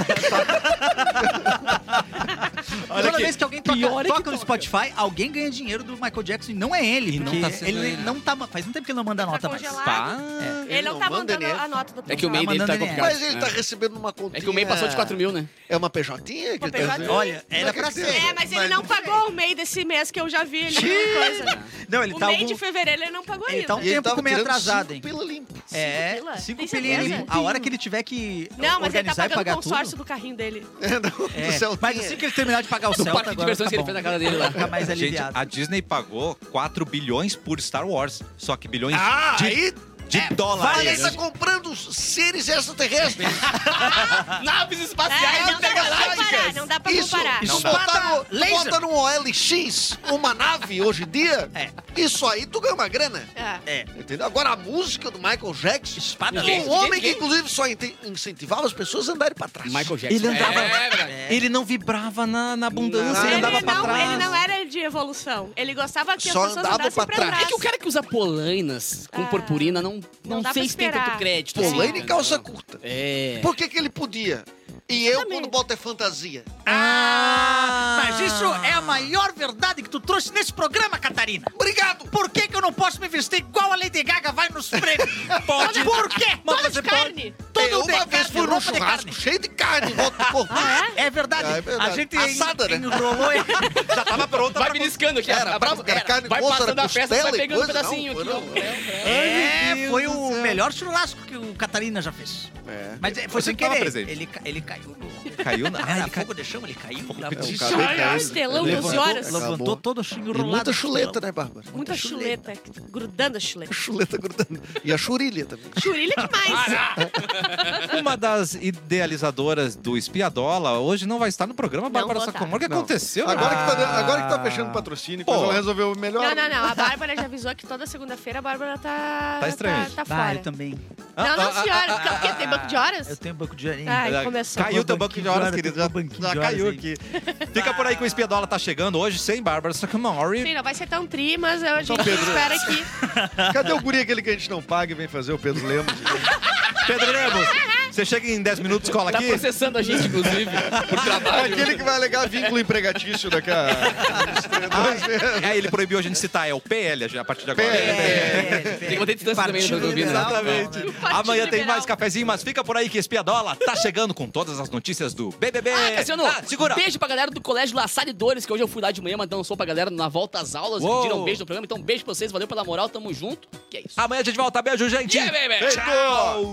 Speaker 2: Toda vez que alguém toca,
Speaker 5: Pior é que
Speaker 2: toca no
Speaker 5: toca.
Speaker 2: Spotify, alguém ganha dinheiro do Michael Jackson e não é ele. Porque
Speaker 1: tá sendo
Speaker 2: ele,
Speaker 1: ele.
Speaker 2: não tá. Faz um tempo que ele não manda
Speaker 3: Tá
Speaker 2: nota mais.
Speaker 3: congelado.
Speaker 1: Pá.
Speaker 2: É.
Speaker 3: Ele não
Speaker 6: Ele
Speaker 3: tá
Speaker 6: não manda
Speaker 3: mandando
Speaker 6: dinheiro.
Speaker 3: a nota do
Speaker 5: É que o meio
Speaker 2: Tá
Speaker 5: dele tá
Speaker 2: mandando dinheiro.
Speaker 5: complicado.
Speaker 6: Mas ele tá recebendo uma
Speaker 5: É
Speaker 6: continha.
Speaker 5: que o meio passou de 4 mil, né?
Speaker 6: É uma
Speaker 3: tá
Speaker 6: PJ? Que
Speaker 3: PJ.
Speaker 6: tem-
Speaker 2: Olha, era pra
Speaker 6: Mas é que
Speaker 2: ser.
Speaker 3: É, mas ele não pagou o MEI desse mês que eu já vi. Ele coisa.
Speaker 2: Não, ele
Speaker 3: O
Speaker 2: tá
Speaker 3: MEI
Speaker 2: algum...
Speaker 3: de fevereiro ele não pagou
Speaker 2: Ele
Speaker 3: ainda.
Speaker 2: tá um
Speaker 6: E ele
Speaker 2: tempo
Speaker 6: tava
Speaker 2: com meio
Speaker 6: tirando
Speaker 2: atrasado,
Speaker 6: cinco
Speaker 2: hein?
Speaker 6: Pila limpa.
Speaker 2: É,
Speaker 3: pila?
Speaker 2: cinco
Speaker 3: Tem
Speaker 2: pilinhas.
Speaker 3: certeza?
Speaker 2: A hora que ele tiver que
Speaker 3: Não, mas ele tá
Speaker 2: organizar e
Speaker 3: pagando
Speaker 2: pagar
Speaker 3: o consórcio
Speaker 2: tudo.
Speaker 3: do carrinho dele.
Speaker 6: Não,
Speaker 2: É,
Speaker 6: do Celtinha.
Speaker 2: mas assim que ele terminar de pagar o
Speaker 5: Do
Speaker 2: Celta
Speaker 5: parque de
Speaker 2: agora,
Speaker 5: diversões
Speaker 2: tá
Speaker 5: que ele
Speaker 2: bom.
Speaker 5: fez na casa dele lá.
Speaker 2: Fica mais
Speaker 1: Gente,
Speaker 2: aliviado.
Speaker 1: a Disney pagou 4 bilhões por Star Wars. Só que bilhões
Speaker 6: Ah,
Speaker 1: de,
Speaker 6: aí
Speaker 1: de dólares.
Speaker 6: Olha, ele tá comprando seres extraterrestres.
Speaker 5: Naves
Speaker 3: É,
Speaker 5: espaciais
Speaker 3: não dá pra comparar, não dá pra
Speaker 6: Isso,
Speaker 3: comparar.
Speaker 6: isso
Speaker 1: Não dá.
Speaker 6: botar, no,
Speaker 2: Laser.
Speaker 6: botar num OLX, uma nave hoje em dia,
Speaker 2: É.
Speaker 6: isso aí tu ganha uma grana.
Speaker 3: É.
Speaker 6: Entendeu? Agora a música do Michael Jackson.
Speaker 2: Espada
Speaker 5: Ninguém-
Speaker 6: um homem que, inclusive, só inte- incentivava as pessoas a andarem pra trás.
Speaker 5: Michael Jackson.
Speaker 1: Ele andava-
Speaker 5: É, velho.
Speaker 1: Ele não vibrava na, na abundância,
Speaker 6: Não.
Speaker 1: ele andava
Speaker 3: Ele
Speaker 1: pra
Speaker 3: não,
Speaker 1: trás.
Speaker 3: ele não é. era de evolução. Ele gostava que
Speaker 6: Só
Speaker 3: as pessoas
Speaker 6: andava
Speaker 3: andassem
Speaker 6: pra
Speaker 3: pra
Speaker 6: trás.
Speaker 3: trás.
Speaker 5: É que o cara que usa polainas com
Speaker 3: Ah.
Speaker 5: purpurina não, não,
Speaker 3: Não dá
Speaker 5: sei
Speaker 3: pra
Speaker 5: se tem
Speaker 3: esperar.
Speaker 5: tanto crédito. assim,
Speaker 6: Polaine e
Speaker 5: né?
Speaker 6: calça curta.
Speaker 5: É.
Speaker 6: Por que, que ele podia? E eu,
Speaker 3: Exatamente.
Speaker 6: quando boto é fantasia.
Speaker 2: Ah, mas isso é a maior verdade que tu trouxe nesse programa, Catarina.
Speaker 6: Obrigado!
Speaker 2: Por que, que eu não posso me vestir igual a Lady Gaga vai nos prêmios?
Speaker 1: Pode.
Speaker 2: Por quê?
Speaker 3: Todo
Speaker 2: Mas
Speaker 3: de
Speaker 2: você
Speaker 3: carne.
Speaker 2: pode-
Speaker 6: eu
Speaker 2: Todo de
Speaker 6: É, uma vez
Speaker 2: carne,
Speaker 6: fui num
Speaker 2: roupa de
Speaker 6: churrasco
Speaker 2: carne.
Speaker 6: cheio de carne em volta do corpo.
Speaker 2: É verdade.
Speaker 6: É verdade.
Speaker 2: A gente
Speaker 6: Assada, né?
Speaker 2: enrolou.
Speaker 1: Já tava pronto.
Speaker 5: Vai beliscando aqui.
Speaker 6: Era
Speaker 5: a- a-
Speaker 6: brabo, era carne
Speaker 5: Vai
Speaker 6: moça,
Speaker 5: passando
Speaker 6: era
Speaker 5: a festa, vai
Speaker 6: costela e
Speaker 5: pegando um
Speaker 6: coisa, não,
Speaker 5: pedacinho
Speaker 6: foi
Speaker 5: aqui.
Speaker 6: não.
Speaker 5: ó. É, é.
Speaker 2: É,
Speaker 1: Deus
Speaker 2: foi
Speaker 1: do
Speaker 2: o
Speaker 1: céu.
Speaker 2: melhor churrasco que o Catarina já fez.
Speaker 6: É.
Speaker 2: Mas é, foi
Speaker 1: Eu
Speaker 2: sem
Speaker 1: não tava
Speaker 2: querer.
Speaker 1: presente.
Speaker 2: Ele, ca- ele caiu no...
Speaker 1: Caiu na.
Speaker 2: Era
Speaker 1: Ah, ele caiu.
Speaker 2: fogo de chama, ele caiu. na-
Speaker 6: é um
Speaker 1: de
Speaker 2: Ele
Speaker 1: chama.
Speaker 3: Costelão, 12
Speaker 6: Levantou-
Speaker 3: horas.
Speaker 2: Levantou
Speaker 6: Acabou.
Speaker 2: todo enrolado.
Speaker 6: E muita chuleta,
Speaker 2: chuleta.
Speaker 6: né, Bárbara?
Speaker 3: Muita chuleta, grudando a chuleta.
Speaker 6: (laughs) Chuleta grudando. E a churilha também.
Speaker 3: Churilha é demais.
Speaker 1: Uma das idealizadoras do Espiadola hoje não vai estar no programa, Bárbara
Speaker 3: vou tá.
Speaker 1: Sacomori. O que
Speaker 6: Não.
Speaker 1: aconteceu?
Speaker 6: Agora, que tá, dando-
Speaker 2: Ah.
Speaker 6: agora que tá fechando patrocínio,
Speaker 1: Pô.
Speaker 6: quando ela resolveu melhor.
Speaker 3: Não, não, não. A Bárbara já avisou que toda segunda-feira a Bárbara tá.
Speaker 1: Tá estranho.
Speaker 3: Tá, tá
Speaker 2: Ah, eu
Speaker 3: fora.
Speaker 2: também.
Speaker 3: Não, não, senhora. Então, o quê? Tem banco de
Speaker 2: ah, Eu
Speaker 3: horas?
Speaker 2: tenho um banco de horinha.
Speaker 3: Ai,
Speaker 1: Ah,
Speaker 3: começou.
Speaker 1: Caiu teu banco de horas,
Speaker 2: Banco de
Speaker 1: querido. Já,
Speaker 2: horas, um banquinho
Speaker 1: já
Speaker 2: de horas
Speaker 1: caiu
Speaker 2: aí.
Speaker 1: aqui. Fica por aí que o Espiadola tá chegando hoje sem Bárbara Sacomori.
Speaker 3: Sim, não vai ser tão tri, mas a gente
Speaker 6: Pedro.
Speaker 3: espera que.
Speaker 6: Cadê o guri aquele que a gente não paga e vem fazer o Pedro Lemos?
Speaker 1: Pedro Lemos,
Speaker 8: Você chega em 10
Speaker 2: (laughs)
Speaker 8: minutos, cola
Speaker 5: Tá
Speaker 8: aqui.
Speaker 5: processando a (laughs) gente, inclusive, por trabalho.
Speaker 6: Aquele que vai alegar vínculo empregatício daqui a...
Speaker 8: Ah, é, ele proibiu a gente citar, é o PL a partir de agora.
Speaker 6: PL.
Speaker 2: É,
Speaker 5: Tem que manter distância também do
Speaker 2: Partido
Speaker 5: ouvido, né?
Speaker 2: Liberal.
Speaker 8: Exatamente.
Speaker 3: O Partido
Speaker 8: Amanhã tem
Speaker 3: Liberal.
Speaker 8: mais cafezinho, mas fica por aí que Espiadola tá chegando com todas as notícias do BBB.
Speaker 5: Ah, Cassiano,
Speaker 8: Ah, segura.
Speaker 5: beijo pra galera do Colégio La Dores, que hoje eu fui lá de manhã mandar um som pra galera na volta às aulas,
Speaker 8: Uou.
Speaker 5: pediram um beijo no
Speaker 8: Ah,
Speaker 5: programa, então beijo pra vocês, valeu pela moral, tamo junto, que é isso.
Speaker 8: Amanhã a gente volta. Beijo, gente.
Speaker 5: Yeah, baby!
Speaker 6: Feito!